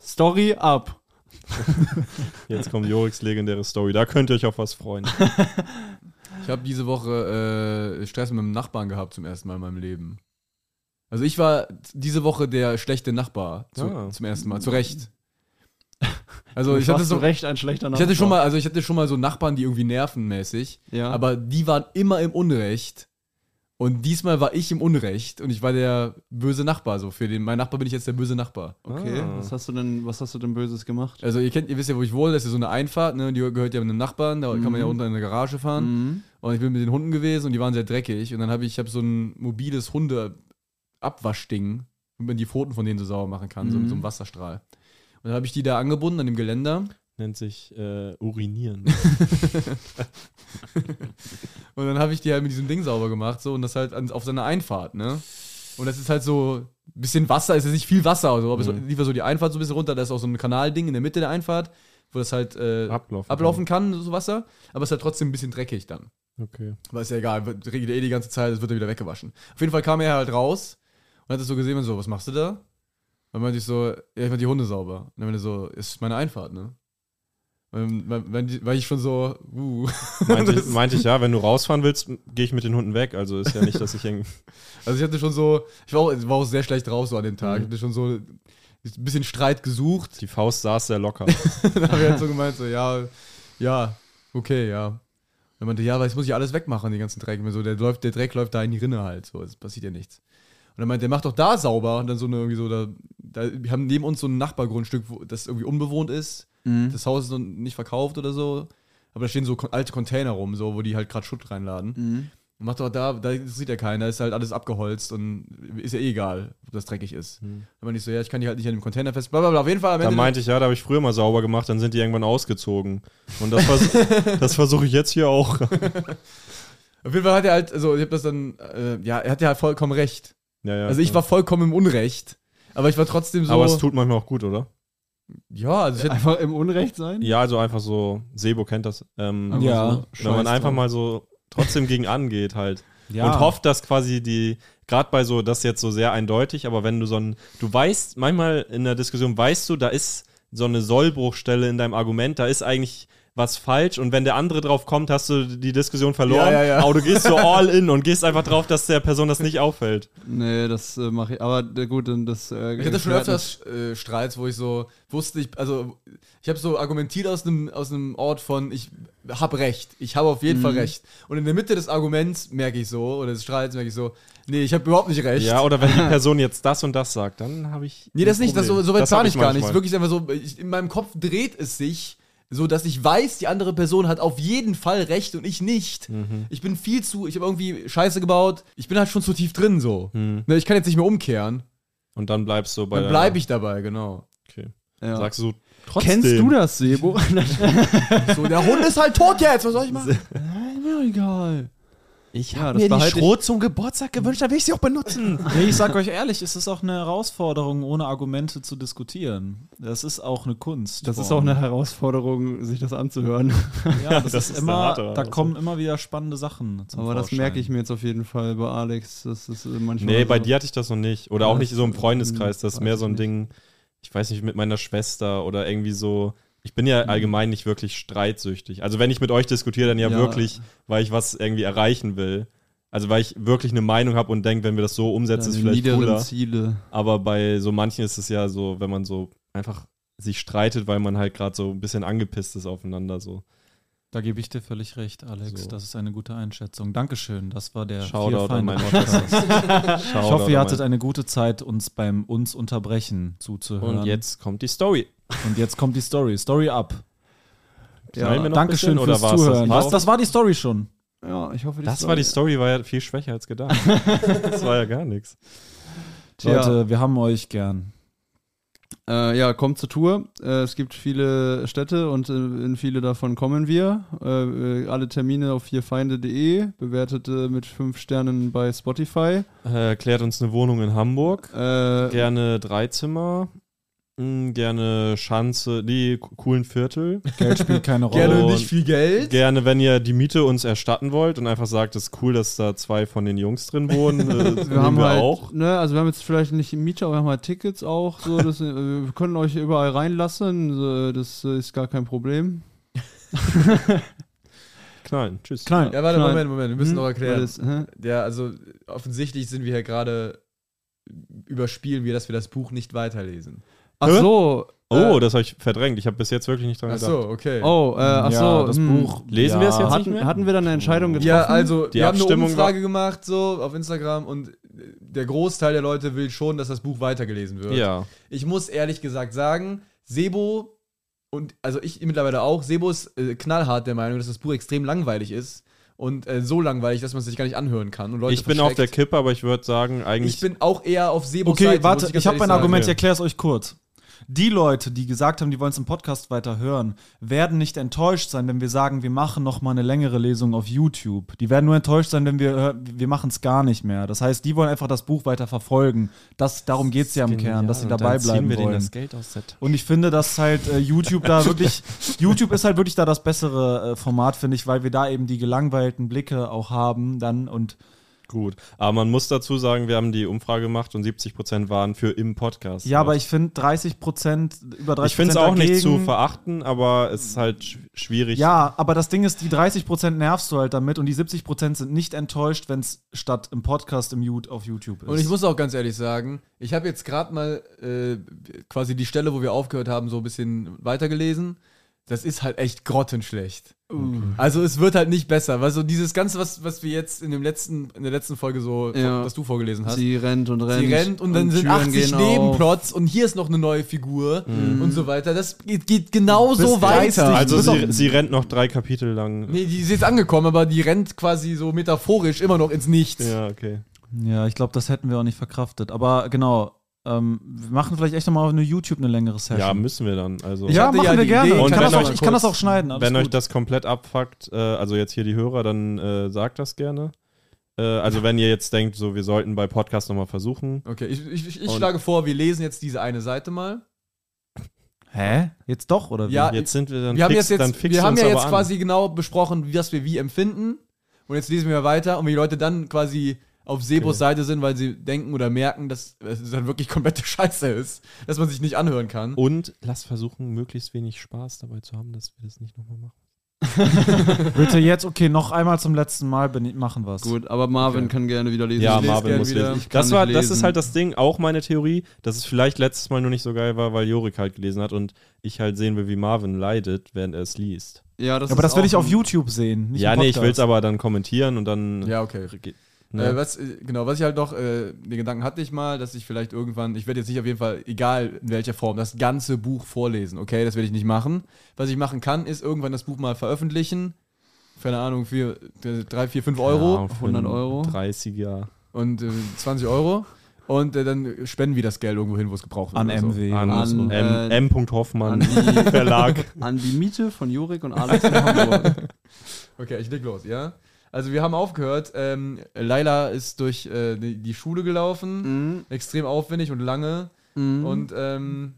Speaker 2: Story ab.
Speaker 3: Jetzt kommt Joriks legendäre Story. Da könnt ihr euch auf was freuen.
Speaker 5: Ich habe diese Woche äh, Stress mit dem Nachbarn gehabt zum ersten Mal in meinem Leben. Also ich war diese Woche der schlechte Nachbar zu,
Speaker 3: Ah.
Speaker 5: zum ersten Mal, zu Recht. Also
Speaker 2: Warst
Speaker 5: ich hatte,
Speaker 2: du
Speaker 5: so,
Speaker 2: recht ein schlechter Name.
Speaker 5: ich hatte schon mal, also ich hatte schon mal so Nachbarn, die irgendwie nervenmäßig,
Speaker 2: Ja.
Speaker 5: aber die waren immer im Unrecht. Und diesmal war ich im Unrecht und ich war der böse Nachbar. So für den, mein Nachbar bin ich jetzt der böse Nachbar.
Speaker 2: Okay.
Speaker 3: Ah.
Speaker 2: Was hast du denn, was hast du denn Böses gemacht?
Speaker 5: Also ihr kennt, ihr wisst ja, wo ich wohne, das ist ja so eine Einfahrt, ne? Die gehört ja einem Nachbarn, da kann man
Speaker 2: Mhm.
Speaker 5: ja unter in der Garage fahren.
Speaker 1: Mhm.
Speaker 5: Und ich bin mit den Hunden gewesen und die waren sehr dreckig. Und dann habe ich, ich habe so ein mobiles Hunde-Abwaschding, wo man die Pfoten von denen so sauber machen kann, so mit so einem Wasserstrahl. Und dann habe ich die da angebunden an dem Geländer.
Speaker 3: Nennt sich äh, Urinieren.
Speaker 5: Und dann habe ich die halt mit diesem Ding sauber gemacht, so und das halt an, auf seiner Einfahrt, ne? Und das ist halt so ein bisschen Wasser, es ist nicht viel Wasser, also, aber es lief so die Einfahrt so ein bisschen runter. Da ist auch so ein Kanalding in der Mitte der Einfahrt, wo das halt äh,
Speaker 3: *laughs* Ablaufen.
Speaker 5: ablaufen kann, so Wasser. Aber es ist halt trotzdem ein bisschen dreckig dann.
Speaker 3: Okay.
Speaker 5: Aber ist ja egal, wird- regnet eh die ganze Zeit, es wird dann wieder weggewaschen. Auf jeden Fall kam er halt raus und hat es so gesehen und so, was machst du da? Dann meinte ich so, ja, ich mach die Hunde sauber. Und dann meinte er so, ist meine Einfahrt, ne? Und dann war- War ich schon so, uh. *laughs*
Speaker 3: Meinte,
Speaker 5: *laughs*
Speaker 3: ich,
Speaker 5: Das-
Speaker 3: meinte ich, ja, wenn du rausfahren willst, gehe ich mit den Hunden weg. Also ist ja nicht, dass ich irgendwie.
Speaker 5: Also ich hatte schon so, ich war auch, war auch sehr schlecht drauf so an dem Tag. Ich hatte schon so ein bisschen Streit gesucht.
Speaker 3: Die Faust saß sehr locker.
Speaker 5: Dann habe ich halt so gemeint, so, ja, ja, okay, ja. Dann meinte, ja, aber jetzt muss ich alles wegmachen, den ganzen Dreck. Ich meine, So, der, läuft, der Dreck läuft da in die Rinne halt, so, es passiert ja nichts. Und dann meinte, der macht doch da sauber. Und dann so eine, irgendwie so, da da, wir haben neben uns so ein Nachbargrundstück, wo, das irgendwie unbewohnt ist.
Speaker 3: Mhm.
Speaker 5: Das Haus ist noch nicht verkauft oder so. Aber da stehen so kon- alte Container rum, so, wo die halt gerade Schutt reinladen.
Speaker 3: Mhm.
Speaker 5: Und macht doch da, da sieht ja keiner, ist halt alles abgeholzt und ist ja eh egal, ob das dreckig ist. Aber nicht so, ja, ich kann die halt nicht an dem Container fest. Blablabla. Auf jeden Fall am
Speaker 3: Mhm. Da
Speaker 5: Ende-
Speaker 3: meinte ich, ja, da habe ich früher mal sauber gemacht, dann sind die irgendwann ausgezogen. Und
Speaker 5: *laughs*
Speaker 3: das, vers das versuche ich jetzt hier auch.
Speaker 5: Auf jeden Fall hat er halt, also ich habe das dann, äh, ja, er hat ja halt vollkommen recht.
Speaker 3: Ja, ja,
Speaker 5: Also ich
Speaker 3: klar.
Speaker 5: war vollkommen im Unrecht. Aber ich war trotzdem so.
Speaker 3: Aber es tut manchmal auch gut, oder?
Speaker 5: ja, also ich hätte,
Speaker 1: Einfach im Unrecht sein?
Speaker 3: Ja, also einfach so, Sebo kennt das. Ähm,
Speaker 5: ne?
Speaker 1: Ja,
Speaker 3: Wenn man
Speaker 1: scheiß
Speaker 3: einfach
Speaker 1: drauf.
Speaker 3: mal so trotzdem gegen
Speaker 5: *laughs*
Speaker 3: angeht halt.
Speaker 4: Ja.
Speaker 3: Und hofft, dass quasi die, gerade bei so, das ist jetzt so sehr eindeutig, aber wenn du so ein, du weißt, manchmal in der Diskussion weißt du, da ist so eine Sollbruchstelle in deinem Argument, da ist eigentlich was falsch und wenn der andere drauf kommt, hast du die Diskussion verloren,
Speaker 5: Ja, ja, ja.
Speaker 3: aber du gehst
Speaker 5: *laughs*
Speaker 3: so all in und gehst einfach drauf, dass der Person das nicht auffällt.
Speaker 10: Nee, das äh, mache ich. Aber äh, gut, dann das. Äh,
Speaker 5: ich hatte schon
Speaker 10: gehört
Speaker 5: öfters äh, Streits, wo ich so wusste, ich, also ich habe so argumentiert aus einem aus einem Ort von, ich habe recht, ich habe auf jeden
Speaker 3: Mhm.
Speaker 5: Fall recht. Und in der Mitte des Arguments merke ich so, oder des Streits merke ich so, nee, ich habe überhaupt nicht recht.
Speaker 3: Ja,
Speaker 5: *laughs*
Speaker 3: oder wenn die Person jetzt das und das sagt, dann habe ich.
Speaker 5: Nee, das nicht, das so, so weit
Speaker 3: hab
Speaker 5: plane ich gar
Speaker 3: manchmal.
Speaker 5: nicht. Wirklich ist einfach so, ich, in meinem Kopf dreht es sich, so dass ich weiß, die andere Person hat auf jeden Fall recht und ich nicht. Ich bin viel zu, ich habe irgendwie Scheiße gebaut. Ich bin halt schon zu tief drin so. Ne, ich kann jetzt nicht mehr umkehren.
Speaker 3: Und dann bleibst du bei.
Speaker 5: Dann bleibe ich dabei, genau.
Speaker 3: Okay.
Speaker 1: Ja.
Speaker 3: Sagst du trotzdem.
Speaker 1: Kennst du das, Sebo?
Speaker 5: *laughs* So, der Hund ist halt tot jetzt, was soll ich *laughs* machen?
Speaker 1: Mir egal.
Speaker 11: Ich
Speaker 1: Ja,
Speaker 11: habe
Speaker 1: das
Speaker 11: mir die
Speaker 1: behalte ich-
Speaker 11: Schrot zum Geburtstag gewünscht, da will ich sie auch benutzen.
Speaker 4: *laughs* Nee, ich sag euch ehrlich, es ist auch eine Herausforderung, ohne Argumente zu diskutieren. Das ist auch eine Kunst.
Speaker 1: Das ist auch eine Herausforderung, sich das anzuhören.
Speaker 4: Ja, das, ist
Speaker 3: Das ist eine
Speaker 4: immer,
Speaker 3: harte
Speaker 4: da
Speaker 3: Herausforderung.
Speaker 4: kommen immer wieder spannende Sachen. Zum
Speaker 1: Aber das
Speaker 4: Vorschein.
Speaker 1: merke ich mir jetzt auf jeden Fall bei Alex. Das ist äh, manchmal.
Speaker 3: Nee, bei
Speaker 1: so.
Speaker 3: dir hatte ich das noch nicht. Oder auch
Speaker 1: Ja,
Speaker 3: nicht so im
Speaker 1: das,
Speaker 3: Freundeskreis. Das ist
Speaker 1: weiß
Speaker 3: mehr
Speaker 1: ich
Speaker 3: so ein
Speaker 1: nicht.
Speaker 3: Ding, ich weiß nicht, mit meiner Schwester oder irgendwie so. Ich bin ja allgemein nicht wirklich streitsüchtig. Also wenn ich mit euch diskutiere, dann ja,
Speaker 1: Ja.
Speaker 3: wirklich, weil ich was irgendwie erreichen will. Also weil ich wirklich eine Meinung habe und denke, wenn wir das so umsetzen,
Speaker 1: Deine
Speaker 3: ist es vielleicht
Speaker 1: niederen
Speaker 3: cooler.
Speaker 1: Ziele.
Speaker 3: Aber bei so manchen ist es ja so, wenn man so einfach sich streitet, weil man halt gerade so ein bisschen angepisst ist aufeinander. So.
Speaker 4: Da gebe ich dir völlig recht, Alex.
Speaker 3: So.
Speaker 4: Das ist eine gute Einschätzung. Dankeschön. Das war der
Speaker 3: Shoutout
Speaker 4: Vier
Speaker 3: an
Speaker 4: Feinde
Speaker 3: meine
Speaker 4: Podcast.
Speaker 3: Ich
Speaker 4: Ich hoffe, ihr hattet eine gute Zeit, uns beim uns unterbrechen zuzuhören.
Speaker 3: Und jetzt kommt die Story.
Speaker 4: Und jetzt kommt die Story. Story up.
Speaker 3: Knallen wir noch ein
Speaker 4: Dankeschön
Speaker 3: bisschen oder
Speaker 4: fürs
Speaker 3: war's das?
Speaker 4: Zuhören.
Speaker 3: War's
Speaker 4: Das, das war die Story schon.
Speaker 1: Ja, ich hoffe,
Speaker 3: Das war die Story, war ja viel schwächer als gedacht. das war ja gar nichts.
Speaker 1: Tja.
Speaker 4: Leute, wir haben euch gern.
Speaker 1: Äh, ja, kommt zur Tour. Äh, es gibt viele Städte und äh, in viele davon kommen wir. Äh, äh, alle Termine auf vierfeinde.de, bewertet äh, mit fünf Sternen bei Spotify.
Speaker 3: Äh, klärt uns eine Wohnung in Hamburg.
Speaker 1: Äh,
Speaker 3: Gerne drei Zimmer. Mm, gerne Schanze, die k- coolen Viertel.
Speaker 4: Geld spielt *laughs* keine Rolle.
Speaker 5: Gerne nicht viel Geld.
Speaker 3: Gerne, wenn ihr die Miete uns erstatten wollt und einfach sagt, es ist cool, dass da zwei von den Jungs drin wohnen. Äh,
Speaker 1: wir haben
Speaker 3: wir
Speaker 1: halt,
Speaker 3: auch.
Speaker 1: ne, also wir haben jetzt vielleicht nicht Mieter, aber wir haben halt Tickets auch. So, das, äh, wir können euch überall reinlassen, äh, das äh, ist gar kein Problem.
Speaker 3: Knallen. Tschüss.
Speaker 1: Knallen.
Speaker 5: Ja, warte,
Speaker 1: Knallen.
Speaker 5: Moment, Moment, wir müssen
Speaker 1: Hm?
Speaker 5: noch erklären.
Speaker 1: Weil das- hä?
Speaker 5: Ja, also offensichtlich sind wir hier gerade überspielen wir, dass wir das Buch nicht weiterlesen.
Speaker 1: Ach
Speaker 3: Hä?
Speaker 1: so,
Speaker 3: Oh, das habe ich verdrängt. Ich habe bis jetzt wirklich nicht dran
Speaker 5: Ach
Speaker 3: gedacht.
Speaker 5: so, okay.
Speaker 1: oh, äh, ach so.
Speaker 4: ja, das
Speaker 1: hm.
Speaker 4: Buch.
Speaker 3: Lesen
Speaker 4: ja.
Speaker 3: wir es jetzt nicht
Speaker 1: Hatten,
Speaker 3: mehr?
Speaker 1: hatten wir dann eine Entscheidung getroffen?
Speaker 5: Ja, also
Speaker 3: Die
Speaker 5: wir haben eine
Speaker 3: Abstimmung war-
Speaker 5: Umfrage gemacht so auf Instagram und der Großteil der Leute will schon, dass das Buch weitergelesen wird.
Speaker 3: Ja.
Speaker 5: Ich muss ehrlich gesagt sagen, Sebo und also ich mittlerweile auch, Sebo ist äh, knallhart der Meinung, dass das Buch extrem langweilig ist und äh, so langweilig, dass man es sich gar nicht anhören kann und Leute
Speaker 3: Ich bin auf der
Speaker 5: verschreckt.
Speaker 3: Kippe, aber ich würde sagen, eigentlich
Speaker 5: Ich bin auch eher auf Sebos
Speaker 4: Okay,
Speaker 5: Seite,
Speaker 4: warte,
Speaker 5: muss ganz
Speaker 4: ich habe
Speaker 5: ehrlich
Speaker 4: ein
Speaker 5: sagen.
Speaker 4: Argument, ich
Speaker 3: Okay.
Speaker 4: erkläre es euch kurz. Die Leute, die gesagt haben, die wollen es im Podcast weiter hören, werden nicht enttäuscht sein, wenn wir sagen, wir machen noch mal eine längere Lesung auf YouTube. Die werden nur enttäuscht sein, wenn wir hör- wir machen es gar nicht mehr. Das heißt, die wollen einfach das Buch weiter verfolgen. Das, darum geht es ja im Kern, dass sie dabei bleiben
Speaker 11: wir denen
Speaker 4: wollen.
Speaker 11: das Geld aus der Tasche.
Speaker 4: Und ich finde, dass halt äh, YouTube
Speaker 11: *laughs*
Speaker 4: da wirklich, YouTube ist halt wirklich da das bessere äh, Format, finde ich, weil wir da eben die gelangweilten Blicke auch haben dann und
Speaker 3: Gut, aber man muss dazu sagen, wir haben die Umfrage gemacht und 70% waren für im Podcast.
Speaker 4: ja, aber ich finde 30 Prozent, über 30 Prozent
Speaker 3: ich finde es auch nicht zu verachten, aber es ist halt sch- schwierig.
Speaker 4: Ja, aber das Ding ist, die 30% nervst du halt damit und die 70% sind nicht enttäuscht, wenn es statt im Podcast im Mute auf YouTube ist.
Speaker 5: Und ich muss auch ganz ehrlich sagen, ich habe jetzt gerade mal äh, quasi die Stelle, wo wir aufgehört haben, so ein bisschen weitergelesen. das ist halt echt grottenschlecht.
Speaker 1: Uh.
Speaker 5: Also es wird halt nicht besser. Weil so dieses Ganze, was, was wir jetzt in, dem letzten, in der letzten Folge so,
Speaker 1: Ja.
Speaker 5: was du vorgelesen hast.
Speaker 1: Sie rennt und rennt.
Speaker 5: Sie rennt und dann sind
Speaker 1: Türen
Speaker 5: 80
Speaker 1: gehen auf. Mhm.
Speaker 5: Nebenplots und hier ist noch eine neue Figur und so weiter. Das geht, geht genauso weiter.
Speaker 3: Also
Speaker 5: Bis auf-
Speaker 3: sie, sie rennt noch drei Kapitel lang.
Speaker 5: nee, die ist jetzt angekommen, aber die rennt quasi so metaphorisch immer noch ins Nichts.
Speaker 3: Ja, okay.
Speaker 4: Ja, ich glaube, das hätten wir auch nicht verkraftet. Aber genau, ähm, wir machen vielleicht echt nochmal auf eine YouTube eine längere Session.
Speaker 3: Ja, müssen wir dann. Also.
Speaker 4: Ja,
Speaker 5: hatte
Speaker 4: machen
Speaker 5: ja
Speaker 4: wir
Speaker 5: die
Speaker 4: gerne.
Speaker 5: Idee.
Speaker 4: ich,
Speaker 3: Und
Speaker 4: kann
Speaker 3: wenn
Speaker 4: das auch,
Speaker 3: euch
Speaker 4: ich kann das
Speaker 3: kurz-
Speaker 4: auch schneiden. Alles
Speaker 3: Wenn
Speaker 4: gut.
Speaker 3: euch das komplett abfuckt, äh, also jetzt hier die Hörer, dann äh, sagt das gerne. Äh, also wenn ihr jetzt denkt, so wir sollten bei Podcast nochmal versuchen.
Speaker 5: Okay, ich, ich, ich- ich
Speaker 3: Und-
Speaker 5: schlage vor, wir lesen jetzt diese eine Seite mal.
Speaker 4: Hä? Jetzt doch, oder wie?
Speaker 5: Ja,
Speaker 3: Jetzt sind wir
Speaker 5: Ah,
Speaker 3: dann
Speaker 5: wir haben,
Speaker 3: fix,
Speaker 5: jetzt, jetzt,
Speaker 3: dann fix
Speaker 5: wir haben
Speaker 3: uns
Speaker 5: ja
Speaker 3: aber
Speaker 5: jetzt
Speaker 3: an.
Speaker 5: quasi genau besprochen, wie- was wir wie empfinden. Und jetzt lesen wir weiter und wie die Leute dann quasi auf Sebos
Speaker 3: Okay.
Speaker 5: Seite sind, weil sie denken oder merken, dass es dann wirklich komplette *laughs* Scheiße ist, dass man sich nicht anhören
Speaker 3: Oh,
Speaker 5: kann.
Speaker 12: Und lass versuchen, möglichst wenig Spaß dabei zu haben, dass wir das nicht nochmal machen.
Speaker 4: Bitte jetzt, okay, noch einmal zum letzten Mal bin- machen wir es.
Speaker 1: Gut, aber Marvin
Speaker 5: Okay.
Speaker 1: kann gerne wieder lesen.
Speaker 3: Ja,
Speaker 5: Ich lese
Speaker 3: Marvin
Speaker 5: gern
Speaker 3: muss
Speaker 5: wieder.
Speaker 3: lesen.
Speaker 1: Ich kann
Speaker 3: Das, war,
Speaker 1: nicht
Speaker 3: das
Speaker 1: lesen.
Speaker 3: ist halt das Ding, auch meine Theorie, dass es vielleicht letztes Mal nur nicht so geil war, weil Jorik halt gelesen hat und ich halt sehen will, wie Marvin leidet, während er es liest.
Speaker 1: Ja, das
Speaker 4: aber
Speaker 1: ist
Speaker 4: das will
Speaker 1: auch
Speaker 4: ich auf
Speaker 1: ein-
Speaker 4: YouTube sehen. Nicht
Speaker 3: ja,
Speaker 4: im
Speaker 3: nee, ich
Speaker 4: Podcast.
Speaker 3: will es aber dann kommentieren und dann.
Speaker 5: Ja, okay.
Speaker 3: Ge-
Speaker 5: Äh,
Speaker 3: Ne?
Speaker 5: was, äh, genau, was ich halt noch, äh, den Gedanken hatte ich mal, dass ich vielleicht irgendwann, ich werde jetzt nicht auf jeden Fall, egal in welcher Form, das ganze Buch vorlesen, okay? Das werde ich nicht machen. Was ich machen kann, ist irgendwann das Buch mal veröffentlichen. Keine Ahnung, vier, äh, drei, vier, fünf Euro.
Speaker 3: Ja, für
Speaker 1: 100
Speaker 3: einen
Speaker 1: Euro.
Speaker 3: 30er.
Speaker 5: und äh, 20 Euro. Und äh, dann spenden wir das Geld irgendwo hin, wo es gebraucht wird.
Speaker 4: An
Speaker 5: oder so.
Speaker 4: MW.
Speaker 3: An,
Speaker 1: An,
Speaker 3: M.
Speaker 1: äh,
Speaker 3: M.
Speaker 1: An
Speaker 3: Hoffmann
Speaker 1: die,
Speaker 3: *laughs* Verlag.
Speaker 1: an die Miete von Jurik und Alex in Hamburg.
Speaker 5: Okay, ich leg los, ja? Also wir haben aufgehört. Ähm, Laila ist durch äh, die, die Schule gelaufen.
Speaker 1: Mhm,
Speaker 5: Extrem aufwendig und lange.
Speaker 1: mhm.
Speaker 5: Und ähm,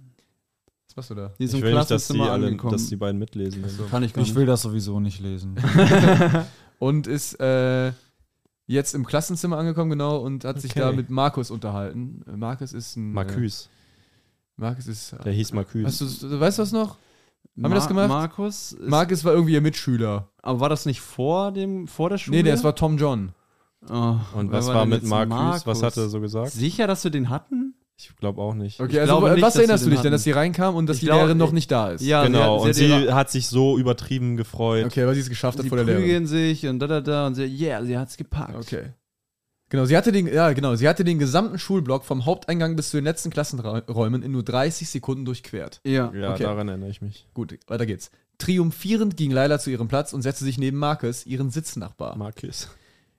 Speaker 5: was machst du da?
Speaker 1: die ist
Speaker 3: Ich
Speaker 1: im
Speaker 3: will nicht, dass die,
Speaker 1: Klassenzimmer
Speaker 3: alle,
Speaker 1: angekommen.
Speaker 3: dass die beiden mitlesen.
Speaker 1: Kann ich gar
Speaker 4: Ich
Speaker 1: nicht.
Speaker 4: will das sowieso nicht lesen.
Speaker 5: Und ist äh, jetzt im Klassenzimmer angekommen, genau, und hat sich
Speaker 3: Okay.
Speaker 5: da mit Markus unterhalten. Äh, Markus ist ein...
Speaker 3: Marcus.
Speaker 5: Äh, Markus ist...
Speaker 3: Der hieß
Speaker 5: Hast
Speaker 3: Marcus.
Speaker 5: du, weißt du das noch?
Speaker 1: Ma-
Speaker 5: wir das gemacht?
Speaker 1: Markus, ist,
Speaker 5: Markus war irgendwie ihr Mitschüler.
Speaker 1: aber war das nicht vor dem vor der Schule?
Speaker 5: Nee, das war Tom John.
Speaker 1: Oh,
Speaker 3: Und
Speaker 1: wer
Speaker 3: was war
Speaker 1: denn
Speaker 3: mit
Speaker 1: jetzt
Speaker 3: Marcus? Was hat er so gesagt?
Speaker 1: Sicher, dass wir den hatten?
Speaker 3: Ich glaube auch nicht.
Speaker 5: Okay,
Speaker 1: Ich
Speaker 5: also
Speaker 1: glaube
Speaker 5: an
Speaker 1: nicht,
Speaker 5: was
Speaker 1: dass
Speaker 5: erinnerst
Speaker 1: sie
Speaker 5: du dich
Speaker 1: den
Speaker 5: denn, dass
Speaker 1: hatten.
Speaker 5: sie reinkam und dass
Speaker 1: Ich
Speaker 5: die
Speaker 1: glaube,
Speaker 5: Lehrerin noch
Speaker 1: ich-
Speaker 5: nicht da ist?
Speaker 3: genau,
Speaker 1: hat-
Speaker 3: und sie
Speaker 1: hat ihre-
Speaker 3: hat sich so übertrieben gefreut.
Speaker 5: Okay, weil sie es geschafft hat
Speaker 1: sie
Speaker 5: vor der Lehrerin.
Speaker 1: prügeln sich und da da da und sie, yeah, sie hat's gepackt.
Speaker 5: Okay. Genau, sie hatte den, ja, genau, sie hatte den gesamten Schulblock vom Haupteingang bis zu den letzten Klassenräumen in nur 30 Sekunden durchquert.
Speaker 1: Ja. Äh,
Speaker 3: Ja,
Speaker 5: Okay.
Speaker 3: daran erinnere ich mich.
Speaker 5: Gut, weiter geht's. Triumphierend ging Laila zu ihrem Platz und setzte sich neben Marcus, ihren Sitznachbar.
Speaker 3: Marcus.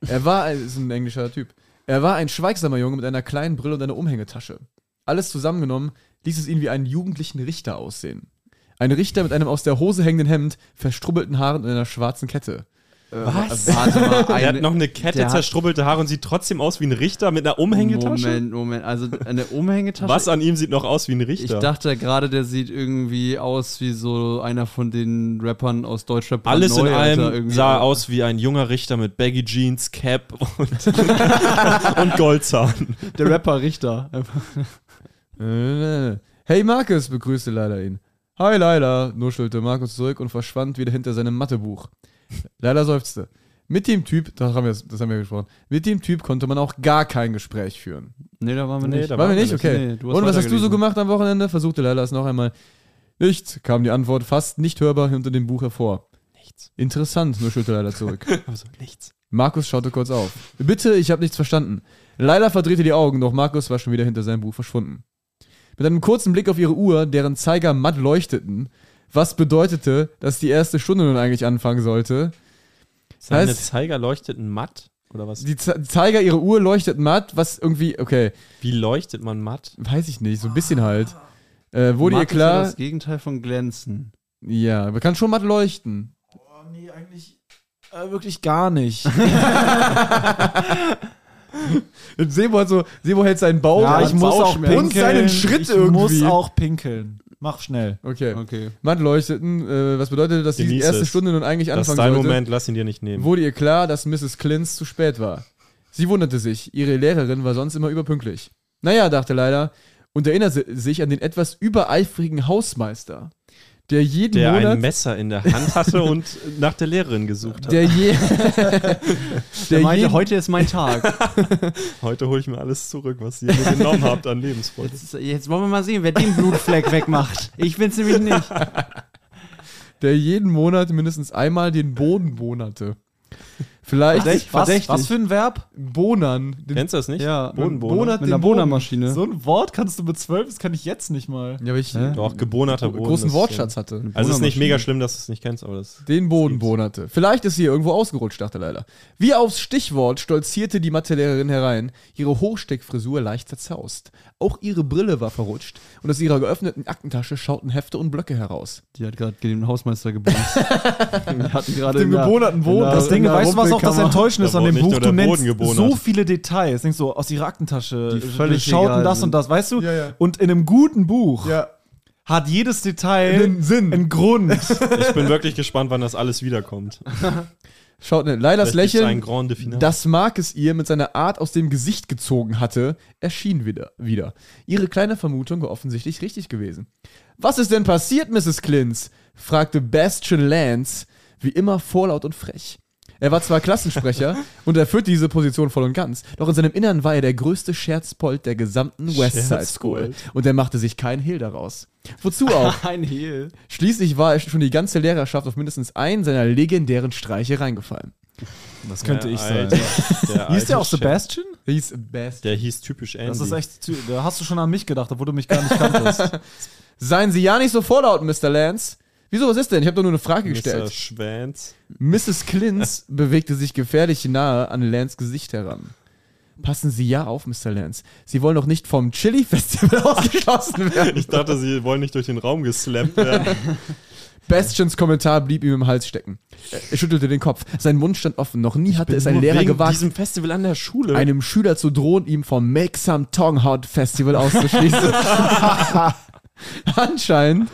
Speaker 5: Er war, ist ein englischer Typ. Er war ein schweigsamer Junge mit einer kleinen Brille und einer Umhängetasche. Alles zusammengenommen ließ es ihn wie einen jugendlichen Richter aussehen. Ein Richter mit einem aus der Hose hängenden Hemd, verstrubbelten Haaren und einer schwarzen Kette.
Speaker 1: Was? Warte mal,
Speaker 3: *laughs* Er
Speaker 1: eine,
Speaker 3: hat noch eine Kette,
Speaker 1: der hat-
Speaker 3: zerstrubbelte Haare und sieht trotzdem aus wie ein Richter mit einer Umhängetasche.
Speaker 1: Moment, Moment, also eine Umhängetasche.
Speaker 3: Was an ihm sieht noch aus wie ein
Speaker 1: ich
Speaker 3: Richter?
Speaker 1: dachte gerade, der sieht irgendwie aus wie so einer von den Rappern aus Deutschland.
Speaker 3: Alles in allem sah aus wie ein junger Richter mit Baggy Jeans, Cap und, und Goldzahn.
Speaker 1: Der Rapper Richter.
Speaker 5: Äh, Hey Markus, begrüßte Leila ihn. Hi Leila, nuschelte Markus zurück und verschwand wieder hinter seinem Mathebuch. Leila seufzte. Mit dem Typ, das haben wir, das haben wir gesprochen, mit dem Typ konnte man auch gar kein Gespräch führen.
Speaker 1: *laughs* Nee, da waren wir
Speaker 3: Nee,
Speaker 1: nicht.
Speaker 3: da
Speaker 5: Waren wir nicht?
Speaker 1: Nee,
Speaker 5: Okay.
Speaker 1: du hast
Speaker 5: und was hast du
Speaker 1: weitergelesen.
Speaker 5: so gemacht am Wochenende? versuchte Leila es noch einmal. Nichts, kam die Antwort fast nicht hörbar hinter dem Buch hervor.
Speaker 12: Nichts.
Speaker 5: Interessant, nuschelte Leila zurück.
Speaker 1: *laughs*
Speaker 12: Also nichts.
Speaker 5: Markus schaute kurz auf. Bitte, ich habe nichts verstanden. Leila verdrehte die Augen, doch Markus war schon wieder hinter seinem Buch verschwunden. Mit einem kurzen Blick auf ihre Uhr, deren Zeiger matt leuchteten, was bedeutete, dass die erste Stunde nun eigentlich anfangen sollte.
Speaker 12: Seine
Speaker 5: heißt-
Speaker 12: Zeiger leuchteten matt? Oder was?
Speaker 5: Die Ze Zeiger ihrer Uhr leuchteten matt, was irgendwie, okay,
Speaker 12: Wie leuchtet man matt?
Speaker 5: weiß ich nicht, so ein bisschen halt. Äh, wurde ihr
Speaker 1: Matt ist ja
Speaker 5: klar?
Speaker 1: Das Gegenteil von glänzen.
Speaker 5: Ja, aber kann schon matt leuchten.
Speaker 4: Boah, nee, eigentlich äh, wirklich gar
Speaker 5: *laughs*
Speaker 4: nicht.
Speaker 5: Und Sebo hat so, Sebo hält seinen Bauch
Speaker 4: ja, ich
Speaker 5: an.
Speaker 4: muss auch
Speaker 5: Bauchschmerzen.
Speaker 4: pinkeln.
Speaker 5: Und seinen Schritt
Speaker 4: ich
Speaker 5: irgendwie.
Speaker 4: muss auch pinkeln. Mach schnell.
Speaker 5: Okay.
Speaker 1: Okay.
Speaker 5: Matt leuchteten, äh, was bedeutete, dass die
Speaker 3: Genieß
Speaker 5: erste
Speaker 3: es.
Speaker 5: Stunde nun eigentlich
Speaker 3: Das
Speaker 5: anfangen
Speaker 3: ist dein
Speaker 5: sollte.
Speaker 3: Moment, lass ihn dir nicht nehmen.
Speaker 5: wurde ihr klar, dass Mrs. Clins zu spät war. Sie wunderte sich, ihre Lehrerin war sonst immer überpünktlich. Naja, dachte Leila und erinnerte sich an den etwas übereifrigen Hausmeister, der jeden
Speaker 3: der ein
Speaker 5: Monat...
Speaker 3: Messer in der Hand hatte
Speaker 5: *laughs*
Speaker 3: und nach der Lehrerin gesucht hat.
Speaker 5: Der, je, der,
Speaker 1: Der meinte,
Speaker 5: jeden,
Speaker 1: heute ist mein Tag.
Speaker 3: Heute hole ich mir alles zurück, was ihr mir genommen habt an Lebensfreude.
Speaker 1: Jetzt, jetzt wollen wir mal sehen, wer den Blutfleck wegmacht. Ich bin's nämlich nicht.
Speaker 5: der jeden Monat mindestens einmal den Boden bonerte. Vielleicht
Speaker 4: Was, was für ein Verb?
Speaker 5: Bonern. Den,
Speaker 3: Kennst du das nicht?
Speaker 5: ja,
Speaker 3: Bodenbohne.
Speaker 5: Bonert
Speaker 2: Mit
Speaker 5: den
Speaker 2: einer
Speaker 5: Boden.
Speaker 2: Bohnermaschine.
Speaker 4: So ein Wort kannst du mit zwölf, das kann ich jetzt nicht mal.
Speaker 5: Ja, weil ich einen
Speaker 3: Doch, gebohnerter Boden.
Speaker 5: großen
Speaker 3: das-
Speaker 5: Wortschatz hatte.
Speaker 3: Also es ist nicht mega schlimm, dass du es nicht kennst, aber das.
Speaker 5: Den Boden bonerte. Vielleicht ist sie hier irgendwo ausgerutscht, dachte leider. Wie aufs Stichwort stolzierte die Mathelehrerin herein, ihre Hochsteckfrisur leicht zerzaust. Auch ihre Brille war verrutscht und aus ihrer geöffneten Aktentasche schauten Hefte und Blöcke heraus.
Speaker 2: Die hat gerade den Hausmeister geboren. Die hatten gerade in der-
Speaker 5: gebohnerten Boden.
Speaker 2: in der-
Speaker 4: Das Ding,
Speaker 2: in der
Speaker 4: weißt du, was auch das
Speaker 2: Rumpelkammer-
Speaker 4: Enttäuschende ist
Speaker 3: Da
Speaker 4: an dem
Speaker 3: wurde nicht
Speaker 4: Buch?
Speaker 3: nur
Speaker 4: Du
Speaker 3: der
Speaker 4: nennst
Speaker 3: Boden gebohnert.
Speaker 4: so viele Details. Denkst du, oh, aus ihrer Aktentasche äh,
Speaker 2: Die völlig
Speaker 4: schauten
Speaker 2: egal
Speaker 4: das
Speaker 2: sind.
Speaker 4: und das, weißt du?
Speaker 5: Ja, ja.
Speaker 4: Und in einem guten Buch
Speaker 5: Ja.
Speaker 4: hat jedes Detail
Speaker 5: Einen Sinn.
Speaker 4: einen Grund.
Speaker 3: Ich bin wirklich gespannt, wann das alles wiederkommt.
Speaker 5: Schaut ne, Leilas
Speaker 3: Vielleicht gibt's Ein
Speaker 5: Lächeln,
Speaker 3: Grande Finale.
Speaker 5: das Mark es ihr mit seiner Art aus dem Gesicht gezogen hatte, erschien wieder. wieder. Ihre kleine Vermutung war offensichtlich richtig gewesen. Was ist denn passiert, Mrs. Klintz? fragte Bastian Lance, wie immer vorlaut und frech. Er war zwar Klassensprecher und erfüllte diese Position voll und ganz, doch in seinem Innern war er der größte Scherzbold der gesamten Westside School und er machte sich keinen Hehl daraus. Wozu
Speaker 1: *laughs*
Speaker 5: auch?
Speaker 2: Ein Hehl.
Speaker 5: Schließlich war er schon die ganze Lehrerschaft auf mindestens einen seiner legendären Streiche reingefallen.
Speaker 4: Das könnte ich sein.
Speaker 5: *laughs*
Speaker 3: Der
Speaker 4: Hieß der auch
Speaker 3: alte Chef.
Speaker 4: Sebastian?
Speaker 5: Er hieß Bastian.
Speaker 3: Der hieß typisch Andy.
Speaker 4: Das ist echt, zu- da hast du schon an mich gedacht, obwohl du mich gar nicht kanntest.
Speaker 5: Seien Sie ja nicht so vorlaut, Mr. Lance. Wieso, was ist denn? Ich habe doch nur eine Frage
Speaker 3: Mr.
Speaker 5: gestellt.
Speaker 3: Schwanz.
Speaker 5: Mrs. Klintz bewegte sich gefährlich nahe an Lance Gesicht heran. Passen Sie ja auf, Mr. Lance. Sie wollen doch nicht vom Chili-Festival *laughs* ausgeschlossen werden.
Speaker 3: Ich dachte, sie wollen nicht durch den Raum
Speaker 5: *laughs*
Speaker 3: geslappt werden.
Speaker 5: Bastians Kommentar blieb ihm im Hals stecken. Er schüttelte den Kopf. Sein Mund stand offen. Noch nie hatte es ein Lehrer gewagt,
Speaker 3: diesem Festival an der Schule.
Speaker 5: einem Schüler zu drohen, ihm vom Make Some Tongue Hot Festival
Speaker 3: *laughs*
Speaker 5: auszuschließen. Anscheinend,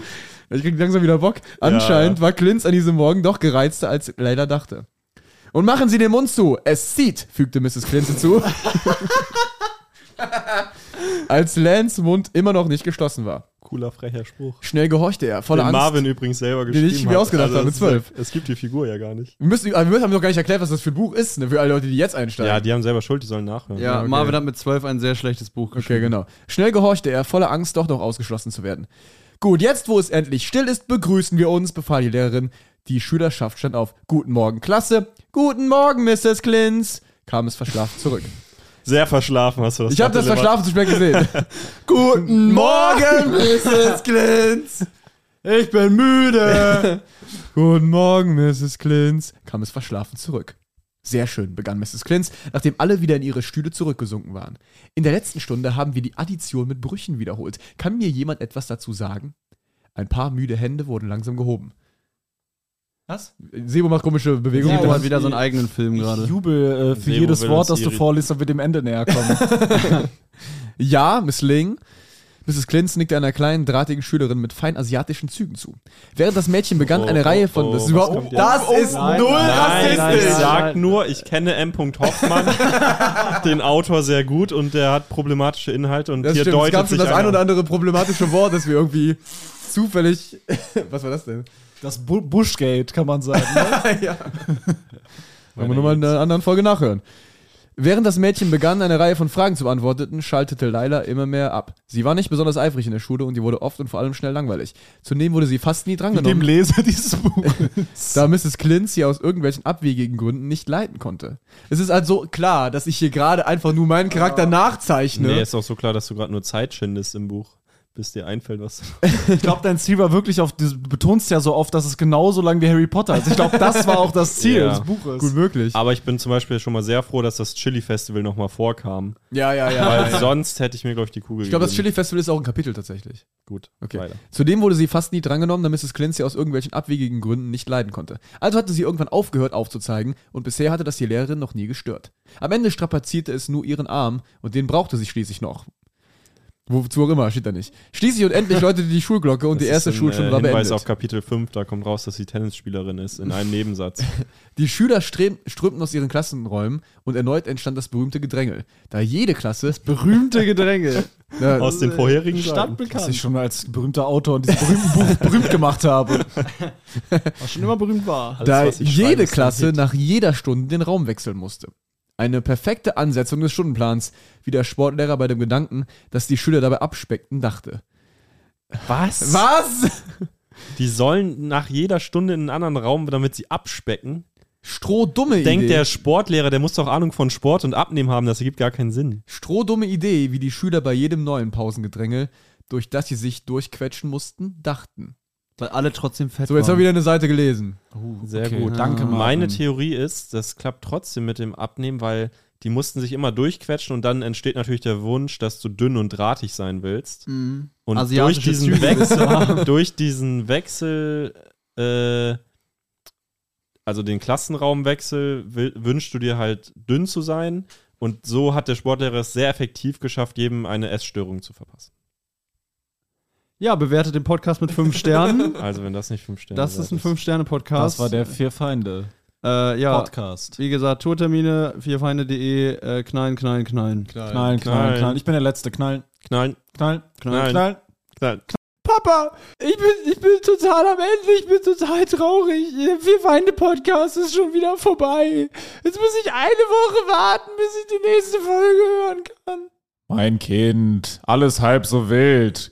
Speaker 5: ich krieg langsam wieder Bock, anscheinend war Klintz an diesem Morgen doch gereizter, als leider dachte. Und machen Sie den Mund zu, es zieht, fügte Mrs. Klintz hinzu.
Speaker 3: *laughs*
Speaker 5: als Lance Mund immer noch nicht geschlossen war.
Speaker 3: Cooler, frecher Spruch.
Speaker 5: Schnell gehorchte er, voller
Speaker 3: Den
Speaker 5: Angst.
Speaker 3: Marvin übrigens selber
Speaker 5: ich
Speaker 3: geschrieben Also
Speaker 5: mir ausgedacht habe, mit
Speaker 3: es-
Speaker 5: zwölf.
Speaker 3: Es gibt die Figur ja gar nicht.
Speaker 5: Wir, müssen, wir haben noch gar nicht erklärt, was das für ein Buch ist, ne, für alle Leute, die jetzt einsteigen.
Speaker 3: Ja, die haben selber Schuld, die sollen nachhören.
Speaker 2: Ja,
Speaker 5: okay.
Speaker 2: Marvin hat mit 12 ein sehr schlechtes Buch
Speaker 5: Okay,
Speaker 2: geschrieben.
Speaker 5: genau. Schnell gehorchte er, voller Angst, doch noch ausgeschlossen zu werden. Gut, jetzt, wo es endlich still ist, begrüßen wir uns, befahl die Lehrerin. Die Schülerschaft stand auf. Guten Morgen, Klasse. Guten Morgen, Mrs. Klintz. Kam es verschlafen zurück.
Speaker 3: Sehr verschlafen hast du das.
Speaker 5: Ich habe das
Speaker 3: Deliver-
Speaker 5: verschlafen zu spät gesehen. *laughs* Guten Morgen, Mrs. Klintz. Ich bin müde. *laughs* Guten Morgen, Mrs. Klintz. Kam es verschlafen zurück. Sehr schön, begann Mrs. Klintz, nachdem alle wieder in ihre Stühle zurückgesunken waren. In der letzten Stunde haben wir die Addition mit Brüchen wiederholt. Kann mir jemand etwas dazu sagen? Ein paar müde Hände wurden langsam gehoben.
Speaker 4: Was?
Speaker 5: Sebo macht komische Bewegungen.
Speaker 4: Ja,
Speaker 2: Sebo
Speaker 4: aber
Speaker 2: hat wieder so einen
Speaker 4: die-
Speaker 2: eigenen Film
Speaker 4: Ich
Speaker 2: gerade.
Speaker 4: jubel äh, für
Speaker 3: Sebo
Speaker 4: jedes
Speaker 3: will
Speaker 4: Wort, das
Speaker 3: uns
Speaker 4: du
Speaker 3: irri-
Speaker 4: vorliest, damit wir dem Ende näher kommen.
Speaker 3: *laughs*
Speaker 5: Ja, Miss Ling. Mrs. Klintz nickte einer kleinen, drahtigen Schülerin mit fein asiatischen Zügen zu. Während das Mädchen begann,
Speaker 3: Oh,
Speaker 5: eine
Speaker 3: oh,
Speaker 5: Reihe von...
Speaker 3: oh,
Speaker 5: das
Speaker 3: was
Speaker 5: ist,
Speaker 3: kommt
Speaker 5: überhaupt,
Speaker 3: jetzt? Oh,
Speaker 5: das ist null
Speaker 3: Nein, nein, ich
Speaker 4: nein,
Speaker 3: sag
Speaker 4: nein.
Speaker 3: nur, ich kenne M. Hoffmann,
Speaker 5: *laughs*
Speaker 3: den Autor sehr gut und der hat problematische Inhalte und
Speaker 5: Das
Speaker 3: hier
Speaker 5: stimmt, es
Speaker 3: deutet
Speaker 5: gab schon
Speaker 3: sich
Speaker 5: das ein
Speaker 3: einer-
Speaker 5: oder andere problematische Wort, das wir irgendwie zufällig... *laughs* Was war das denn?
Speaker 4: Das Bu Bushgate, kann man sagen. Ne?
Speaker 5: *laughs* Können wir nochmal in einer anderen Folge nachhören. Während das Mädchen begann, eine Reihe von Fragen zu beantworten, schaltete Laila immer mehr ab. Sie war nicht besonders eifrig in der Schule und ihr wurde oft und vor allem schnell langweilig. Zudem wurde sie fast nie drangenommen.
Speaker 4: *laughs* Dem Leser *laughs* dieses Buch.
Speaker 5: da Mrs. Clint sie aus irgendwelchen abwegigen Gründen nicht leiten konnte. Es ist also klar, dass ich hier gerade einfach nur meinen Charakter nachzeichne.
Speaker 3: Ah. Nee, ist auch so klar, dass du gerade nur Zeit schindest im Buch, bis dir einfällt, was.
Speaker 4: Ich glaube, dein Ziel war wirklich auf, du betonst ja so oft, dass es genauso lang wie Harry Potter ist. Ich glaube, das war auch das Ziel
Speaker 3: Ja.
Speaker 4: des Buches.
Speaker 5: Gut möglich.
Speaker 3: Aber ich bin zum Beispiel schon mal sehr froh, dass das Chili-Festival nochmal vorkam.
Speaker 5: Ja, ja, ja.
Speaker 3: Weil sonst hätte ich mir, glaube ich, die Kugel
Speaker 5: Ich glaube, das Chili Festival ist auch ein Kapitel tatsächlich.
Speaker 3: Gut,
Speaker 5: Okay.
Speaker 3: weiter.
Speaker 5: Zudem wurde sie fast nie drangenommen, da Mrs. Clint sie aus irgendwelchen abwegigen Gründen nicht leiden konnte. Also hatte sie irgendwann aufgehört aufzuzeigen und bisher hatte das die Lehrerin noch nie gestört. Am Ende strapazierte es nur ihren Arm und den brauchte sie schließlich noch. Wozu auch immer, steht da nicht. Schließlich und
Speaker 3: *laughs*
Speaker 5: endlich läutete die Schulglocke und die erste Schulstunde war
Speaker 3: äh, Hinweis
Speaker 5: beendet.
Speaker 3: auf Kapitel 5, da kommt raus, dass sie Tennisspielerin ist, in
Speaker 5: *laughs*
Speaker 3: einem Nebensatz.
Speaker 5: Die Schüler strem- strömten aus ihren Klassenräumen und erneut entstand das berühmte Gedrängel. Da jede Klasse. Das berühmte Gedränge. Na,
Speaker 3: Aus den vorherigen Seiten.
Speaker 4: Was ich schon als berühmter Autor in
Speaker 5: *laughs*
Speaker 4: diesem berühmten Buch berühmt gemacht habe.
Speaker 2: Was schon immer berühmt war.
Speaker 3: Alles,
Speaker 5: da
Speaker 3: was ich schreibe,
Speaker 5: jede
Speaker 3: ist ein
Speaker 5: Klasse
Speaker 3: Hit.
Speaker 5: nach jeder Stunde den Raum wechseln musste. Eine perfekte Ansetzung des Stundenplans, wie der Sportlehrer bei dem Gedanken, dass die Schüler dabei abspeckten, dachte.
Speaker 4: Was?
Speaker 5: Was?
Speaker 3: Die sollen nach jeder Stunde in einen anderen Raum, damit sie abspecken.
Speaker 5: Strohdumme
Speaker 3: Denkt
Speaker 5: Idee.
Speaker 3: der Sportlehrer, der muss doch Ahnung von Sport und Abnehmen haben, das ergibt gar keinen Sinn.
Speaker 5: Strohdumme Idee, wie die Schüler bei jedem neuen Pausengedränge, durch das sie sich durchquetschen mussten, dachten.
Speaker 1: Weil alle trotzdem fett
Speaker 5: So, jetzt habe ich wieder eine Seite gelesen.
Speaker 3: Sehr
Speaker 4: okay.
Speaker 3: gut.
Speaker 4: Danke, Martin.
Speaker 3: Meine Theorie ist, das klappt trotzdem mit dem Abnehmen, weil die mussten sich immer durchquetschen und dann entsteht natürlich der Wunsch, dass du dünn und drahtig sein willst. Und durch
Speaker 1: Asiatische
Speaker 3: diesen,
Speaker 1: Züge
Speaker 3: Wechsel, durch diesen Wechsel, äh, also den Klassenraumwechsel, will, wünschst du dir halt dünn zu sein. Und so hat der Sportlehrer es sehr effektiv geschafft, jedem eine Essstörung zu verpassen.
Speaker 1: Ja, bewertet den Podcast mit fünf
Speaker 3: *laughs*
Speaker 1: Sternen.
Speaker 3: Also wenn das nicht fünf Sterne
Speaker 1: Das
Speaker 3: wert
Speaker 1: ist ein
Speaker 4: Das
Speaker 1: Fünf-Sterne-Podcast.
Speaker 4: war der Vier Feinde
Speaker 1: äh, ja,
Speaker 4: Podcast.
Speaker 1: wie gesagt, Tourtermine, vierfeinde.de, äh, knallen, knallen, knallen.
Speaker 4: Knallen, knallen,
Speaker 3: Knallen.
Speaker 4: knallen. Ich bin der Letzte. Knallen,
Speaker 3: Knallen,
Speaker 4: knallen,
Speaker 3: Knallen.
Speaker 4: knallen.
Speaker 3: knallen.
Speaker 1: Papa, ich bin, ich bin total am Ende, ich bin total traurig. Der Vierfeinde-Podcast ist schon wieder vorbei. Jetzt muss ich eine Woche warten, bis ich die nächste Folge hören kann.
Speaker 4: Mein Kind, alles halb so wild.